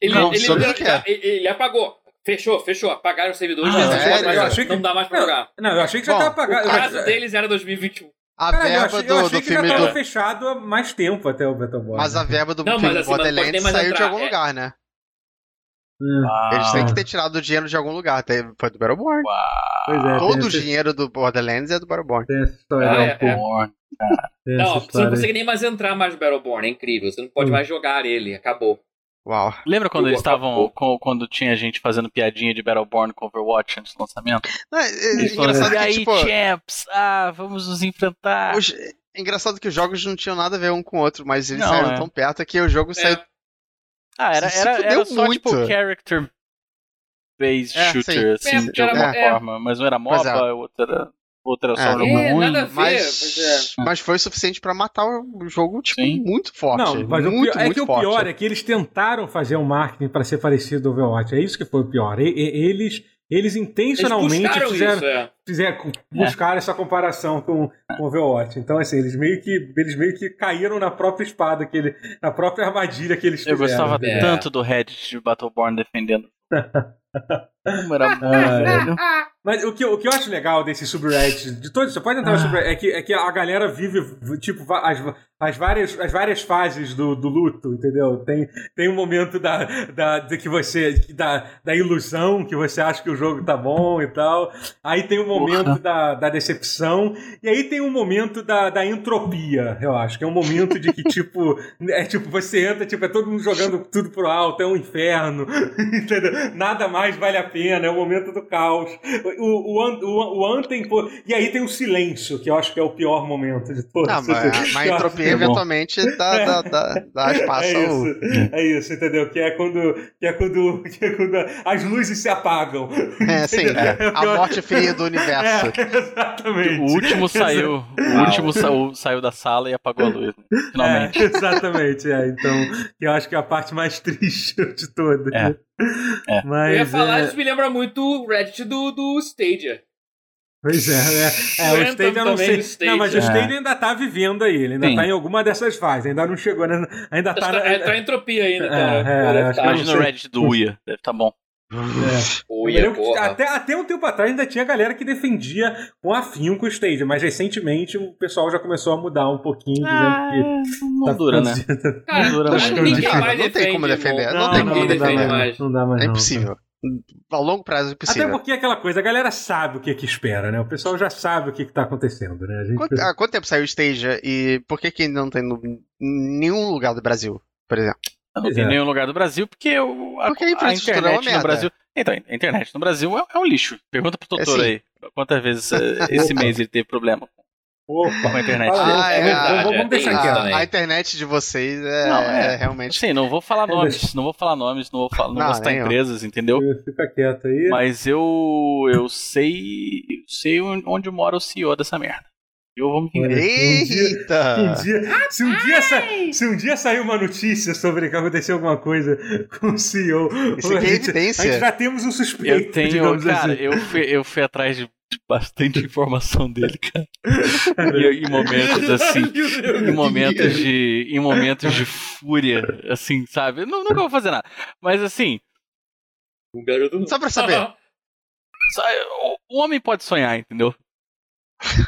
Ele,
Não,
ele,
soube
ele-
o que é.
ele- ele apagou. Fechou, fechou. Apagaram os servidores.
Ah,
não,
é,
dá mais
eu
pra-
achei que-
não dá mais pra jogar.
Não, eu achei que já
Bom,
tava
O
apagado. Eu
prazo
já-
deles era 2021.
A
Caralho, eu
verba
achei, eu
é do,
achei
do
que já
filme
tava
do.
fechado há mais tempo até o Battleborn.
Mas a verba do
Não,
filme
mas
do
assim, mas pode
Borderlands
nem mais Ah.
saiu de
entrar,
algum
é.
lugar, né?
É,
Eles têm
Uau,
que ter tirado o dinheiro de algum lugar. até- Foi do Battleborn.
uau,
Pois é,
Ah, Todo o
tem, essa-
dinheiro do Borderlands é do Battleborn.
tem essa história.
Ah,
um
é,
pouco,
Battleborn.
tem essa
Não, você
história
não
aí.
consegue nem mais entrar mais no Battleborn. É incrível. Você não pode
Hum.
mais jogar ele. Acabou.
Uau.
Lembra quando
Eu
eles
gostava
estavam.
pouco.
co- Quando tinha gente fazendo piadinha de Battleborn com Overwatch antes do lançamento? assim,
Não, é, é
Eles falam
engraçado que,
E aí,
tipo,
champs, ah, vamos nos enfrentar.
os- é engraçado que os jogos não tinham nada a ver um com o outro, mas eles
Não,
saíram
é.
tão perto que o jogo saiu.
É.
Ah, era,
se
era,
fudeu
era só tipo
muito.
character based
É,
shooter,
sim.
assim,
É,
de alguma
era- é.
forma. Mas não era
Pois
MOBA,
é.
outra era, outra era só
É.
um jogo
É,
ruim.
nada a ver,
Mas,
mas
mas foi o suficiente pra matar o jogo, tipo,
Sim.
muito forte.
Não, mas
muito,
o pior, é
muito
que
forte.
o pior é que eles tentaram fazer um marketing para ser parecido ao Overwatch. É isso que foi o pior. E- e- eles, eles
Eles
intencionalmente
buscaram
fizeram,
isso, é.
fizeram buscar essa comparação com, com o Overwatch. Então, assim, eles meio que eles meio que caíram na própria espada que ele, na própria armadilha que eles
Eu gostava
dele.
É.
tanto do Reddit de Battleborn defendendo. Como era bom,
Ah, é.
velho.
Mas o que, o que eu acho legal desse subreddit, de todos, você pode entrar no
Ah.
subreddit, é que, é que a galera vive, v- tipo, va- as, as, várias, as várias fases do, do luto, entendeu? Tem, tem um momento da, da, de que você, da, da ilusão, que você acha que o jogo tá bom e tal. Aí tem um momento da, da decepção. E aí tem um momento da, da entropia, eu acho, que é um momento de que, tipo, é tipo, você entra, tipo, é todo mundo jogando tudo pro alto, é um inferno, entendeu? Nada mais vale a pena, é o momento do caos. O, o, an- o, o Anthem, pô, e aí tem o silêncio, que eu acho que é o pior momento de todos.
Não, Ah, mas, mas a
Eu acho
entropia
que é bom.
eventualmente dá, dá, dá, dá espaço
É
ao.
isso, é isso, entendeu? Que é quando, que é quando, que é quando as luzes se apagam.
É, sim,
É.
a morte fria do universo.
É, exatamente.
O último saiu. O
Uau.
último saiu, saiu da sala e apagou a luz. né? Finalmente.
É, exatamente, é. Então, eu acho que é a parte mais triste de toda.
É. É.
Mas,
Eu ia falar,
é,
isso me lembra muito o Reddit do, do Stadia.
Pois é, é. é,
O
o
Anthem
Stadia eu não
também,
sei.
o Stadia.
Não, mas o
É.
Stadia ainda tá vivendo aí, ele ainda
Sim.
tá em alguma dessas fases, ainda não chegou, né? ainda tá.
Tá,
na-
tá, tá em entropia ainda,
É,
cara.
é,
Deve
acho
tá.
que eu não
Imagina o
sei.
Reddit do Uia. Deve tá bom.
É. Eu
Oi,
me lembro que
porra.
até, até um tempo atrás ainda tinha galera que defendia com afinco o Stadia, mas recentemente o pessoal já começou a mudar um pouquinho,
Ah,
dizendo que.
não
tá
dura, né?
Cara,
Não dura
mas
mais.
ninguém
Cara,
mais
não tem como
defende,
defender,
irmão.
não tem como
ninguém
defender.
defende
não,
mais.
não dá mais.
É
não.
impossível. A longo prazo é
Até
impossível.
porque é aquela coisa, a galera sabe o que, que espera, né? O pessoal já sabe o que, que tá acontecendo, né? A gente...
Quanto, há quanto tempo saiu o Stadia e por que, que ainda não tem no, em nenhum lugar do Brasil, por exemplo?
Eu não
Pois
tem
é.
nenhum lugar do Brasil, porque eu, a,
Porque a
a
infraestrutura é uma
internet
merda.
no Brasil. Então, a internet no Brasil é, é um lixo. Pergunta pro doutor
É,
aí. Quantas vezes eh, esse mês ele teve problema
Opa!
com a internet?
Ah,
Ah, é
vamos-
verdade,
vamos, vamos
é, tem
deixar
isso
quieto.
também.
A, a internet de vocês é,
Não, é.
é realmente.
Sim, não vou falar
Vamos
nomes, não vou falar nomes, não vou, falar, não
Não,
vou citar
nem eu.
empresas, entendeu?
né?
Fica quieto aí.
Mas eu eu sei eu sei onde mora o CEO dessa merda. Eu vou me vingar.
Se um
Eita!
dia, se um dia, sa- se um dia sair uma notícia sobre que aconteceu alguma coisa com o CEO,
Isso aqui
a
é
gente- a gente
evidência.
já temos um suspeito,
Eu tenho,
digamos
cara,
assim.
eu fui, eu fui atrás de de bastante informação dele, cara. E em momentos assim, em momentos de em momentos de fúria, assim, sabe? Eu nu- nunca vou fazer nada. Mas assim,
Um garoto não.
Só pra saber.
só- o- o homem pode sonhar, entendeu?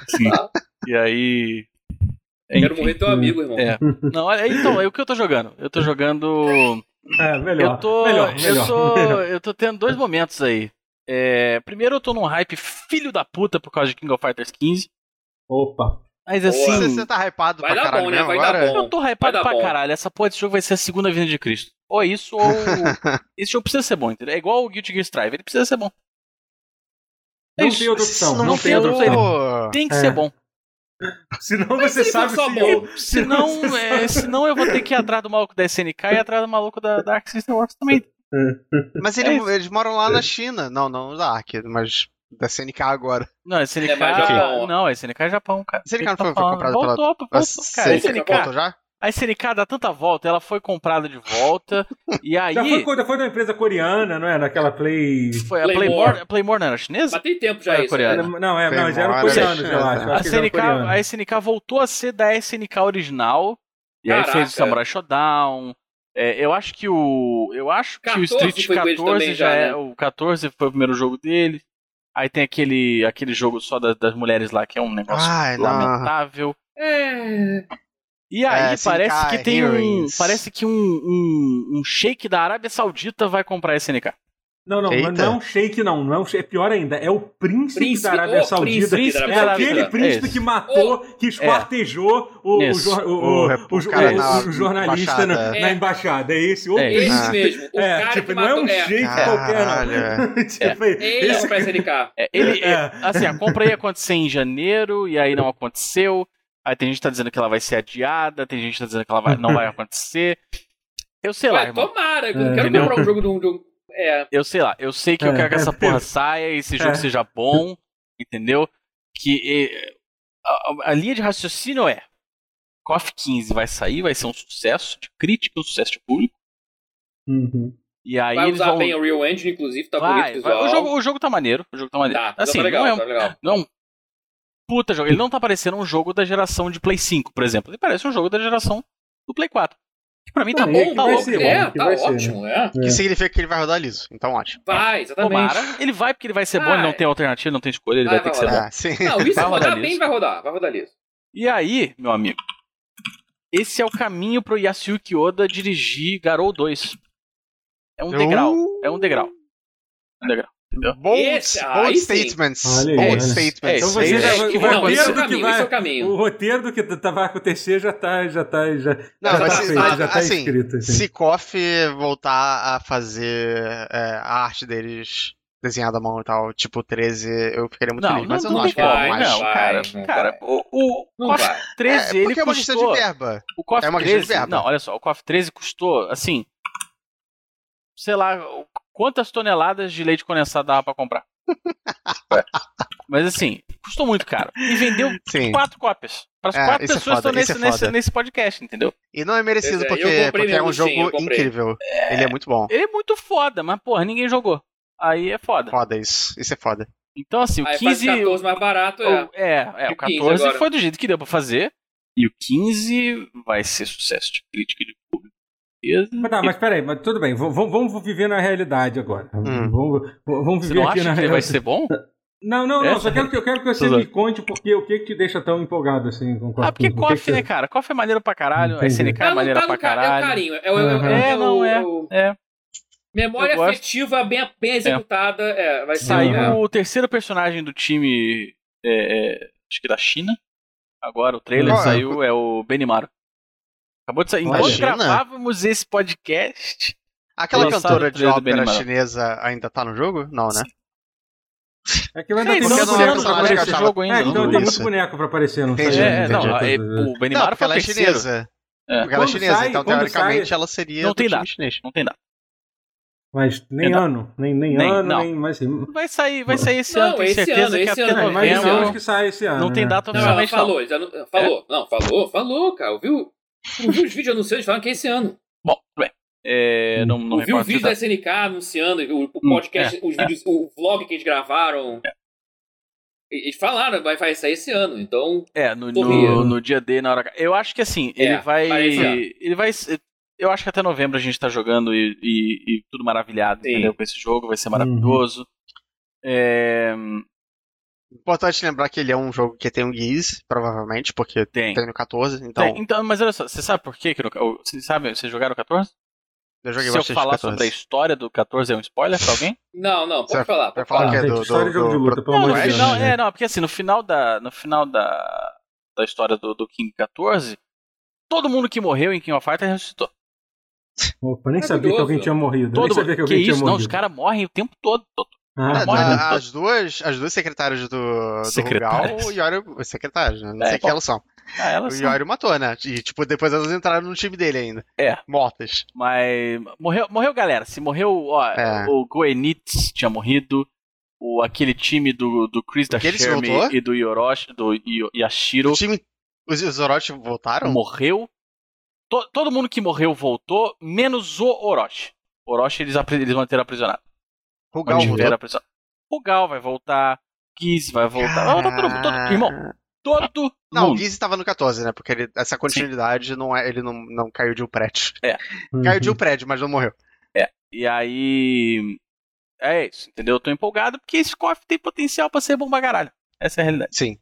Sim. E aí
Quero
enfim.
morrer teu amigo, irmão.
É. Não, olha, então, é o que eu tô jogando. Eu tô jogando.
É, melhor,
eu tô.
melhor, melhor,
eu tô.
melhor.
Eu tô tendo dois momentos aí. É, primeiro eu tô num hype filho da puta por causa de King of Fighters 15.
Opa,
Mas
Boa.
assim,
Você, você tá hypado
Vai
pra
dar
caralho
bom, né?
mesmo
Vai dar
agora?
bom.
eu tô hypado
dar
pra
bom.
caralho. Essa porra desse jogo vai ser a segunda vinda de Cristo. Ou isso, ou. Esse jogo precisa ser bom, entendeu? É igual o Guilty Gear Strive, ele precisa ser bom. É
Não
isso.
tem outra opção.
Não,
Não,
tem
tem outra
outra
opção.
Tem que
É.
ser bom.
Senão você
se ele
sabe
for só
se
bom?
eu...
Senão, é, senão eu vou ter que ir atrás do maluco da SNK e atrás do maluco da da Arc System Works também.
Mas ele- eles moram
É.
lá na China. Não, não da Ark, mas da CNK agora.
Não, a SNK
É, mas Japão.
Não, a SNK é Japão, cara.
SNK
Ele
não foi- foi
falando.
comprado pela-
voltou, Voltou,
A
cara. A
CNK voltou
SNK,
já?
a SNK dá tanta volta, ela foi comprada de volta. e aí.
Já foi,
Foi,
co- já foi de uma empresa coreana, não é? Naquela Play.
a
Playmore.
Playmore. A Playmore não era chinesa?
Mas tem tempo
Ou
já
é
isso.
coreano?
né?
Não, é, não, já era
Playmore,
coreano,
né?
eu acho. Eu
A
acho que já era
SNK,
coreano.
a SNK voltou a ser da SNK original. E aí
Caraca.
fez o Samurai Shodown. É, eu acho que o. Eu acho que o
14
Street
foi com eles
14
também
já
já,
é.
né?
O 14 foi o primeiro jogo dele. Aí tem aquele, aquele jogo só da- das, mulheres lá, que é um negócio
Ah,
Ai, não.
lamentável.
É.
E aí
É, SNK
parece que tem um.
Heroes.
Parece que um, um, um shake da Arábia Saudita vai comprar a SNK.
Não, não,
Eita.
não é um shake, não. não é, um shake, é pior ainda, é o príncipe,
Príncipe,
da Arábia
o
Saudita.
príncipe
da
é
Arábia Saudita.
aquele
É
príncipe
esse.
que matou, que esquartejou o, o,
Isso.
jor- o,
O
o-
rep-
o-
o cara
o-
na
o jornalista na,
embaixada.
na embaixada. É esse o
É
príncipe.
Esse
Ah.
mesmo. O
É,
cara
tipo,
que
não é
matou.
um
é,
shake qualquer,
Caralho.
não. Tipo, é.
ele é
esse
o pra SNK.
É, ele,
É.
é, assim, a compra ia acontecer em janeiro e aí não aconteceu. Aí tem gente que tá dizendo que ela vai ser adiada, tem gente que tá dizendo que ela vai- não vai acontecer. Eu sei lá,
Ué,
irmão.
tomara. que Eu não
É,
quero
entendeu?
comprar um jogo de um. de um- É.
Eu sei lá, eu sei que eu
É,
quero que essa
é,
porra
eu-
saia e esse jogo
é.
seja bom, entendeu? Que eh, a, a- a linha de raciocínio é: KOF 15 vai sair, vai ser um sucesso de crítica, um sucesso de público.
Uhum.
E aí
Vai
eles
usar
vão.
bem o Real Engine, inclusive, tá bonito o
vai, vai.
visual.
O, jogo, o jogo tá maneiro. O jogo tá maneiro.
Tá,
assim,
tá legal,
não é um
tá legal.
Não é um puta jogo. Ele não tá parecendo um jogo da geração de Play 5, por exemplo. Ele parece um jogo da geração do Play 4. Que pra mim tá
Não,
bom,
e que
tá
vai
louco.
ser bom,
é,
que
tá
vai ser, né?
ótimo, é.
Que significa que ele vai rodar liso. Então ótimo.
Vai, exatamente.
Tomara. Ele vai porque ele vai ser bom, ele não
Vai.
tem alternativa, ele não tem escolha, ele
Vai,
vai, ter que
vai
ser
lá.
bom.
Ah, sim.
Não, isso vai
Vai
rodar
rodar
bem,
liso.
vai rodar, vai rodar liso.
E aí, meu amigo, esse é o caminho pro Yasuki Oda dirigir Garou 2. É um
Eu-
degrau, é um degrau. Um degrau.
Bold,
Esse- ah,
bold
aí sim.
statements.
Olha aí,
bold
olha.
statements.
Então você
É
já
isso
vai-
que
o
vai
Não, esse é
roteiro
o
do que
caminho, esse é
vai.
o caminho.
O roteiro do que tá- vai acontecer já tá, já tá, já,
Não,
já
mas
tá
se-
feito, já tá
assim,
escrito. assim.
Se Koff voltar a fazer é, a arte deles desenhada à mão e tal, tipo 13, eu ficaria muito
Não,
feliz.
não,
Mas eu não
não
acho
tem
que vai
como,
vai,
mais.
não,
vai,
cara.
não
Cara,
vai.
o, o
Não
KOF
vai.
13,
é,
ele
porque é uma questão de
custou...
verba.
O KOF
É uma questão de
13,
verba.
não, olha só, o KOF 13 custou, assim, sei lá, quantas toneladas de leite condensado dava pra comprar. É. Mas assim, custou muito caro. E vendeu
Sim.
quatro cópias. Para as
É,
quatro
isso é
pessoas que estão
foda, isso
nesse,
é
nesse,
foda.
nesse podcast, entendeu?
E não é merecido
Pois é, eu
porque,
comprei
porque é um
mesmo, sim,
jogo
eu comprei.
incrível. Ele é muito bom.
Ele é muito foda, mas porra, ninguém jogou. Aí é foda.
Foda isso. Isso é foda.
Então assim, o
Aí
15...
faz 14 mais barato, é.
o- é, é,
E
o
o 15
14
agora?
foi do jeito que deu pra fazer. E o 15 vai ser sucesso de crítica e de público.
Mas tá, mas peraí, mas tudo bem, v- vamos, vamos viver na realidade agora.
Hum.
Vamos, vamos
Você
viver
não
aqui né?
acha
na
que ele
realidade.
vai ser bom?
Não, não, não,
Essa-
só quero que, eu quero que você
Tudo.
me conte porque, o que que te deixa tão empolgado assim com o
Ah,
Coffee.
porque
O que
KOF,
que-
né, cara? KOF é maneiro pra caralho, a
Entendi.
SNK
Ah,
é
não
maneira
tá
pra
no ca- É o
caralho.
carinho. É, o- é, o-
Uhum.
É, não,
o-
é.
o-
É.
Memória
Eu gosto.
afetiva bem, bem executada. É, vai ser.
Saiu
Uhum.
o terceiro personagem do time, é, é, acho que da China. Agora o trailer
Qual é?
saiu, é o Benimaru. Acabou de sair.
Olha,
Enquanto
China?
gravávamos esse podcast,
Aquela
Lançado
cantora
o
de
trailer do
ópera
Benimaro.
chinesa ainda tá no jogo? Não, né?
É que vai dar
É,
muito
eles
não
boneco
lançaram
pra
pra
aparecer.
jogar
jogo ainda,
É, então
não
tem
isso.
muito boneco pra aparecer, não
é,
Entendi,
sei.
é, não,
entendi.
a- é, o
Não,
Benimaru
porque
foi o
ela é
terceiro.
chinesa.
É.
Porque ela é
Quando
chinesa,
sai-
então
quando
teoricamente
sai-
ela seria
Não
é do
tem
time
data.
chinês.
Não tem nada.
Mas nem
Não.
ano, nem, nem,
Nem,
ano,
não.
nem. Mas, assim, não,
Vai sair, vai sair esse
Não,
ano, tenho
esse
certeza
ano,
que é
esse
até
ano,
mas esse ano
novembro
acho que sai esse ano.
não tem
né?
data
Não, ela
oficialmente não.
falou, já não- falou. Não, falou, falou, cara. Eu vi, o- eu vi os vídeos anunciando, eles falaram que é esse ano.
Bom, tudo bem. É, Hum, é, não não
eu vi o
recordo de
vídeo da
data.
SNK anunciando, o, o podcast, os vídeos, o vlog que eles gravaram.
É.
E- Eles falaram, vai, vai sair esse ano. Então,
É, no,
Por
no,
mim.
no dia D, na hora. Eu acho que assim,
É,
ele vai.
vai esse ano.
Ele vai. Eu acho que até novembro a gente tá jogando e, e- e tudo maravilhado,
Sim.
entendeu? Com esse jogo, vai ser maravilhoso. É,
Importante lembrar que ele é um jogo que tem um Guiz, provavelmente, porque
tem.
tem no 14, então
Tem. Então, mas olha só, você sabe por quê que no, o- vocês sabem, vocês jogaram o 14?
eu joguei
Se eu
bastante
falar
14.
sobre a história do 14 é um spoiler pra alguém?
não, não, pode
Você
falar.
vai
Pode
falar
falar.
que é
Gente,
do, do,
história de jogo de
do-
luta, pelo
Não,
amor
no
de Deus.
final,
né?
é, não, porque assim, no final da no final da da história do, do King 14, todo mundo que morreu em King of Fighters ressuscitou.
Opa, nem sabia que alguém tinha morrido.
Todo
nem
mundo.
sabia que alguém tinha
isso? Não,
morrido.
os caras morrem o tempo todo. todo.
Ah,
É, morre,
tá.
né?
a- as, duas, as duas secretárias do, do
Secretárias.
Rugal, o Yori. Secretárias, né? Não
É,
sei o que
bom.
elas são.
Ah, elas
O
são-
Yori matou, né? E, tipo, depois elas entraram no time dele ainda.
É.
Mortas.
Mas morreu, morreu galera. Se morreu, ó,
É.
o Goenitz tinha morrido, o aquele time do, do Chris da
Aquele se
Shermie
voltou?
e do Yoroshi, do Yo-
O
Yashiro
time. Os, os Orochi voltaram?
morreu. To- todo mundo que morreu voltou, menos o Orochi. O Orochi eles, apri- eles manteram aprisionado.
O Rugal
Mantiveram
voltou.
aprisionado. O Gal vai voltar, Giz vai voltar. Vai voltar todo mundo. todo- irmão, todo
Ah. Não, o
mundo.
Giz tava no 14, né? Porque ele- essa continuidade não é, ele não, não caiu de um prédio.
Uhum.
Caiu de um prédio, mas não morreu.
E aí. É isso, entendeu? Eu tô empolgado porque esse cofre tem potencial pra ser bom pra caralho. Essa é a realidade.
Sim.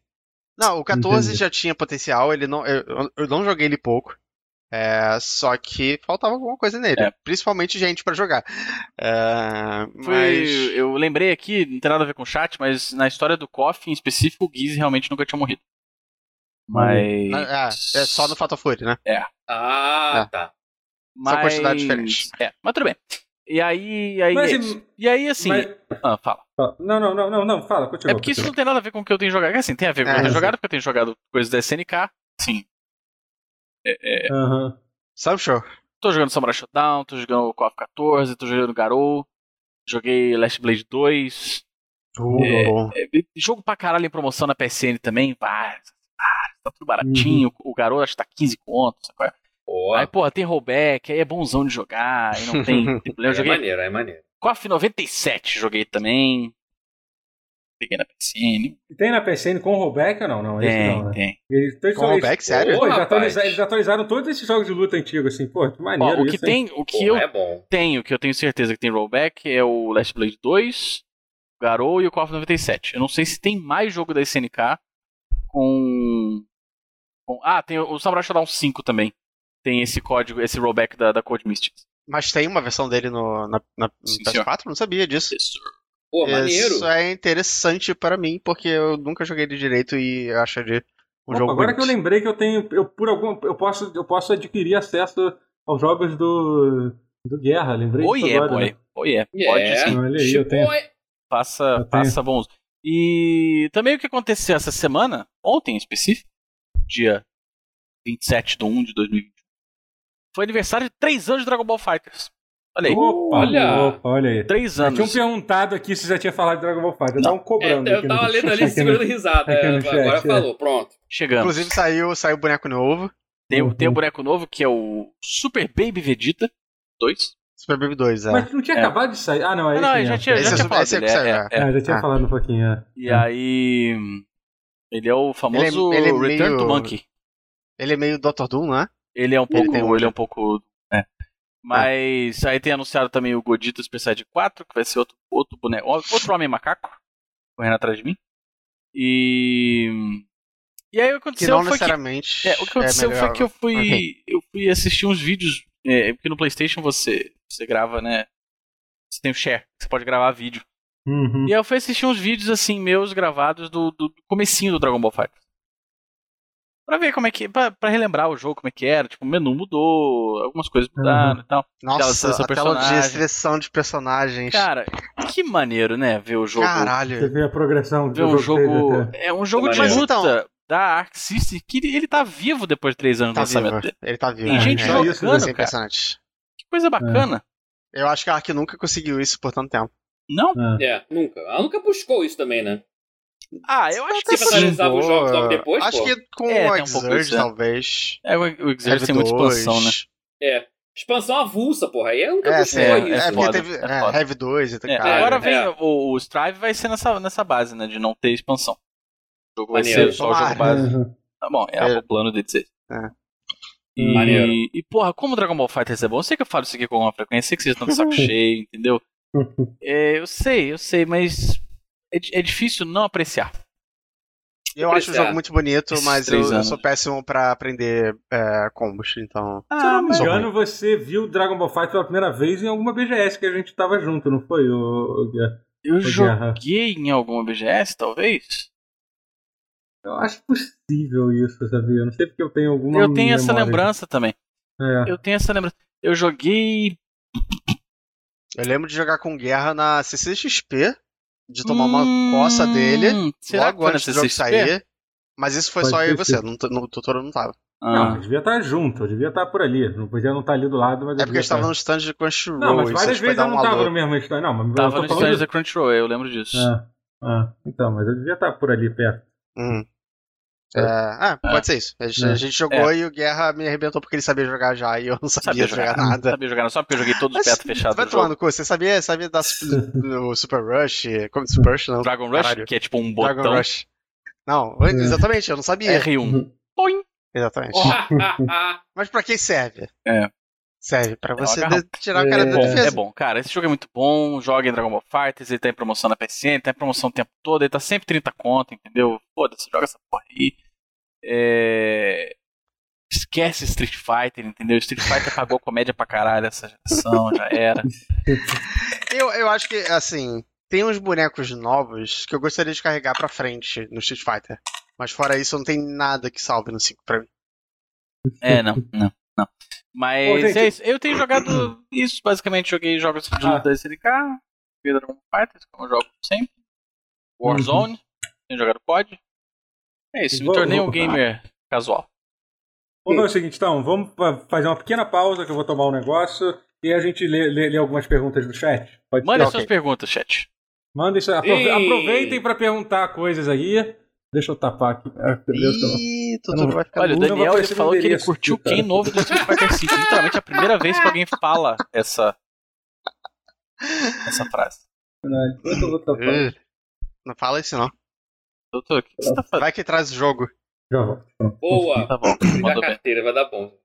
Não, o 14
Entendi.
já tinha potencial, ele não, eu, eu não joguei ele pouco. É, só que faltava alguma coisa nele.
É.
Principalmente gente pra jogar. É,
Foi,
mas.
Eu lembrei aqui, não tem nada a ver com o chat, mas na história do Coffin, em específico, o Giz realmente nunca tinha morrido. Mas.
Ah, É, é só no Fatal Fury, né?
Ah, tá.
mas...
quantidades diferentes.
É, mas tudo bem. E aí. aí
Mas,
é isso. e aí, assim.
mas-
Ah, fala.
Não, não, não, não, não, fala, continua.
É porque isso
continua.
não tem nada a ver com o que eu tenho jogado. Assim, tem a ver com o que
É,
eu tenho
sim.
jogado, porque eu tenho jogado coisas da SNK. Sim.
Aham.
Sabe o show?
Tô jogando Samurai Showdown, tô jogando KOF 14, tô jogando Garou, joguei Last Blade 2. É.
Bom.
É, e jogo pra caralho em promoção na PSN também, vários, vários, tá tudo baratinho.
Uhum.
O garoto acho que tá 15 contos. sabe qual é?
Ó,
Aí, porra, tem rollback, aí é bonzão de jogar, aí não tem. tem problema. eu
é
joguei
maneiro, é maneiro.
KOF 97, joguei também. Peguei na PSN.
E Tem na PSN com rollback ou não? Não, esse
Tem,
não, né?
tem.
Eles, todos
Com
eles-
rollback, sério?
Pô, eles,
Rapaz.
atualizaram, eles atualizaram todos esses jogos de luta antigos, assim, pô, que
Ó,
maneiro
o que
isso, hein?
tem, o que
Porra,
eu
é bom.
tenho, que eu tenho certeza que tem rollback, é o Last Blade 2, o Garou e o KOF 97. Eu não sei se tem mais jogo da SNK com. com- ah, tem o o Samurai Shodown 5 também. Tem esse código, esse rollback da, da Code Mystics.
Mas tem uma versão dele no, na, na- no
Sim,
PS4? Não sabia disso.
Pô, maneiro.
Isso é interessante pra mim, porque eu nunca joguei ele direito e eu acho ele um
Opa,
jogo
agora
bonito.
que eu lembrei que eu tenho, eu por algum, eu posso, eu posso adquirir acesso aos jogos do do Guerra, lembrei
Oi,
disso
é,
agora.
boy.
né?
Oi, é. Pode
Yeah. é,
sim.
Olha aí, eu tenho.
Boy.
Faça,
Eu tenho.
faça bons. E também o que aconteceu essa semana, ontem em específico, dia 27 de 1 de 2021, foi aniversário de 3 anos de Dragon Ball Fighters. Olha aí,
Opa,
Olha.
opa, olha aí.
3
Já
anos.
tinham perguntado aqui se já tinha falado de Dragon Ball Fighter.
Não.
Estavam cobrando.
É, eu
aqui
tava
no-
lendo ali
aqui né? no-
segurando risada.
aqui no
é,
chat,
agora
é.
falou, pronto.
Chegamos.
Inclusive saiu, saiu boneco novo,
Tem, o-
Uhum.
tem um boneco novo que é o Super Baby Vegeta 2.
Super Baby 2, é.
Mas não tinha
É.
acabado de sair. Ah, não, é
Ah, não,
esse
eu já
mesmo.
tinha,
Esse
já
é
tinha
o-
falado
esse é o
dele.
que
é,
saiu,
é, é.
Ah, já tinha
Ah.
falado um pouquinho. é.
E aí. Ele é o famoso
ele é
Return to
meio-
Monkey.
Ele é meio Dr. Doom, né?
Ele é um
Ele
pouco.
tem
Ele,
um-
é um pouco. é. Mas aí tem anunciado também o Godito Super Saiyajin 4, que vai ser outro, outro boneco. Outro homem macaco correndo atrás de mim. E. E aí o que
Que
aconteceu
não
foi que
necessariamente.
É, o que aconteceu
melhor.
foi que eu fui,
Ok.
eu fui assistir uns vídeos, é, porque no PlayStation você, você grava, né? Você tem o share, você pode gravar vídeo.
Uhum.
E aí eu fui assistir uns vídeos assim meus gravados do, do, do comecinho do Dragon Ball Fighter. Pra ver como é que. Pra, pra relembrar o jogo, como é que era. Tipo, o menu mudou, algumas coisas
Uhum.
mudaram e tal.
Nossa,
seleção
a tela de
personagem.
seleção de personagens.
Cara, que maneiro, né? Ver o jogo.
Você
Caralho.
vê a progressão
ver
do
um
dele
jogo.
até.
É um jogo de
Mas
luta
então-
da Arc System que ele, ele tá vivo depois de três anos do
Tá
lançamento
vivo.
dele.
Ele tá vivo.
Tem gente
é.
jogando,
Isso é
cara.
impressionante.
Que coisa bacana.
Eu acho que a Ark nunca conseguiu isso por tanto tempo.
Não?
Ah.
É, nunca. Ela nunca buscou isso também, né?
Ah, eu acho que
Você
sim.
personalizava os jogos logo depois,
Acho
pô.
que com
É,
o
tem um pouco
Exurge,
isso, né?
talvez.
É, o o Xerxes tem muita
Heavy
expansão, né?
2.
É. Expansão avulsa, porra. Aí ela nunca
É,
buscou
sim, é,
isso.
é, porque
foda,
teve.
é foda.
É, Heavy 2 e tal.
É,
cara.
né?
agora vem
é.
o, o Strive vai ser nessa, nessa base, né? De não ter expansão. O jogo vai
Maneiro.
ser só o jogo
Tomara.
base.
Uhum.
Tá bom, é,
É.
o plano de dizer.
É.
Maneiro.
E, e, porra, como Dragon Ball Fighters é bom, eu sei que eu falo isso aqui com alguma frequência, eu sei que vocês estão de saco cheio, entendeu? É, eu sei, eu sei, mas é, di- é difícil não apreciar.
Eu acho o
Apreciar.
jogo muito bonito,
Esses
mas eu,
três
eu
anos.
sou péssimo pra aprender é, combos, então.
Se eu não Ah, me
mas-
engano, você viu Dragon Ball Fighter pela primeira vez em alguma BGS que a gente tava junto, não foi, o,
Eu
Guerra.
joguei em alguma BGS, talvez?
Eu acho possível isso, sabia? Eu não sei porque eu tenho alguma.
eu tenho essa
memória.
lembrança também.
É.
Eu tenho essa lembrança. Eu joguei.
Eu lembro de jogar com guerra na CCXP, de tomar uma coça dele,
Hum, Será que
logo
foi na
antes do jogo
CCXP?
sair. Mas isso foi
Pode
só eu e
ter
você,
sido.
não, t- não, o tutor não tava.
Não,
Ah,
mas devia estar junto, eu devia estar por ali. Não podia não estar ali do lado, mas.
É
eu
porque a
devia
gente tava
estar.
no stand de Crunchyroll.
Não, mas
isso a
várias
gente foi
vezes
dar
eu
um
não tava
alô.
no mesmo stand. Não, mas
tava
eu tô
no
falando.
Stories da Crunchyroll, eu lembro disso.
Ah, ah, então, mas eu devia estar por ali perto.
Hum. É, ah, pode ser isso. A gente,
É.
a gente jogou e o Guerra me arrebentou porque ele sabia jogar já e eu não sabia, jogar,
Não
nada.
sabia jogar, não, só porque eu joguei todos
Mas
os perto fechados
Vai
do jogo.
tomando cu, você sabia, sabia dar su- o Super Rush? Como Super Rush não?
Dragon Rush,
Caralho.
que é tipo um
Dragon
botão É.
Rush. Não, exatamente, eu não sabia.
R1. Poim.
Exatamente. Mas pra que serve?
É.
Serve pra
um
você
agarrão.
de- tirar o cara
É.
da
Bom,
defesa.
é bom, cara. Esse jogo é muito bom. Joga em Dragon Ball Fighters, ele tá em promoção na PSN, ele tá em promoção o tempo todo, ele tá sempre 30 conto, entendeu? Foda-se, joga essa porra aí. É... Esquece Street Fighter, entendeu? Street Fighter pagou comédia pra caralho essa geração, já era.
Eu, eu acho que, assim, tem uns bonecos novos que eu gostaria de carregar pra frente no Street Fighter. Mas fora isso, não tem nada que salve no 5 pra mim.
É, não, não, não. Mas
Ô, gente-
é isso. Eu tenho jogado isso, basicamente. Joguei jogos de
Ah.
luta SNK, joguei Dragon Ball Fighters, como eu jogo sempre. Warzone, tenho jogado COD. É isso, me
Vou-
tornei
Uhum. vou-
um gamer casual.
Vamos fazer o seguinte, então, vamos fa- fazer uma pequena pausa que eu vou tomar um negócio e a gente lê, lê- lê algumas perguntas do chat. Pode
Mandem
ser?
suas
Ok.
perguntas, chat.
Mandem suas- apro-
Ih.
Aproveitem para perguntar coisas aí. Deixa eu tapar aqui. Ah, beleza, tá bom.
Ih,
Eu
tudo
não-
vai ficar
Olha, o
louco.
vai
Daniel ele
aparecer
falou
no
que ele
endereço
curtiu
aqui, cara.
quem novo do Street Fighter 5. Literalmente é a primeira vez que alguém fala essa, essa frase.
Caralho, eu vou tapar.
Ih, É, Não fala isso, não.
Doutor, o que você tá fazendo?
Vai que traz o jogo.
Já volto.
Boa.
Tá bom,
Da
mandou bem.
carteira, vai dar bom.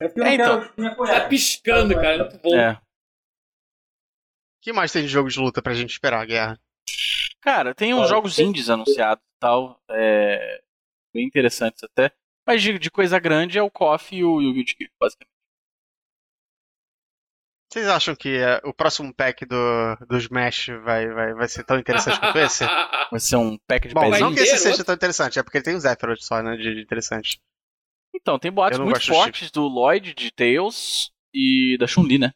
É porque eu não
É, então.
quero minha
Tá
cueca.
piscando, cara. Muito bom.
É.
O que mais tem de jogo de luta pra gente esperar, Guerra?
Cara, tem uns
Olha,
jogos
tem-
indies anunciados e tal. É... Bem interessantes até. Mas de, de coisa grande é o KOF e o, e o Guilty Gear, basicamente.
Vocês acham que eh, o próximo pack do, do Smash vai, vai, vai ser tão interessante quanto esse?
Vai ser um pack de
Bom,
pezinho.
não que esse
Inteiro,
seja tão interessante, é porque ele tem um Zephyr só, né, de de interessante.
Então, tem boatos
Eu não
muito
gosto desse
fortes do Lloyd, de Tails e da Chun-Li, né?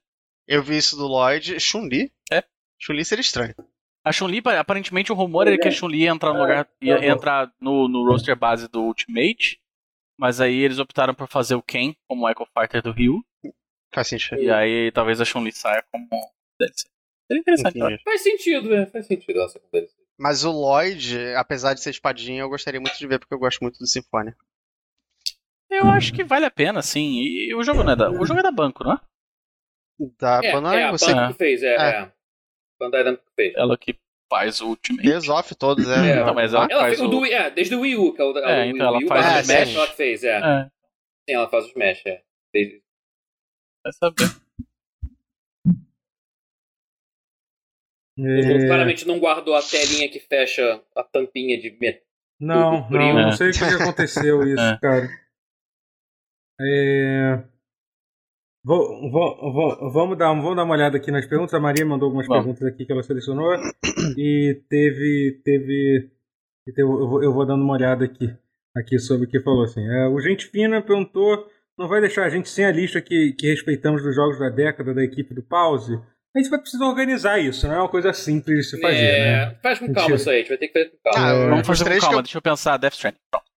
Eu vi isso do Lloyd. Chun-Li?
É.
Chun-Li seria estranho.
A Chun-Li, pa- aparentemente, o rumor era que a Chun-Li ia entrar no,
É,
lugar, ia
tá bom.
entrar no, no roster base do Ultimate. Mas aí eles optaram por fazer o Ken como Echo Fighter do Ryu.
Faz sentido.
E aí talvez a Chun-Li saia como. DLC. Seria interessante,
Entendi.
olha.
Faz sentido, né? Faz sentido essa conversa.
Mas o Lloyd, apesar de ser espadinha, eu gostaria muito de ver, porque eu gosto muito do Sinfonia.
Eu acho que vale a pena, sim. E o jogo não é da. O jogo é da banco, não é?
Da
É,
Banana,
é a
Ah, você
Ban-
banda que fez, é.
É.
é. a Bandai Namco que fez.
Ela que faz o Ultimate.
desoff todos,
É,
é.
Então, mas ela
Ela
faz
fez o do
o...
Wii, é, desde o Wii U, que é o da
É,
o Wii,
então ela
Wii U,
faz
o
mas o Smash
Smash.
ela que fez, é.
É,
Sim, ela faz o Smash, é. Desde-
vai saber.
O jogo
É,
claramente não guardou a telinha que fecha a tampinha de metal.
Não, não,
É.
não sei o que que aconteceu isso,
É.
cara. É, vou- vou- vou- vamos, dar, vamos dar uma olhada aqui nas perguntas. A Maria mandou algumas
Vamos.
perguntas aqui que ela selecionou. E teve. teve e teve- eu, vou, eu vou dando uma olhada aqui, aqui sobre o que falou. Assim. É, o Gente Fina perguntou: não vai deixar a gente sem a lista que, que respeitamos dos jogos da década da equipe do Pause? A gente vai precisar organizar isso, não é uma coisa simples de se fazer, né?
É, Faz com calma
Mentira.
isso aí, a gente vai ter que fazer com calma.
Ah,
É.
Vamos
os
fazer com
três que
calma,
eu-
deixa eu pensar Death Stranding. Pronto.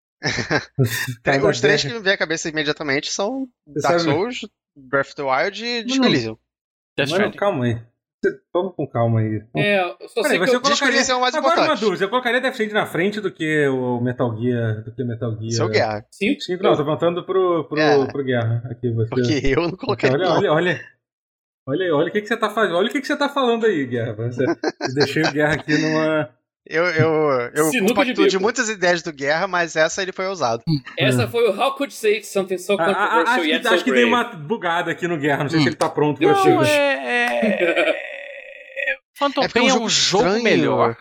Cada
os três que
década-
me vêm à cabeça imediatamente são
Você
Dark
sabe-
Souls, Breath of the Wild e Disco
Não.
Elysium.
Death
Mano,
Stranding.
calma aí. Cê- Vamos com calma aí.
É, eu só
Peraí,
sei que
você
eu...
Disco
colocaria...
Elysium é o mais
Agora uma
importante.
dúvida, eu colocaria Death Stranding na frente do que o Metal Gear, do que Metal Gear.
Seu é Guerra.
Sim,
Sim, não, tô voltando pro, pro,
É.
pro Guerra aqui você.
Porque eu não coloquei
olha,
não.
olha, olha. Olha, aí, olha o que, que você tá fazendo. Olha o que, que você tá falando aí, Guerra. Você... Eu deixei o Guerra aqui numa.
Eu, eu, eu
Sinuca de
compactuo de
bico.
muitas ideias do Guerra, mas essa ele foi ousado.
essa foi o How Could Say Something So
Ah, ah, ah,
Controversial
acho
Yet
que,
So
acho que dei
Brave.
uma bugada aqui no Guerra. Não sei
Hum.
se ele tá pronto pra
Não,
assistir.
é. é- Phantom
É porque é um
Pain é
jogo
um jogo
estranho.
melhor.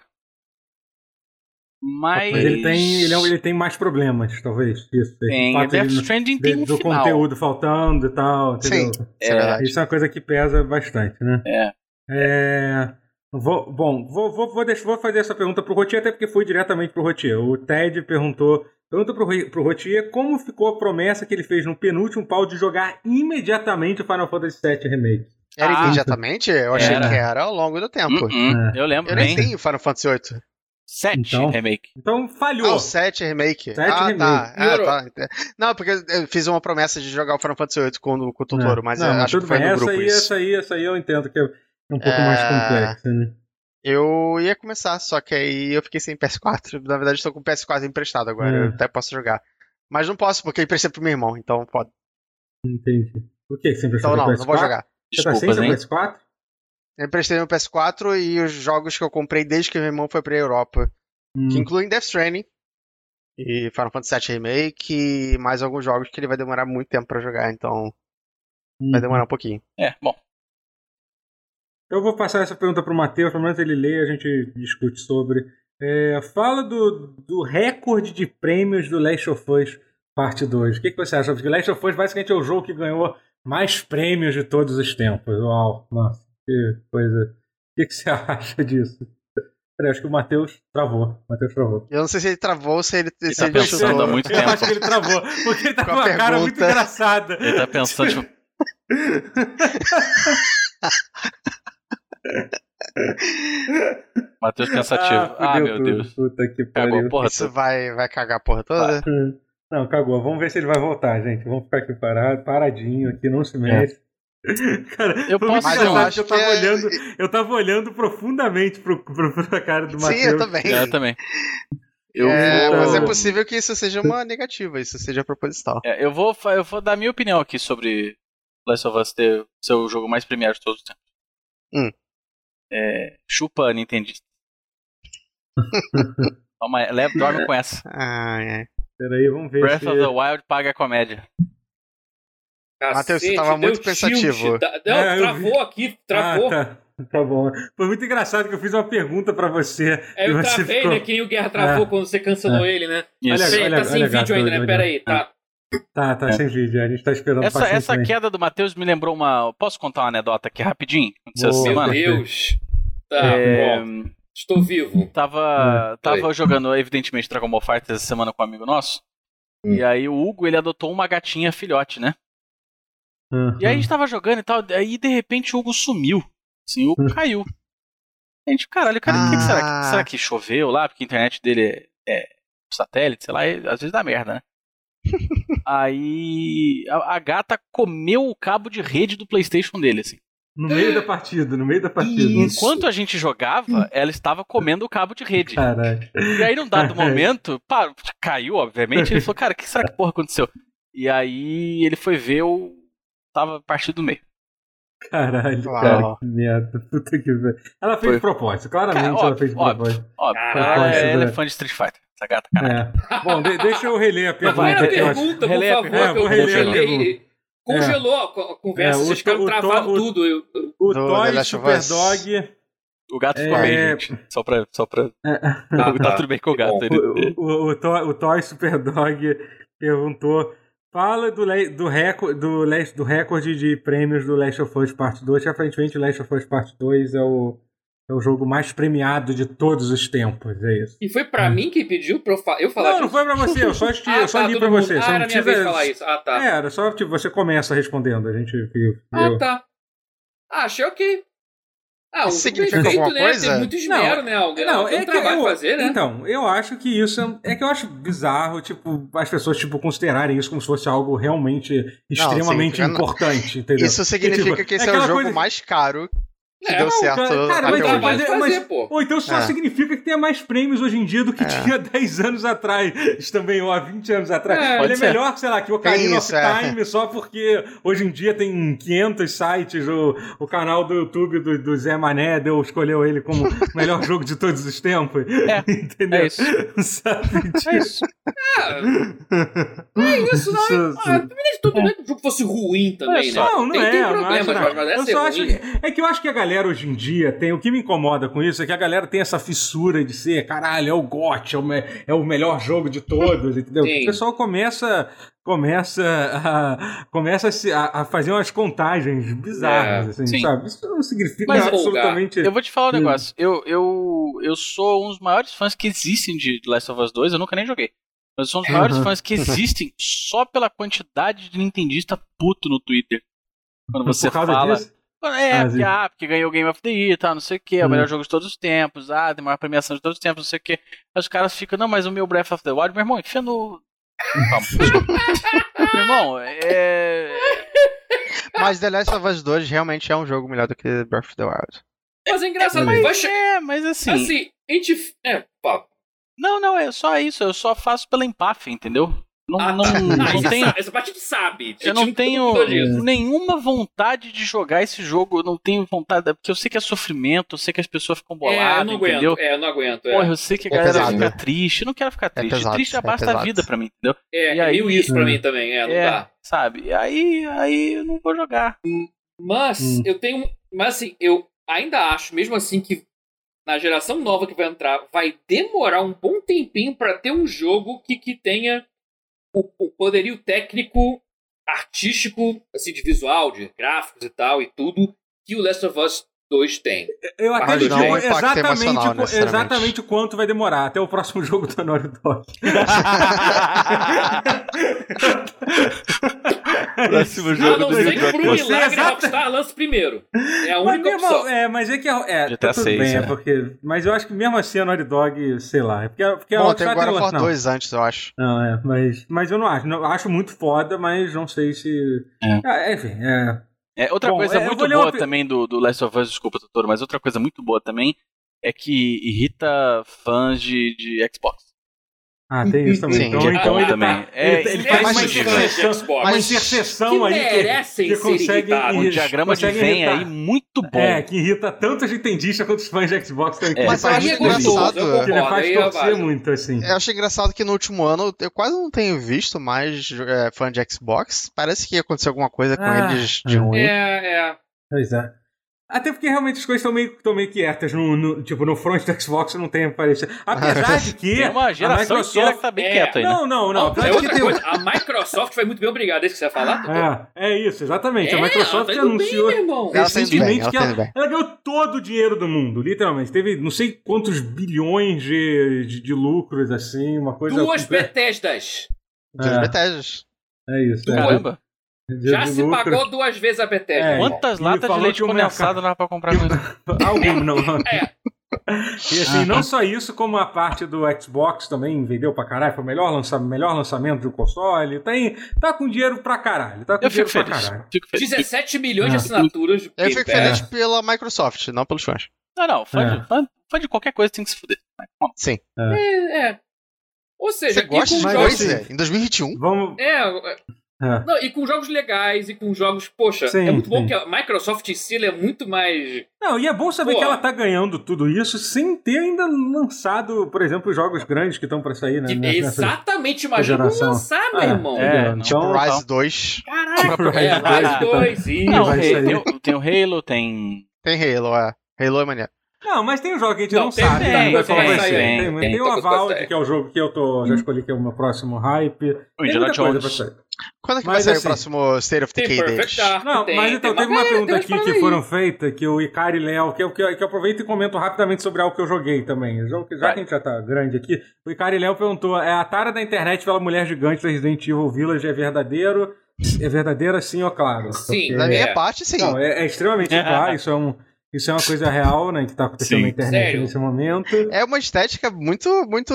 Mas.
Mas ele tem, ele, é um- ele tem mais problemas, talvez. Isso.
Tem.
O fato de
Death
ele não-
Stranding
de-
tem um
do
final.
conteúdo faltando e tal, entendeu?
Sim, isso é verdade.
Isso é uma coisa que pesa bastante, né?
É.
É, Vou, bom, vou, vou, vou, deixar, vou fazer essa pergunta pro Rotier, até porque foi diretamente pro Rotier. O Ted perguntou. Pergunta pro, pro Rotier como ficou a promessa que ele fez no penúltimo pau de jogar imediatamente o Final Fantasy VII Remake.
Era
Ah.
imediatamente? Eu achei
Era.
que era ao longo do tempo.
Hum, É.
Uh-uh, Eu
Ah,
lembro
Eu nem
bem.
tenho Final Fantasy VIII.
7
Então.
remake.
Então
Ah,
falhou.
o 7 Remake.
Sete é
ah,
remake.
tá. Ah,
Melhorou.
tá. Não, porque eu fiz uma promessa de jogar o Final Fantasy VIII com, o- com o Totoro, mas eu
É. Não,
acho que
tudo
foi
bem.
no
essa
grupo
aí,
isso.
essa aí, essa aí eu entendo que é um pouco
É.
mais complexa, né?
Eu ia começar, só que aí eu fiquei sem PS4. Na verdade, estou com o PS4 emprestado agora.
É.
Eu até posso jogar. Mas não posso, porque eu emprestei pro meu irmão, então pode.
Entendi. O que? Sempre
Então não, não vou jogar.
Você tá sem
Desculpas,
seu
hein?
PS4?
Eu emprestei meu PS4 e os jogos que eu comprei desde que meu irmão foi pra Europa. Que
Hum,
incluem Death Stranding e Final Fantasy VII Remake e mais alguns jogos que ele vai demorar muito tempo pra jogar, então
hum. Uhum.
vai demorar um pouquinho.
É, bom.
Eu vou passar essa pergunta pro Matheus, pelo menos ele lê, a gente discute sobre. É, fala do, do recorde de prêmios do Last of Us Parte 2. O que, que você acha? Porque Last of Us basicamente é o jogo que ganhou mais prêmios de todos os tempos. Uau, nossa, que coisa. O que, que você acha disso? Peraí, acho que o Matheus travou. O Matheus travou.
Eu não sei se ele travou ou se ele,
Ele
se
tá
ele
pensando
chutou.
há muito
Eu acho que
tempo.
ele travou, porque ele tá com
Com a
uma cara muito
pergunta.
engraçada.
Ele tá pensando, tipo, Matheus pensativo. Ah,
fudeu
meu
tudo.
Deus.
Puta que
Cagou,
pariu.
porra. tá.
Isso
tu-
vai, vai cagar a porra toda?
Hum. Não, cagou. Vamos ver se ele vai voltar, gente. Vamos ficar aqui parado, paradinho aqui, não se mexe. Cara,
Eu
foi muito
posso-
Mas eu
engraçado
acho
que eu tava
que é-
olhando, eu tava olhando profundamente pro, pro, pra cara do
Sim,
Matheus.
eu também.
É, Eu também. Eu
É,
vou-
mas é possível que isso seja uma negativa, isso seja proposital.
É, eu, vou, fa- eu vou dar minha opinião aqui sobre Last of Us ter ser o jogo mais premiado de todos os tempos.
Hum.
É, chupa, Nintendista. Toma, leva, dorme com essa.
Ai, ai.
Peraí, vamos ver
Breath
se...
of the Wild paga a comédia.
Matheus, você tava
deu
muito pensativo.
da- não,
É, eu vi.
travou aqui, travou.
Ah, tá. Tá bom. Foi muito engraçado que eu fiz uma pergunta pra você.
Aí
e
eu
você
travei,
ficou...
né? Que nem o Guerra travou quando você cancelou ele, né?
Isso.
É. Olha
Peraí,
olha-
tá sem
olha,
vídeo
gato,
ainda, né?
olha,
Peraí, tá.
Tá, tá,
É.
sem vídeo. A gente tá esperando
essa, essa
pacientemente.
queda do Matheus me lembrou uma. Posso contar uma anedota aqui rapidinho? Aconteceu essa
Boa.
semana?
Mano.
Meu Deus. Tá,
É,
bom. Estou vivo.
tava
Oi.
tava jogando, evidentemente, Dragon Ball Fighter essa semana com um amigo nosso.
Hum.
E aí o Hugo, ele adotou uma gatinha filhote, né?
Uhum.
é- E aí a gente tava jogando e tal, aí de repente o Hugo sumiu. Assim, o Hugo caiu. A gente, caralho, cara, o que, que será
Ah.
que será que choveu lá? Porque a internet dele é, é satélite, sei lá, e às vezes dá merda, né? aí a, a gata comeu o cabo de rede do PlayStation dele, assim.
No meio da partida, no meio da partida.
Isso.
Enquanto a gente
Hum.
jogava, ela estava comendo o cabo de rede.
Caralho.
E aí, num dado momento, parou, caiu, obviamente. Ele falou, cara, que será que porra aconteceu? E aí ele foi ver o. Tava partido do meio.
Caralho,
Uau.
cara, que merda. Puta que pariu. Ela fez
Foi.
de propósito, claramente
Cara,
ela
óbvio,
fez de
óbvio.
propósito.
Ó,
Caralho.
ela é, ela é
né?
fã de Street Fighter. Essa gata, caralho.
É. Bom, de- deixa eu reler a
Mas
pergunta.
vai na
que eu acho-
pergunta, por
Relê a
favor,
pergunta.
que eu
É, vou reler a
congelei. Congelou a co- a conversa,
É, o
vocês
to-
ficaram
o to-
travados
o- Tá,
tudo. Eu,
O
Do The
Toy
Last of Us.
Superdog.
O gato ficou
É.
bem, gente. Só pra. Só pra... Tá, tudo bem com o gato.
Ah, Que
Ele...
O, o, o, Toy- o Toy Superdog perguntou. Fala do, le- do, recorde, do, le- do recorde de prêmios do Last of Us Part 2. que Aparentemente, Last of Us Part 2 é o, é o jogo mais premiado de todos os tempos. É isso.
E foi pra mim que pediu pra eu, fa- eu falar
não,
disso?
não foi pra você. Eu só, te,
Ah,
eu só
tá,
li
todo
pra
mundo.
você.
Ah,
você não
era minha vez
precisa-
falar isso. Ah, tá.
É, era só tipo, você começa respondendo, a gente viu.
Ah,
eu-
tá. Ah, achei ok. Ah, um
Isso significa
feito,
alguma
né?
coisa?
Teve muito esmero,
Não,
né? Alguém
Não, é
tem um
que
trabalho
eu,
fazer, né?
Então, eu acho que isso é, é que eu acho bizarro, tipo, as pessoas tipo considerarem isso como se fosse algo realmente extremamente
significa não.
importante, entendeu?
Isso significa
tipo,
que
é
esse é, o
aquela
jogo
coisa-
mais caro que
É,
deu
não,
certo
cara, cara,
Tem
mas-
até
trabalho
hoje.
mas-
de fazer,
mas-
pô.
Ou então só
É.
significa que tem mais prêmios hoje em dia do que
É.
tinha 10 anos atrás, também, ou há 20 anos atrás.
É,
Ele
pode
é
ser.
melhor, sei lá, que o Ocarina of
Tem isso, é.
Time, só porque hoje em dia tem 500 sites, o, o canal do YouTube do, do Zé Mané deu, escolheu ele como o melhor jogo de todos os tempos.
É,
Entendeu?
é isso.
Sabe?
É isso.
Ah, é isso, não.
Isso,
Ah, também de tudo, não é que o jogo fosse ruim também,
É
né?
só-
Não, não
tem,
é.
tem
não
problemas,
acho, não.
mas, mas
eu
essa é
só
ruim.
acho, é que eu acho que a galera hoje em dia tem. O que me incomoda com isso é que a galera tem essa fissura de ser, caralho, é o GOT, é o, me- é o melhor jogo de todos, entendeu?
Sim.
O pessoal começa. Começa a, começa a, se- a- a fazer umas contagens bizarras,
É,
assim,
sim.
sabe? Isso não significa
Mas,
absolutamente.
Eu vou te falar um
Hum.
negócio. Eu, eu, eu sou um dos maiores fãs que existem de The Last of Us 2. Eu nunca nem joguei. Mas eu sou um dos maiores fãs que existem só pela quantidade de nintendista puto no Twitter. Quando você
por causa
fala.
disso.
É,
Ah,
porque,
sim.
ah, porque ganhou o Game of the Year e tal, não sei o que, é o
Hum.
melhor jogo de todos os tempos, ah, tem a maior premiação de todos os tempos, não sei o que. Aí os caras ficam, não, mas o meu Breath of the Wild, meu irmão, enfia no. Calma, desculpa. meu irmão, é.
Mas The Last of Us 2 realmente é um jogo melhor do que Breath of the Wild.
Mas é engraçado,
Mas
vai chegar.
É, mas assim.
Assim, a gente. É, pá.
Não, não, é só isso, eu só faço pela empáfia, entendeu? Não,
Ah,
não,
tá. Ah,
não
isso tipo
tenho.
sa- Essa parte a gente sabe.
Eu não tenho
dúvida disso.
nenhuma vontade de jogar esse jogo, eu não tenho vontade, porque eu sei que é sofrimento, eu sei que as pessoas
é,
ficam
eu
boladas,
não aguento.
entendeu?
É, eu não aguento. É,
Porra, eu sei que a
É
galera
pesado.
fica triste. Eu não quero ficar triste.
pesado,
triste já
é
basta a
pesado.
vida pra mim, entendeu?
é,
e
é
aí-
meio isso pra
Hum.
mim também. É, não
É.
dá.
Sabe? Aí, aí eu não vou jogar.
Mas
Hum.
eu tenho. Mas assim, eu ainda acho, mesmo assim, que na geração nova que vai entrar, vai demorar um bom tempinho pra ter um jogo que, que tenha o, o poderio técnico, artístico, assim, de visual, de gráficos e tal, e tudo, que o Last of Us 2 tem.
Eu até
Mas
digo
não é um
impacto
exatamente,
emocional,
o-
necessariamente.
exatamente o quanto vai demorar até o próximo jogo do Honório Dog.
Próximo
A não ser que por um
Você
milagre a
exata-
Rockstar lance primeiro. É a
Mas,
única
mesmo,
opção.
é, mas é que é, é,
GTA
tá tudo
VI,
bem, é
né?
porque, mas eu acho que mesmo assim a Naughty Dog, sei lá, é porque, porque a
Bom, tem o
Rockstar
God of
lança-
War
não,
2 antes, eu acho.
não, é, mas, mas eu não acho, não, acho muito foda, mas não sei se,
É.
Ah, enfim, é,
É, outra
Bom,
coisa
é, eu
muito
vou ler
boa
uma pe-
também do, do Last of Us, desculpa, doutor, mas outra coisa muito boa também é que irrita fãs de, de Xbox.
ah, tem isso também,
Sim,
então,
que é
então
bom
ele tá-
também.
ele,
É,
ele
ele
faz
faz
uma
sentido.
interseção,
um Xbox.
uma
Mas
interseção
que
aí
merecem
que
ser
consegue
irritados.
Um
Eles
diagrama de
conseguem
vem
irritar.
aí muito bom.
É, que irrita tanto os nintendistas quanto os fãs de Xbox também. que
É,
ele
mas eu
faz
acho
Aí é
muito isso.
gostoso, eu
engraçado.
Que ele
concordo.
faz
Aí é
torcer
válido.
muito, assim.
Eu acho engraçado que no último ano eu quase não tenho visto mais é, fã de Xbox. Parece que aconteceu alguma coisa com
Ah,
eles de
é.
ruim.
É, é.
Pois é. Até porque realmente as coisas estão meio, estão meio quietas. No, no- tipo, no front do Xbox não tem aparecido. Apesar de que.
Tem uma geração
a
inteira que
Microsoft...
tá bem
É.
quieta aí, né?
Não, não, não.
é
Apesar de que
outra
tem.
coisa. A Microsoft foi muito bem obrigada. É isso que você ia falar? Tutu?
É, é isso, exatamente. a
É,
Microsoft
tá indo
anunciou.
Bem, meu irmão.
Ela tá indo bem,
recentemente
ela
que
tá indo
ela,
bem.
ela ganhou todo o dinheiro do mundo, literalmente. Teve não sei quantos bilhões de, de, de lucros, assim, uma coisa.
Duas
completa-
Bethesdas.
Dos
É.
Bethesdas.
É isso. é.
Caramba,
De-
Já
de
se
lucro.
pagou duas vezes a Bethesda.
É.
irmão.
quantas
E
latas de
falou
leite
que o
condensado
mercado-
não dá pra comprar com isso?
Algum, não.
É.
E
Ah,
assim,
tá.
não só isso, como a parte do Xbox também vendeu pra caralho, foi o melhor, lança, melhor lançamento do console. Tem, tá com dinheiro pra caralho. Tá com
Eu fico
dinheiro pra
feliz.
caralho.
Fico feliz.
17 milhões de
Ah.
assinaturas. de
Eu
Game
fico
Pass.
feliz pela Microsoft, não pelos fãs.
Não, não, fã,
É.
de, fã, fã de qualquer coisa tem que se fuder.
É, é. Ou seja,
Você
e
gosta de
com
né?
mas
jogos...
assim-
coisa? Em 2021?
Vamos.
É,
é.
não, e com jogos legais, e com jogos, poxa, é
Sim,
muito bom
sim.
que a Microsoft em si ela é muito mais.
Não, e é bom saber
Pô.
que ela tá ganhando tudo isso sem ter ainda lançado, por exemplo, os jogos grandes que estão pra sair, né?
que-
nessa-
exatamente, imagina como
geração.
lançar, meu
É,
irmão.
É,
Entendeu?
não,
Então,
Rise 2.
Caraca,
Rise
é,
dois,
Rise
que tá-
2, isso.
Não,
vai
tem,
sair.
tem, o- tem o Halo, tem.
Tem Halo, é. Halo é maneiro.
Não, mas tem um jogo que a gente
Não,
não,
tem-
sabe
tem,
ainda
tem,
qual vai
tem,
ser.
tem,
Tem,
tem
tem o
muita coisa Uhum. pra
Avowed,
sair.
que é o jogo que eu tô, já escolhi que é o meu próximo hype.
O
Tem
Indiana
muita coisa pra
Jones.
sair.
Quando é que vai
Mas
sair o
assim-
próximo State of
Tem
Decay deles?
Perfect Dark,
Não,
tem,
mas então,
tem
teve uma
galera,
pergunta
tem umas
aqui que
paradas
foram
aí.
feitas, que o Icari Léo, que, eu- que, eu- que eu aproveito e comento rapidamente sobre algo que eu joguei também. Já, que- já
Vai.
que a gente já tá grande aqui, o Icari Léo perguntou: é a tara da internet pela mulher gigante da Resident Evil Village é verdadeiro? É verdadeira, sim ou claro?
Sim,
Porque-
Da
É.
minha parte, sim.
Não, é, é extremamente claro, isso é, um, isso é uma coisa real, né, que tá acontecendo
Sim.
na internet
Sério?
nesse momento.
É uma estética muito, muito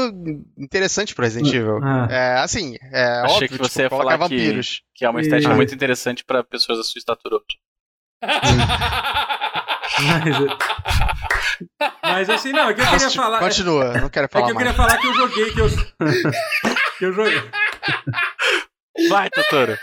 interessante pro Resident Evil.
Ah.
É, assim, é
Achei
óbvio,
que você
tipo,
ia
colocar
falar que-
vampiros.
Que é uma estética
Ah.
muito interessante pra pessoas da sua estatura.
Mas, mas assim, não, é que eu queria falar. é-
Continua, não quero
É
falar
que eu queria
mais.
falar que eu joguei, que eu. que eu joguei.
Vai, Totoro.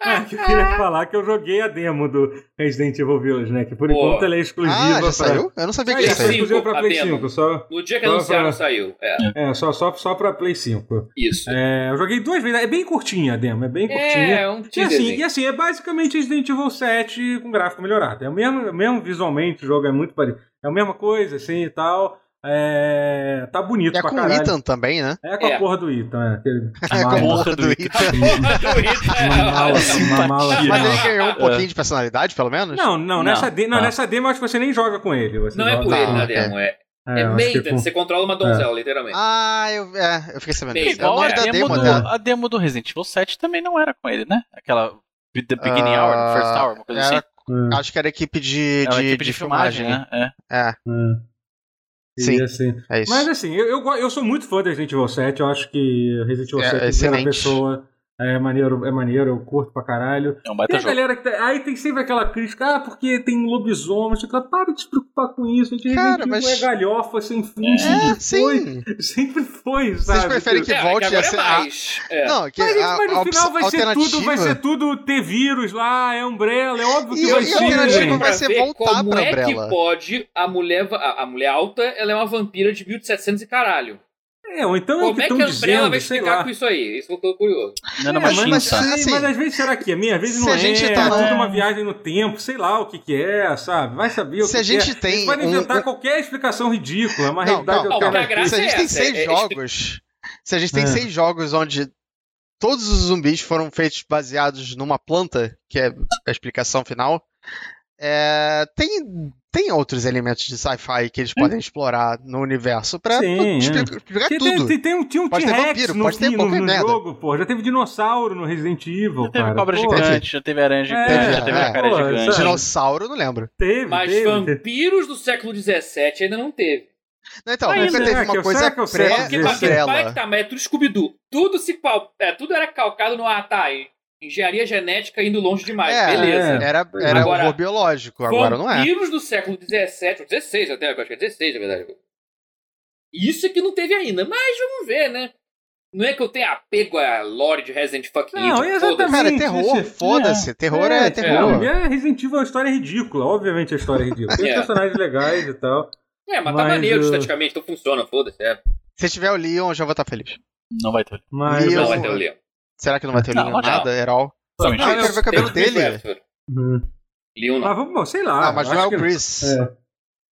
É, que eu queria falar que eu joguei a demo do Resident Evil Village, né? Que por
Pô.
enquanto ela é exclusiva.
Ah, já
pra...
saiu? Eu não sabia que
Saiu,
já
saiu
saiu.
exclusiva pra
a
Play
demo.
5, só,
No dia que
Só
anunciaram,
pra-
saiu. É,
é, só, só, só pra Play 5.
isso.
É, eu joguei duas vezes, é bem curtinha a demo, é bem curtinha.
É, um
E assim, e
teaser.
assim, é basicamente Resident Evil 7 com gráfico melhorado. É o mesmo, é o mesmo visualmente, o jogo é muito parecido. É a mesma coisa, assim e tal. É, tá bonito
É
pra
com o
caralho.
Ethan também, né?
É com a
É.
porra do Ethan, é. Aquele
É com a
mala-
porra do Ethan.
né?
uma assim, mala, uma mala de-
Mas ele ganhou um pouquinho de personalidade, pelo menos?
Não, não,
Não,
nessa, de, não,
Ah.
tá.
nessa demo eu acho que você nem joga com ele. Você
Não é
joga-
por ele
Não,
na
é.
demo, é,
É,
é
eu acho que
Maiden,
com-
você controla uma donzela, literalmente.
Ah, eu, é, eu fiquei sabendo.
Bem,
É
disso. É o
igual a
nome da
demo,
demo
do,
dela.
a demo do Resident Evil 7 também não era com ele, né? Aquela be- The Beginning
Ah,
Hour, the First Hour, uma coisa
era
assim.
É,
Acho que era equipe de,
Era
de,
a É equipe
de
de
filmagem.
filmagem, né?
É,
é.
Sim.
E assim,
é isso.
Mas assim, eu, eu, go- eu sou muito fã do Resident Evil 7, eu acho que Resident Evil
É,
7
é
em primeira
excelente.
pessoa é maneiro, é maneiro, eu curto pra caralho.
É, é
Tem
um baita
a
jogo.
galera que tá, aí tem sempre aquela crítica, ah, porque tem lobisomem, não sei o que lá. para de se preocupar com isso, a gente
Cara,
Resident Evil
mas-
é galhofa sem fim,
É,
sempre assim, foi,
sim.
sempre foi, sabe?
Vocês preferem que
É,
volte
agora
a ser.
é
a-
mais. É.
Não, que
Mas,
a,
gente, mas
a
no final
opção-
vai ser tudo, vai ser
alternativa-
tudo ter vírus lá, é Umbrella, é óbvio que
E-
vai
e a
ser.
alternativa
gente.
vai ser
ver
voltar
como
pra
é
Umbrella.
que pode a mulher, va- a, a mulher alta, ela é uma vampira de 1700 e caralho.
É, ou então é o
como
que
é que
estão
a Umbrella
dizendo,
vai
sei
explicar
lá.
com isso aí? Isso que eu tô curioso.
Não era tá?
É,
uma
mas-
mas-
chinsa.
Sim,
Assim,
mas às vezes será que é minha? Às vezes
se
não
a gente
é,
tá
é
num-
tudo uma viagem no tempo, sei lá o que que é, sabe? Vai saber o
Se
que
a
que é.
gente tem
Eles podem
um-
inventar
um-
qualquer explicação ridícula, é uma
Não,
realidade
não,
não.
alternativa.
Porque a graça
Se a gente
é
tem
essa,
seis
é- é-
jogos. Se a gente tem
É.
seis jogos onde todos os zumbis foram feitos baseados numa planta, que é a explicação final, é, tem, tem outros elementos de sci-fi que eles podem explorar no universo pra
Hum. Sim,
pô,
é.
explicar, explicar
Porque Tem,
tudo.
tem- tem um, tinha um
Pode ter
T-Rex
vampiro,
no,
pode ter
fim- no,
qualquer
no
merda.
jogo, pô. Já teve dinossauro no Resident Evil,
Já teve
cara.
cobra
Pô,
gigante, já teve aranha gigante,
É,
já teve
é.
jacaré
Pô, um
gigante.
sabe?
Dinossauro, não lembro.
Teve,
Mas
teve, teve.
vampiros do século XVII ainda não teve.
Não, então,
Ainda,
nunca
será
teve
é que
uma
eu-
coisa
será que eu sei?
pré
Porque-
Porque, porque
Umbrella.
pai que tá, mas é tudo Scooby-Doo. Tudo se pau- é, tudo era calcado no ah, tá, em- engenharia genética indo longe demais.
É,
Beleza.
Era, era
Agora-
horror biológico, agora não é.
Vampiros do século XVII, ou XVI até, eu acho que é XVI, na verdade. Isso é que não teve ainda, mas vamos ver, né? Não é que eu tenha apego a lore de Resident Fucking
Não,
Evil,
exatamente.
Cara, é
Sim,
terror,
sim, sim.
foda-se. Terror é, terror.
É, é, Resident Evil, a história é ridícula. Obviamente a história é ridícula. Tem
É.
personagens legais e tal.
foda-se. É, mas tá
Mas,
maneiro
uh,
estaticamente, então funciona, foda-se. É.
Se tiver o Leon, eu já vou estar feliz.
Não vai ter.
Mas. assim,
E eu-
Não, vai ter o Leon.
Será que não vai ter o
Não,
Leon
não.
nada, Herol?
Somente.
é um
Ah, eu quero ver o cabelo
Tem o
dele.
Christopher.
Uhum.
Leon
Ah,
não.
vamos, bom, sei lá.
Ah, mas
acho
não é o
que-
Chris.
É.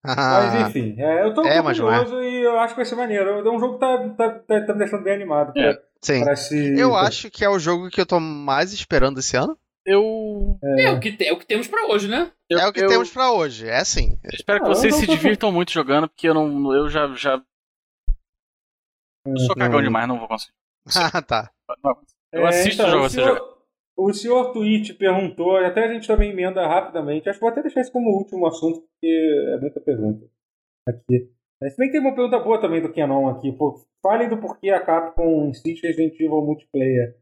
Mas
Ah,
enfim, é, eu tô,
É,
tô
mas não é.
curioso e eu acho que vai ser maneiro. É um jogo que tá, tá, tá, tá me deixando bem animado.
É.
Pra,
sim.
pra se...
Eu acho que é o jogo que eu tô mais esperando esse ano.
Eu,
É o, que tem, é o que temos pra hoje, né?
eu,
é o que
eu
temos pra hoje. É assim.
Espero que
Ah, eu
vocês
não
se
tô-
divirtam muito jogando, porque eu não. Eu já. já...
é,
Eu
Uhum.
sou cagão
não.
demais, não vou conseguir.
Ah, tá.
Não, Eu assisto o jogo
É, então, o
você joga.
senhor, o senhor Twitch perguntou, e até a gente também emenda rapidamente. Acho que vou até deixar isso como último assunto, porque é muita pergunta aqui. Mas se bem que tem uma pergunta boa também do Kenon aqui. Pô, falem do porquê a Capcom insiste em Resident Evil multiplayer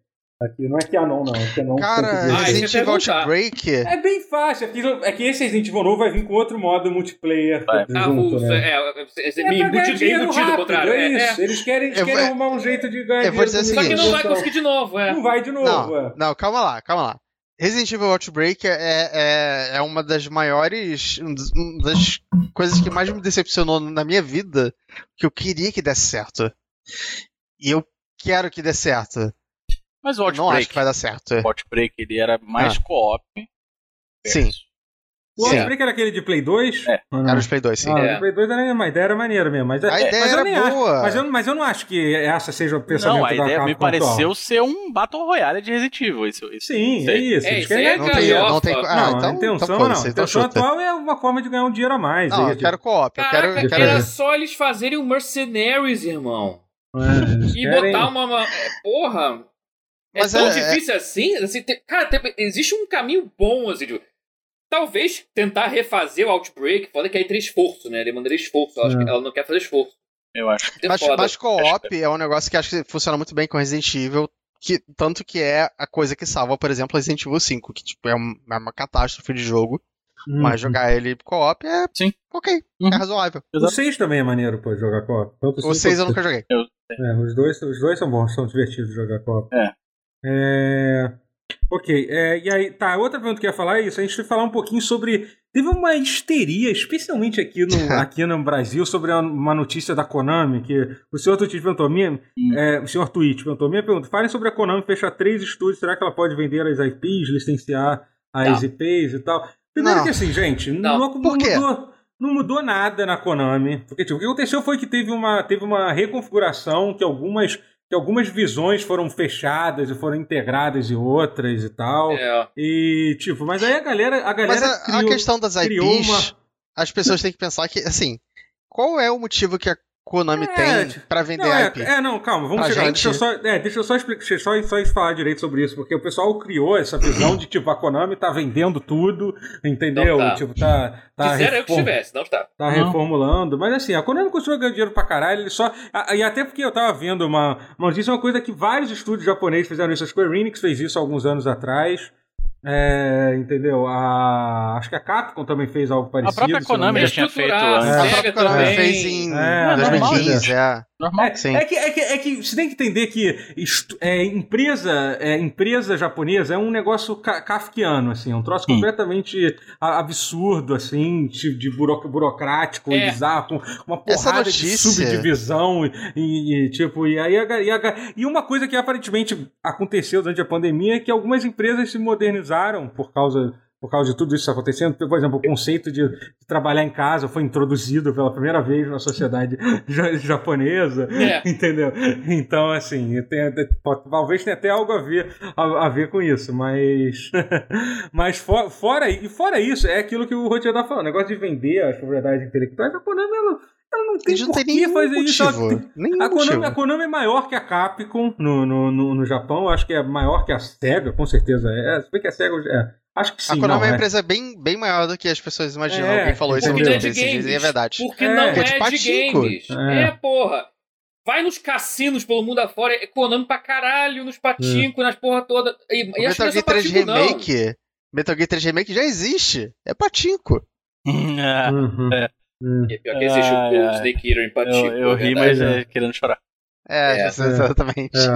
aqui. Não é Kenon, não. É Kenon
Cara,
português.
Ah, isso
Resident
eu ia
Evil
perguntar.
Outbreak.
É bem fácil, é que, é que esse Resident Evil novo vai vir com outro modo multiplayer
Vai.
junto,
Ah, o,
né?
é, é, é, é,
É pra ganhar
embutido,
dinheiro
embutido ao
rápido,
contrário.
É,
É, é.
isso. Eles querem, eles
Eu
querem
vou-
arrumar um jeito de ganhar
eu
dinheiro.
vou dizer o
com
Só que
seguinte,
isso,
não vai
então.
conseguir de novo, é.
Não vai de novo.
Não,
é.
não, calma lá, calma lá. Resident Evil Outbreak é, é, é uma das maiores. um dos- Uma das coisas que mais me decepcionou na minha vida. Que eu queria que desse certo. E eu quero que dê certo.
Mas o
Eu Não acho
Outbreak,
que vai dar certo.
o Outbreak ele era
Ah.
mais co-op.
Sim.
versus-
O
Sim.
Outbreak era aquele de Play 2?
É.
Ou não?
Era os Play 2, sim.
Ah,
É.
o Play 2 era uma ideia era maneira mesmo. Mas, é,
A ideia
Ah, mas eu
era
nem acho-
boa.
mas, eu, mas eu não acho que essa seja o pensamento
Não, a
da
ideia me
Capcom atual.
pareceu ser um Battle Royale de Resident Evil. Isso, isso.
Sim, é
Sei.
isso.
É,
eles
isso
querem
aí é
ganhar
Não tem,
dinheiro.
ganhar.
não tem.
galhofa.
Ah,
não,
então,
a intenção
então
não.
foda-se,
A
então
intenção
chuta.
atual é uma forma de ganhar um dinheiro a mais.
Não,
aí,
eu quero co-op, eu quero.
Caraca,
Eu
era
quero...
só eles fazerem um Mercenaries, irmão.
tipo, é, eles
E
querem-
botar uma. uma- é, Porra! É
Mas
tão
é-
difícil assim? assim tem- cara, tem- existe um caminho bom, assim, de- Talvez tentar refazer o Outbreak, foda que aí tem esforço, né? Demandaria esforço. Eu acho
É.
que ela não quer fazer esforço.
Eu acho.
Isso É
Mas,
foda.
mas co-op é um negócio que acho que funciona muito bem com Resident Evil. Que, tanto que é a coisa que salva, por exemplo, Resident Evil 5, que tipo, é, um- é uma catástrofe de jogo.
Hum.
Mas jogar ele co-op é.
Sim.
Ok,
Uhum.
é razoável.
O 6 também é maneiro, pô, jogar co-op. Tanto o cinco
Vocês eu
quanto o
nunca joguei.
É, os dois, os dois são bons, são divertidos de jogar Copa.
É.
É, Ok, é, e aí, tá, outra pergunta que eu ia falar é isso, a gente vai falar um pouquinho sobre, teve uma histeria, especialmente aqui no, aqui no Brasil, sobre a- uma notícia da Konami, que o senhor Twitch perguntou, minha, é, o senhor Twitch perguntou, minha pergunta, falem sobre a Konami fechar três estúdios, será que ela pode vender as IPs, licenciar as IPs e tal? Primeiro
Não.
que assim, gente, não,
Não.
não
Por quê?
mudou... Não mudou nada na Konami. Porque, tipo, o que aconteceu foi que teve uma, teve uma reconfiguração, que algumas, que algumas visões foram fechadas e foram integradas em outras e tal.
É.
E, tipo, mas aí a galera. A galera
Mas a, a
criou-
questão das
criou
IPs,
uma-
as pessoas têm que pensar que, assim, qual é o motivo que a Konami
É,
tem
tipo,
pra vender
Não, é,
IP?
é, não, calma, vamos
Pra
chegar.
gente-
Deixa eu só, é, deixa eu só, explicar, deixa eu só, só falar direito sobre isso, porque o pessoal criou essa visão de, tipo, a Konami tá vendendo tudo, entendeu?
Não tá.
Tipo, tá. tá
Quisera eu que
reform-
estivesse, não está.
Tá
Não.
reformulando. Mas assim, a Konami continua ganhando dinheiro pra caralho, ele só. a- E até porque eu tava vendo uma, uma notícia, uma coisa que vários estúdios japoneses fizeram isso. A Square Enix fez isso alguns anos atrás. É, entendeu? A, acho que a Capcom também fez algo parecido.
própria
se eu não
Konami
me
já
engano.
tinha feito
Estruturar,
antes.
É.
a
Sega
própria
Konami
Konami
também.
fez em
É,
2015, é.
Normal.
Sim.
É que, é que, é que você tem que entender que est- é, empresa, é, empresa japonesa é um negócio ca- kafkiano, assim, é um troço
Sim.
completamente a- absurdo, assim, de, de buro- burocrático e
É.
bizarro, com uma
Essa
porrada de
notícia-
subdivisão e, e- e, tipo, e aí a ga- e, a ga- e uma coisa que aparentemente aconteceu durante a pandemia é que algumas empresas se modernizaram por causa por causa de tudo isso acontecendo. Por exemplo, o conceito de trabalhar em casa foi introduzido pela primeira vez na sociedade ja- japonesa,
É.
entendeu? Então, assim, tem- tem- pode- talvez tenha até algo a ver, a, a ver com isso, mas. mas fo- fora, e fora isso, é aquilo que o Rotier tá falando: o negócio de vender as propriedades intelectuais, a Konami ela, ela não tem
Eles não
por
tem
que
nenhum
fazer isso. ela
motivo. né?
tem-
Nenhum
a Konami,
motivo.
a Konami é maior que a Capcom no, no, no, no Japão. Acho que é maior que a SEGA, com certeza. É, se bem que a SEGA. hoje- É, acho que sim.
A Konami
não,
é
é.
uma empresa bem, bem maior do que as pessoas imaginam.
É,
Alguém falou isso no
Porque
Porque
não é
não é
vídeo
de
desses dias,
games.
e é verdade.
Porque
É.
não
Porque
é
é de
de,
pachinko.
games.
É.
É. porra. Vai nos cassinos pelo mundo afora, é Konami pra caralho, nos patinco,
É.
nas porra toda. E,
O
e as
Metal
crianças
Gear 3
patinco não.
é Remake. Metal Gear 3 Remake já existe. É patinco.
É,
Uhum.
É.
Hum.
E é pior que existe o
Ai,
Cold
ai.
Snake Eater em patinco.
Eu,
Tipo,
eu
é
ri,
verdade.
mas
verdade.
é, querendo chorar.
É,
É.
exatamente.
É.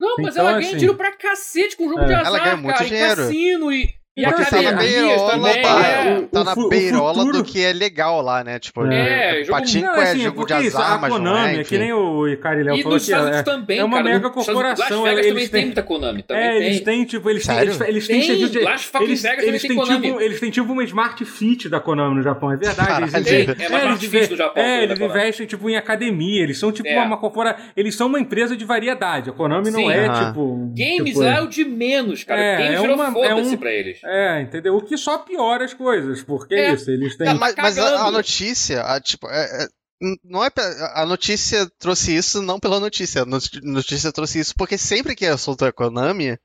Não, mas
Então,
ela ganha
assim,
dinheiro pra cacete com jogo
é.
de
Ela
azar,
ganha muito
cara,
dinheiro.
em cassino e, e
Porque tá na
academias
beirola
também.
da-
é.
o-
Tá
o
na
fu- o
beirola
futuro-
do que é legal lá, né? Tipo,
É, jogo-
patinco
Não,
é
assim,
jogo de
porque isso,
azar,
a
mas não
Konami,
é,
é que
enfim.
nem o Carilhão
E
falou
nos
que
Estados
ela
Unidos
é,
também,
é uma
cara.
mega
Nos Estados-
corporação,
Las Vegas
eles
também
têm-
tem muita Konami. Também
É, eles
tem.
têm, tipo, eles têm,
Sério?
eles, eles têm
Tem,
serviço de.
Las fucking
Eles, eles
Vegas também
têm
tem
tipo,
Konami.
eles têm tipo uma Smart Fit da Konami no Japão, é verdade. Eles
Caralho.
investem-
Tem, é uma
eles
parte difícil
inve-
do Japão.
é,
né,
eles
Konami?
investem tipo em academia, eles são tipo
É.
uma, uma corpora, eles são uma empresa de variedade. A Konami não
Sim.
é
Aham.
tipo
Games
tipo,
é o de menos, cara.
É,
Games
é
virou
uma- é
foda-se
um-
pra eles.
É, entendeu? O que só piora as coisas, porque é
É.
isso, eles têm
Tá,
mas, mas a,
cagando.
a notícia, a, tipo, é- é- n- não é pe- a notícia trouxe isso não pela notícia, a noti- notícia trouxe isso porque sempre que é assunto da Konami,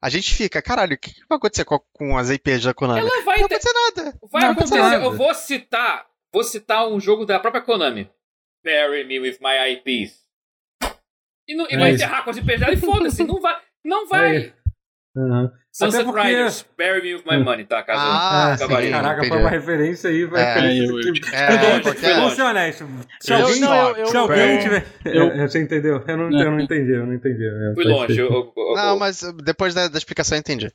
a gente fica, caralho, o que, que vai acontecer com, a- com as IPs da Konami?
Ela vai
Não
ter-
vai acontecer nada.
Vai
Não,
acontecer.
nada.
Eu vou citar. Vou citar um jogo da própria Konami. Bury me with my IPs. E, não, e
É
vai
isso.
enterrar com as IPs dela e foda-se. Não vai. Não vai.
É. Aham.
Sunset
Até porque-
Riders. Bury me with my
Hum.
money, tá? Caso
Ah,
sim,
acabaria.
caraca, foi
entendi.
uma referência aí, foi uma
É,
referência
eu-
que-
É,
Longe,
porque-
foi
Vamos
longe.
ser honestos. Se
Eu-
alguém,
não, eu- eu-
se alguém
eu-
tiver.
eu-
É, você entendeu? Eu não, eu não entendi, eu não entendi. É,
Fui
pode
longe.
ser.
Eu, eu- eu-
Não,
eu-
mas depois da, da explicação eu entendi.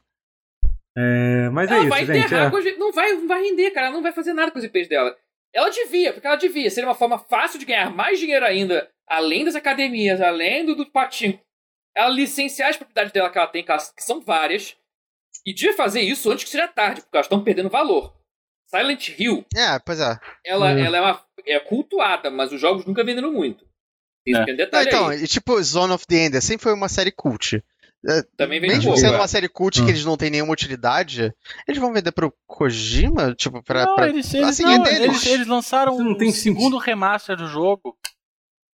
É, mas é
ela
isso,
vai
gente.
enterrar
é.
com as IPs. Não vai, não vai render, cara. Ela não vai fazer nada com as IPs dela. Ela devia, porque ela devia. Seria uma forma fácil de ganhar mais dinheiro ainda, além das academias, além do, do patinho. Ela licenciar as propriedades dela que ela tem, que elas- que são várias, e devia fazer isso antes que seja tarde, porque elas estão perdendo valor. Silent Hill,
É, pois é.
ela,
Hum.
ela é, uma- é cultuada, mas os jogos nunca venderam muito. Isso
É.
tem um
Não,
detalhe
então,
aí.
e tipo, Zone of the Ender sempre foi uma série cult.
Também vende
Mesmo
pouco.
sendo
é.
uma série cult
Hum.
que eles não têm nenhuma utilidade, eles vão vender pro Kojima? Tipo, pra.
não,
pra-
eles, eles,
assim, é
não,
deles.
eles, eles lançaram
Isso não tem
o segundo remaster do jogo.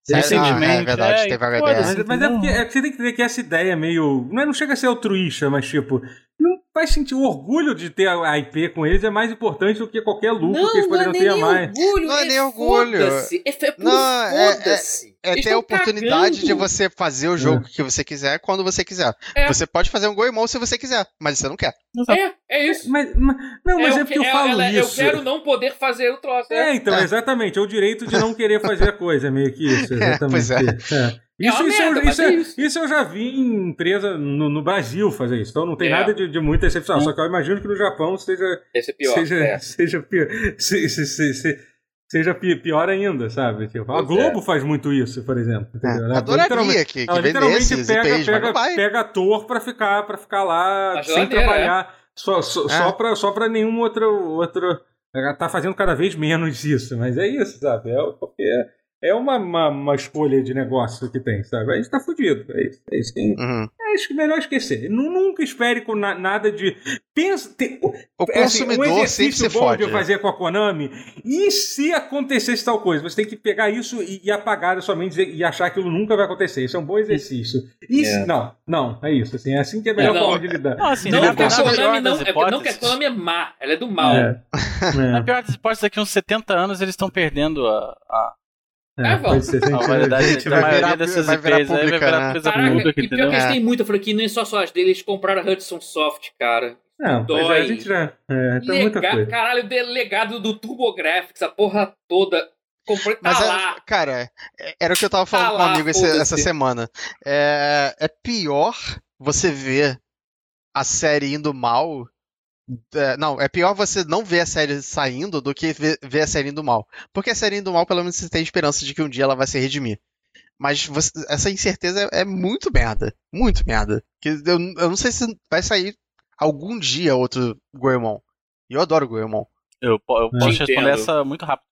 Sério?
recentemente,
Ah, é verdade,
é,
teve a
e
HDR.
foda-se.
Mas, mas é porque é porque você tem que entender que essa ideia é meio. Não, é, não chega a ser altruísta, mas tipo. Não faz sentir o orgulho de ter a IP com eles é mais importante do que qualquer lucro que eles poderiam ter a mais.
é orgulho,
Não é nem orgulho.
foda-se, É, é puro
Não, é- é-
foda-se.
É
Eles
ter a
tão
oportunidade de
cagando.
você fazer o
É.
jogo que você quiser quando você quiser.
É.
Você pode fazer um Goemon se você quiser, mas você não quer.
É, é isso.
Mas, mas- não, mas é,
o
porque eu
que-
falo
ela-
isso.
Eu quero não poder fazer o troço.
É,
né?
então,
É.
exatamente. É o direito de não querer fazer a coisa, é meio que isso,
É,
exatamente.
pois é.
É.
É uma
Isso, isso,
merda,
eu,
mas
isso,
é
é-
isso.
isso eu já vi em empresa no, no Brasil fazer isso, então não tem
É.
nada de, de muita excepção.
Hum.
Só que eu imagino que no Japão seja,
Deve ser pior.
seja,
é.
seja, pior, se- se- se- se- seja pi- pior ainda, sabe? Tipo, a
Pois é.
Globo faz muito isso, por exemplo. Entendeu? Ela literalmente-
É, Adoraria que,
ela
que vendesse
pega,
IPs, mas
pega,
não vai.
pega ator pra ficar, pra ficar lá
Na
sem
geladeira,
trabalhar, só, só,
É.
só, pra, só pra nenhum outro, outro. Ela tá fazendo cada vez menos isso, mas é isso, sabe? É, o- porque é uma, uma, uma escolha de negócio que tem, sabe? A gente tá fudido. É isso. É isso que-
Uhum.
é isso que é melhor esquecer. Nu- Nunca espere com na- nada de. Pensa, tem-
O
é assim,
consumidor
um
sempre
exercício
se
bom
fode. é. né?
de eu fazer com a Konami. E se acontecesse tal coisa? Você tem que pegar isso e, e apagar da sua mente e dizer- e achar que aquilo nunca vai acontecer. Isso é um bom exercício. E se-
É.
Não, não, é isso. Assim, é assim que é a melhor
É, não.
forma de lidar.
Não, assim,
Não,
na
Ele
porque a
pior,
passa-
na
Konami
pior
não.
das
É porque não que a
hipóteses.
Konami é má, ela é do mal.
É.
Na
É,
pior das hipóteses, daqui uns 70 anos eles estão perdendo a, a,
é,
Ah,
pode ser,
a
tem que ser-
variedade
gente,
da
vai
maioria
virar-
dessas
vai
IPs.
virar
Aí vai
pública, né?
virar coisa
Caraca,
pública,
e pior
entendeu?
que eles
É.
têm muita franquia, nem só só as deles, eles compraram a Hudson Soft, cara.
Não, pois é, a gente já. É, tem muita
Lega-
coisa.
Caralho, delegado do TurboGrafx, a porra toda. Comprei, tá
Mas,
lá.
é- cara, é- era o que eu tava falando
Tá
com um
lá,
amigo esse-
foda-se.
essa semana. É, é pior você ver a série indo mal. é, não, é pior você não ver a série saindo do que ver, ver a série indo mal. Porque a série indo mal, pelo menos você tem esperança de que um dia ela vai se redimir. Mas você- essa incerteza é, é muito merda. Muito merda. Que eu, eu não sei se vai sair algum dia outro Goemon. E eu adoro Goemon.
Eu, po- eu
Não
posso responder
entendo.
essa muito rápido.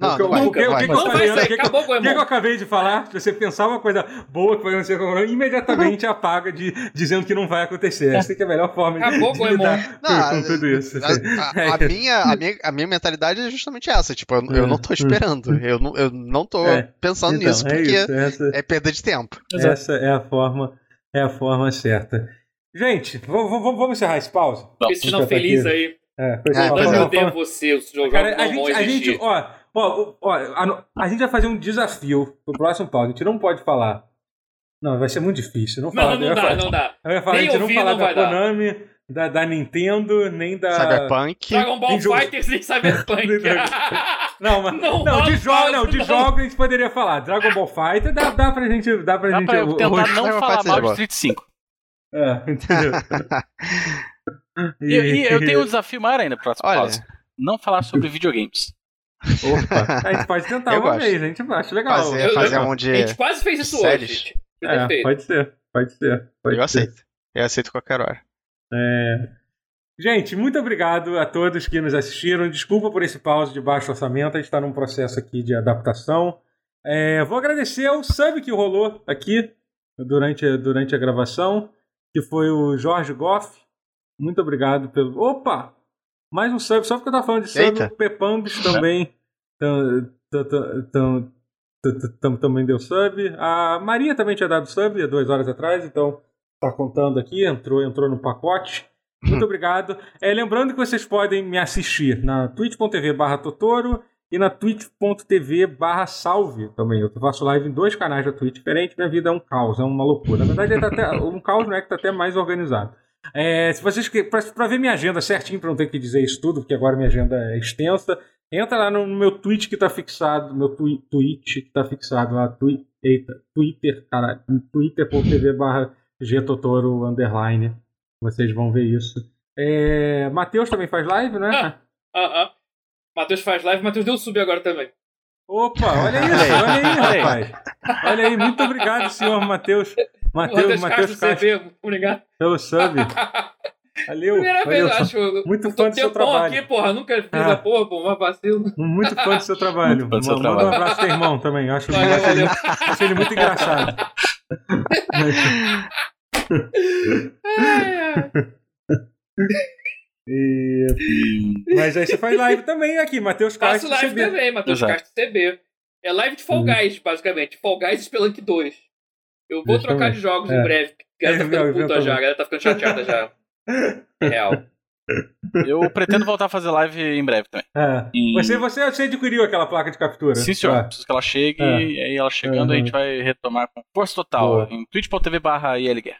Não,
Porque
não
o-
vai,
o que- o
não vai.
que-
Não vai
Caralho,
sair,
é, que-
acabou o
O que eu
Goemon.
acabei de falar, se você pensar uma coisa boa que vai acontecer com o Goemon, imediatamente apaga de, dizendo que não vai acontecer. Essa que é a melhor forma de,
Acabou,
de
Goemon.
lidar com,
Não,
com tudo isso.
A, a- a minha, a, minha, a minha mentalidade é justamente essa. Tipo, eu, eu não tô esperando. Eu não, eu não tô
É,
pensando Tá nisso,
é
porque
isso, essa,
é, perda de tempo.
Exato.
essa é a forma, é a forma certa. Gente, v- v- v- vamos encerrar esse pause?
Esse final feliz aí.
É, foi
É,
só
pois
uma
é.
Mas
Não,
eu
forma-
odeio você, os jogos
Cara, a
não vão
gente, a gente,
existir.
ó, ó, ó, a, no- a gente vai fazer um desafio pro próximo pause. A gente não pode falar. Não, vai ser muito difícil. Não, fala,
Não, não
eu ia
dá,
falar-
não dá.
Eu ia falar,
Nem
a gente
ouvir
não falar
não
da
vai dar.
Konami, da, da Nintendo, nem
Ah,
da.
Cyberpunk.
Dragon Ball
Em jogo-
Fighters nem Cyberpunk.
Não, mas, não,
Não rola
de jogo, não, de
não.
jogo a gente poderia falar. Dragon Ball Fighter dá, dá pra gente. Dá pra
Dá
gente.
pra eu tentar
hoje
não
vai
falar
fazer
mal de
agora.
Street 5.
É, entendeu?
E, e eu tenho um desafio maior ainda, próximo
Olha.
pause. Não falar sobre videogames.
Opa, a gente pode tentar
Eu
uma
gosto.
vez, a gente acho legal.
fazer
eu-
fazer
eu-
um
A
de.
gente quase fez isso hoje,
Séries.
gente. Podia ter
É,
feito.
pode ser, pode ser. Pode
Eu
ser.
aceito. Eu aceito qualquer hora.
Gente, muito obrigado a todos que nos assistiram. Desculpa por esse pause de baixo orçamento, a gente está num processo aqui de adaptação. É, vou agradecer ao sub que rolou aqui durante, durante a gravação, que foi o Jorge Goff. Muito obrigado pelo. Opa! Mais um sub, só porque eu tava falando de sub,
Eita.
o Pepambos também. tam- tam- tam- tam- tam- tam- Também deu sub. A Maria também tinha dado sub há duas horas atrás, então tá contando aqui, entrou, entrou no pacote. Muito obrigado. É, lembrando que vocês podem me assistir na twitch.tv barra Totoro e na twitch.tv barra salve também. Eu faço live em dois canais da Twitch diferentes, minha vida é um caos, é uma loucura. Na verdade, tá até, um caos não é que tá até mais organizado. É, se vocês que- pra- pra ver minha agenda certinho, pra não ter que dizer isso tudo, porque agora minha agenda é extensa, entra lá no meu tweet que tá fixado, meu twi tweet que tá fixado lá, twi eita, Twitter, caralho, twitter.tv barra gtotoro underline. Vocês vão ver isso. É, Matheus também faz live, né?
É. Aham. Ah, Matheus faz live, Matheus deu um sub agora também.
Opa, olha isso, olha aí, rapaz. Olha aí, muito obrigado, senhor Matheus. Matheus,
Matheus
Matheus
Castro,
Castro,
CV, obrigado.
pelo sub. Valeu.
Primeira
valeu,
vez, eu
só-
acho. Eu
Muito
tô
fã do seu
tempão
trabalho.
aqui, porra. Nunca fiz
Ah.
a porra, pô. Uma vacilo.
Muito fã do seu trabalho.
Muito fã do seu
Manda
trabalho.
um abraço pro teu irmão também. Eu Acho,
Valeu,
acho,
valeu.
ele, acho ele muito engraçado.
Ai, ai.
E- Mas aí você faz live também aqui, Matheus
Faço
Castro.
live
CB.
também, Matheus
Exato.
Castro, CB. É live de Fall
Uhum.
Guys, basicamente. Fall Guys e Spelunk 2. Eu vou trocar
Justamente.
de jogos
É.
em breve. A galera
É,
tá
eu-
ficando
eu
puta
também.
já, a galera tá ficando chateada já. É real.
Eu pretendo voltar a fazer live em breve também.
É.
E-
Você, você, você adquiriu aquela placa de captura?
Sim, senhor.
Ah,
Preciso que ela chegue,
É.
e aí ela chegando, a gente vai retomar com força total
Boa.
em twitch.tv barra ILGuerra.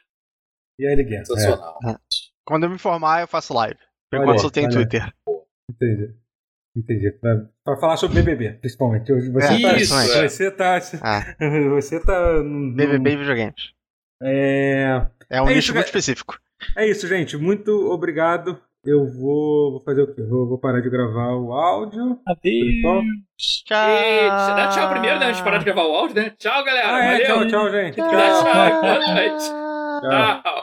E aí ele ganha. É,
Sensacional.
Quando eu me formar, eu faço live. Por
Olha
enquanto
aí,
só tem
olha aí.
Twitter.
entendi. Entendi. Pra, pra falar sobre BBB, principalmente. Hoje Você
É,
tá,
Isso, é.
você tá,
Ah,
você tá num-
BBB e videogames.
É,
É um
É isso,
nicho
cara.
muito específico.
é isso, gente. Muito obrigado. Eu vou, vou fazer o quê? Vou, vou parar de gravar o áudio.
Adeus.
Tchau.
E, dá tchau primeiro, né? A gente parar de gravar o áudio, né? Tchau, galera.
Ah, é,
Valeu.
tchau, tchau, gente.
Dá tchau.
Tchau.
Boa noite. Tchau.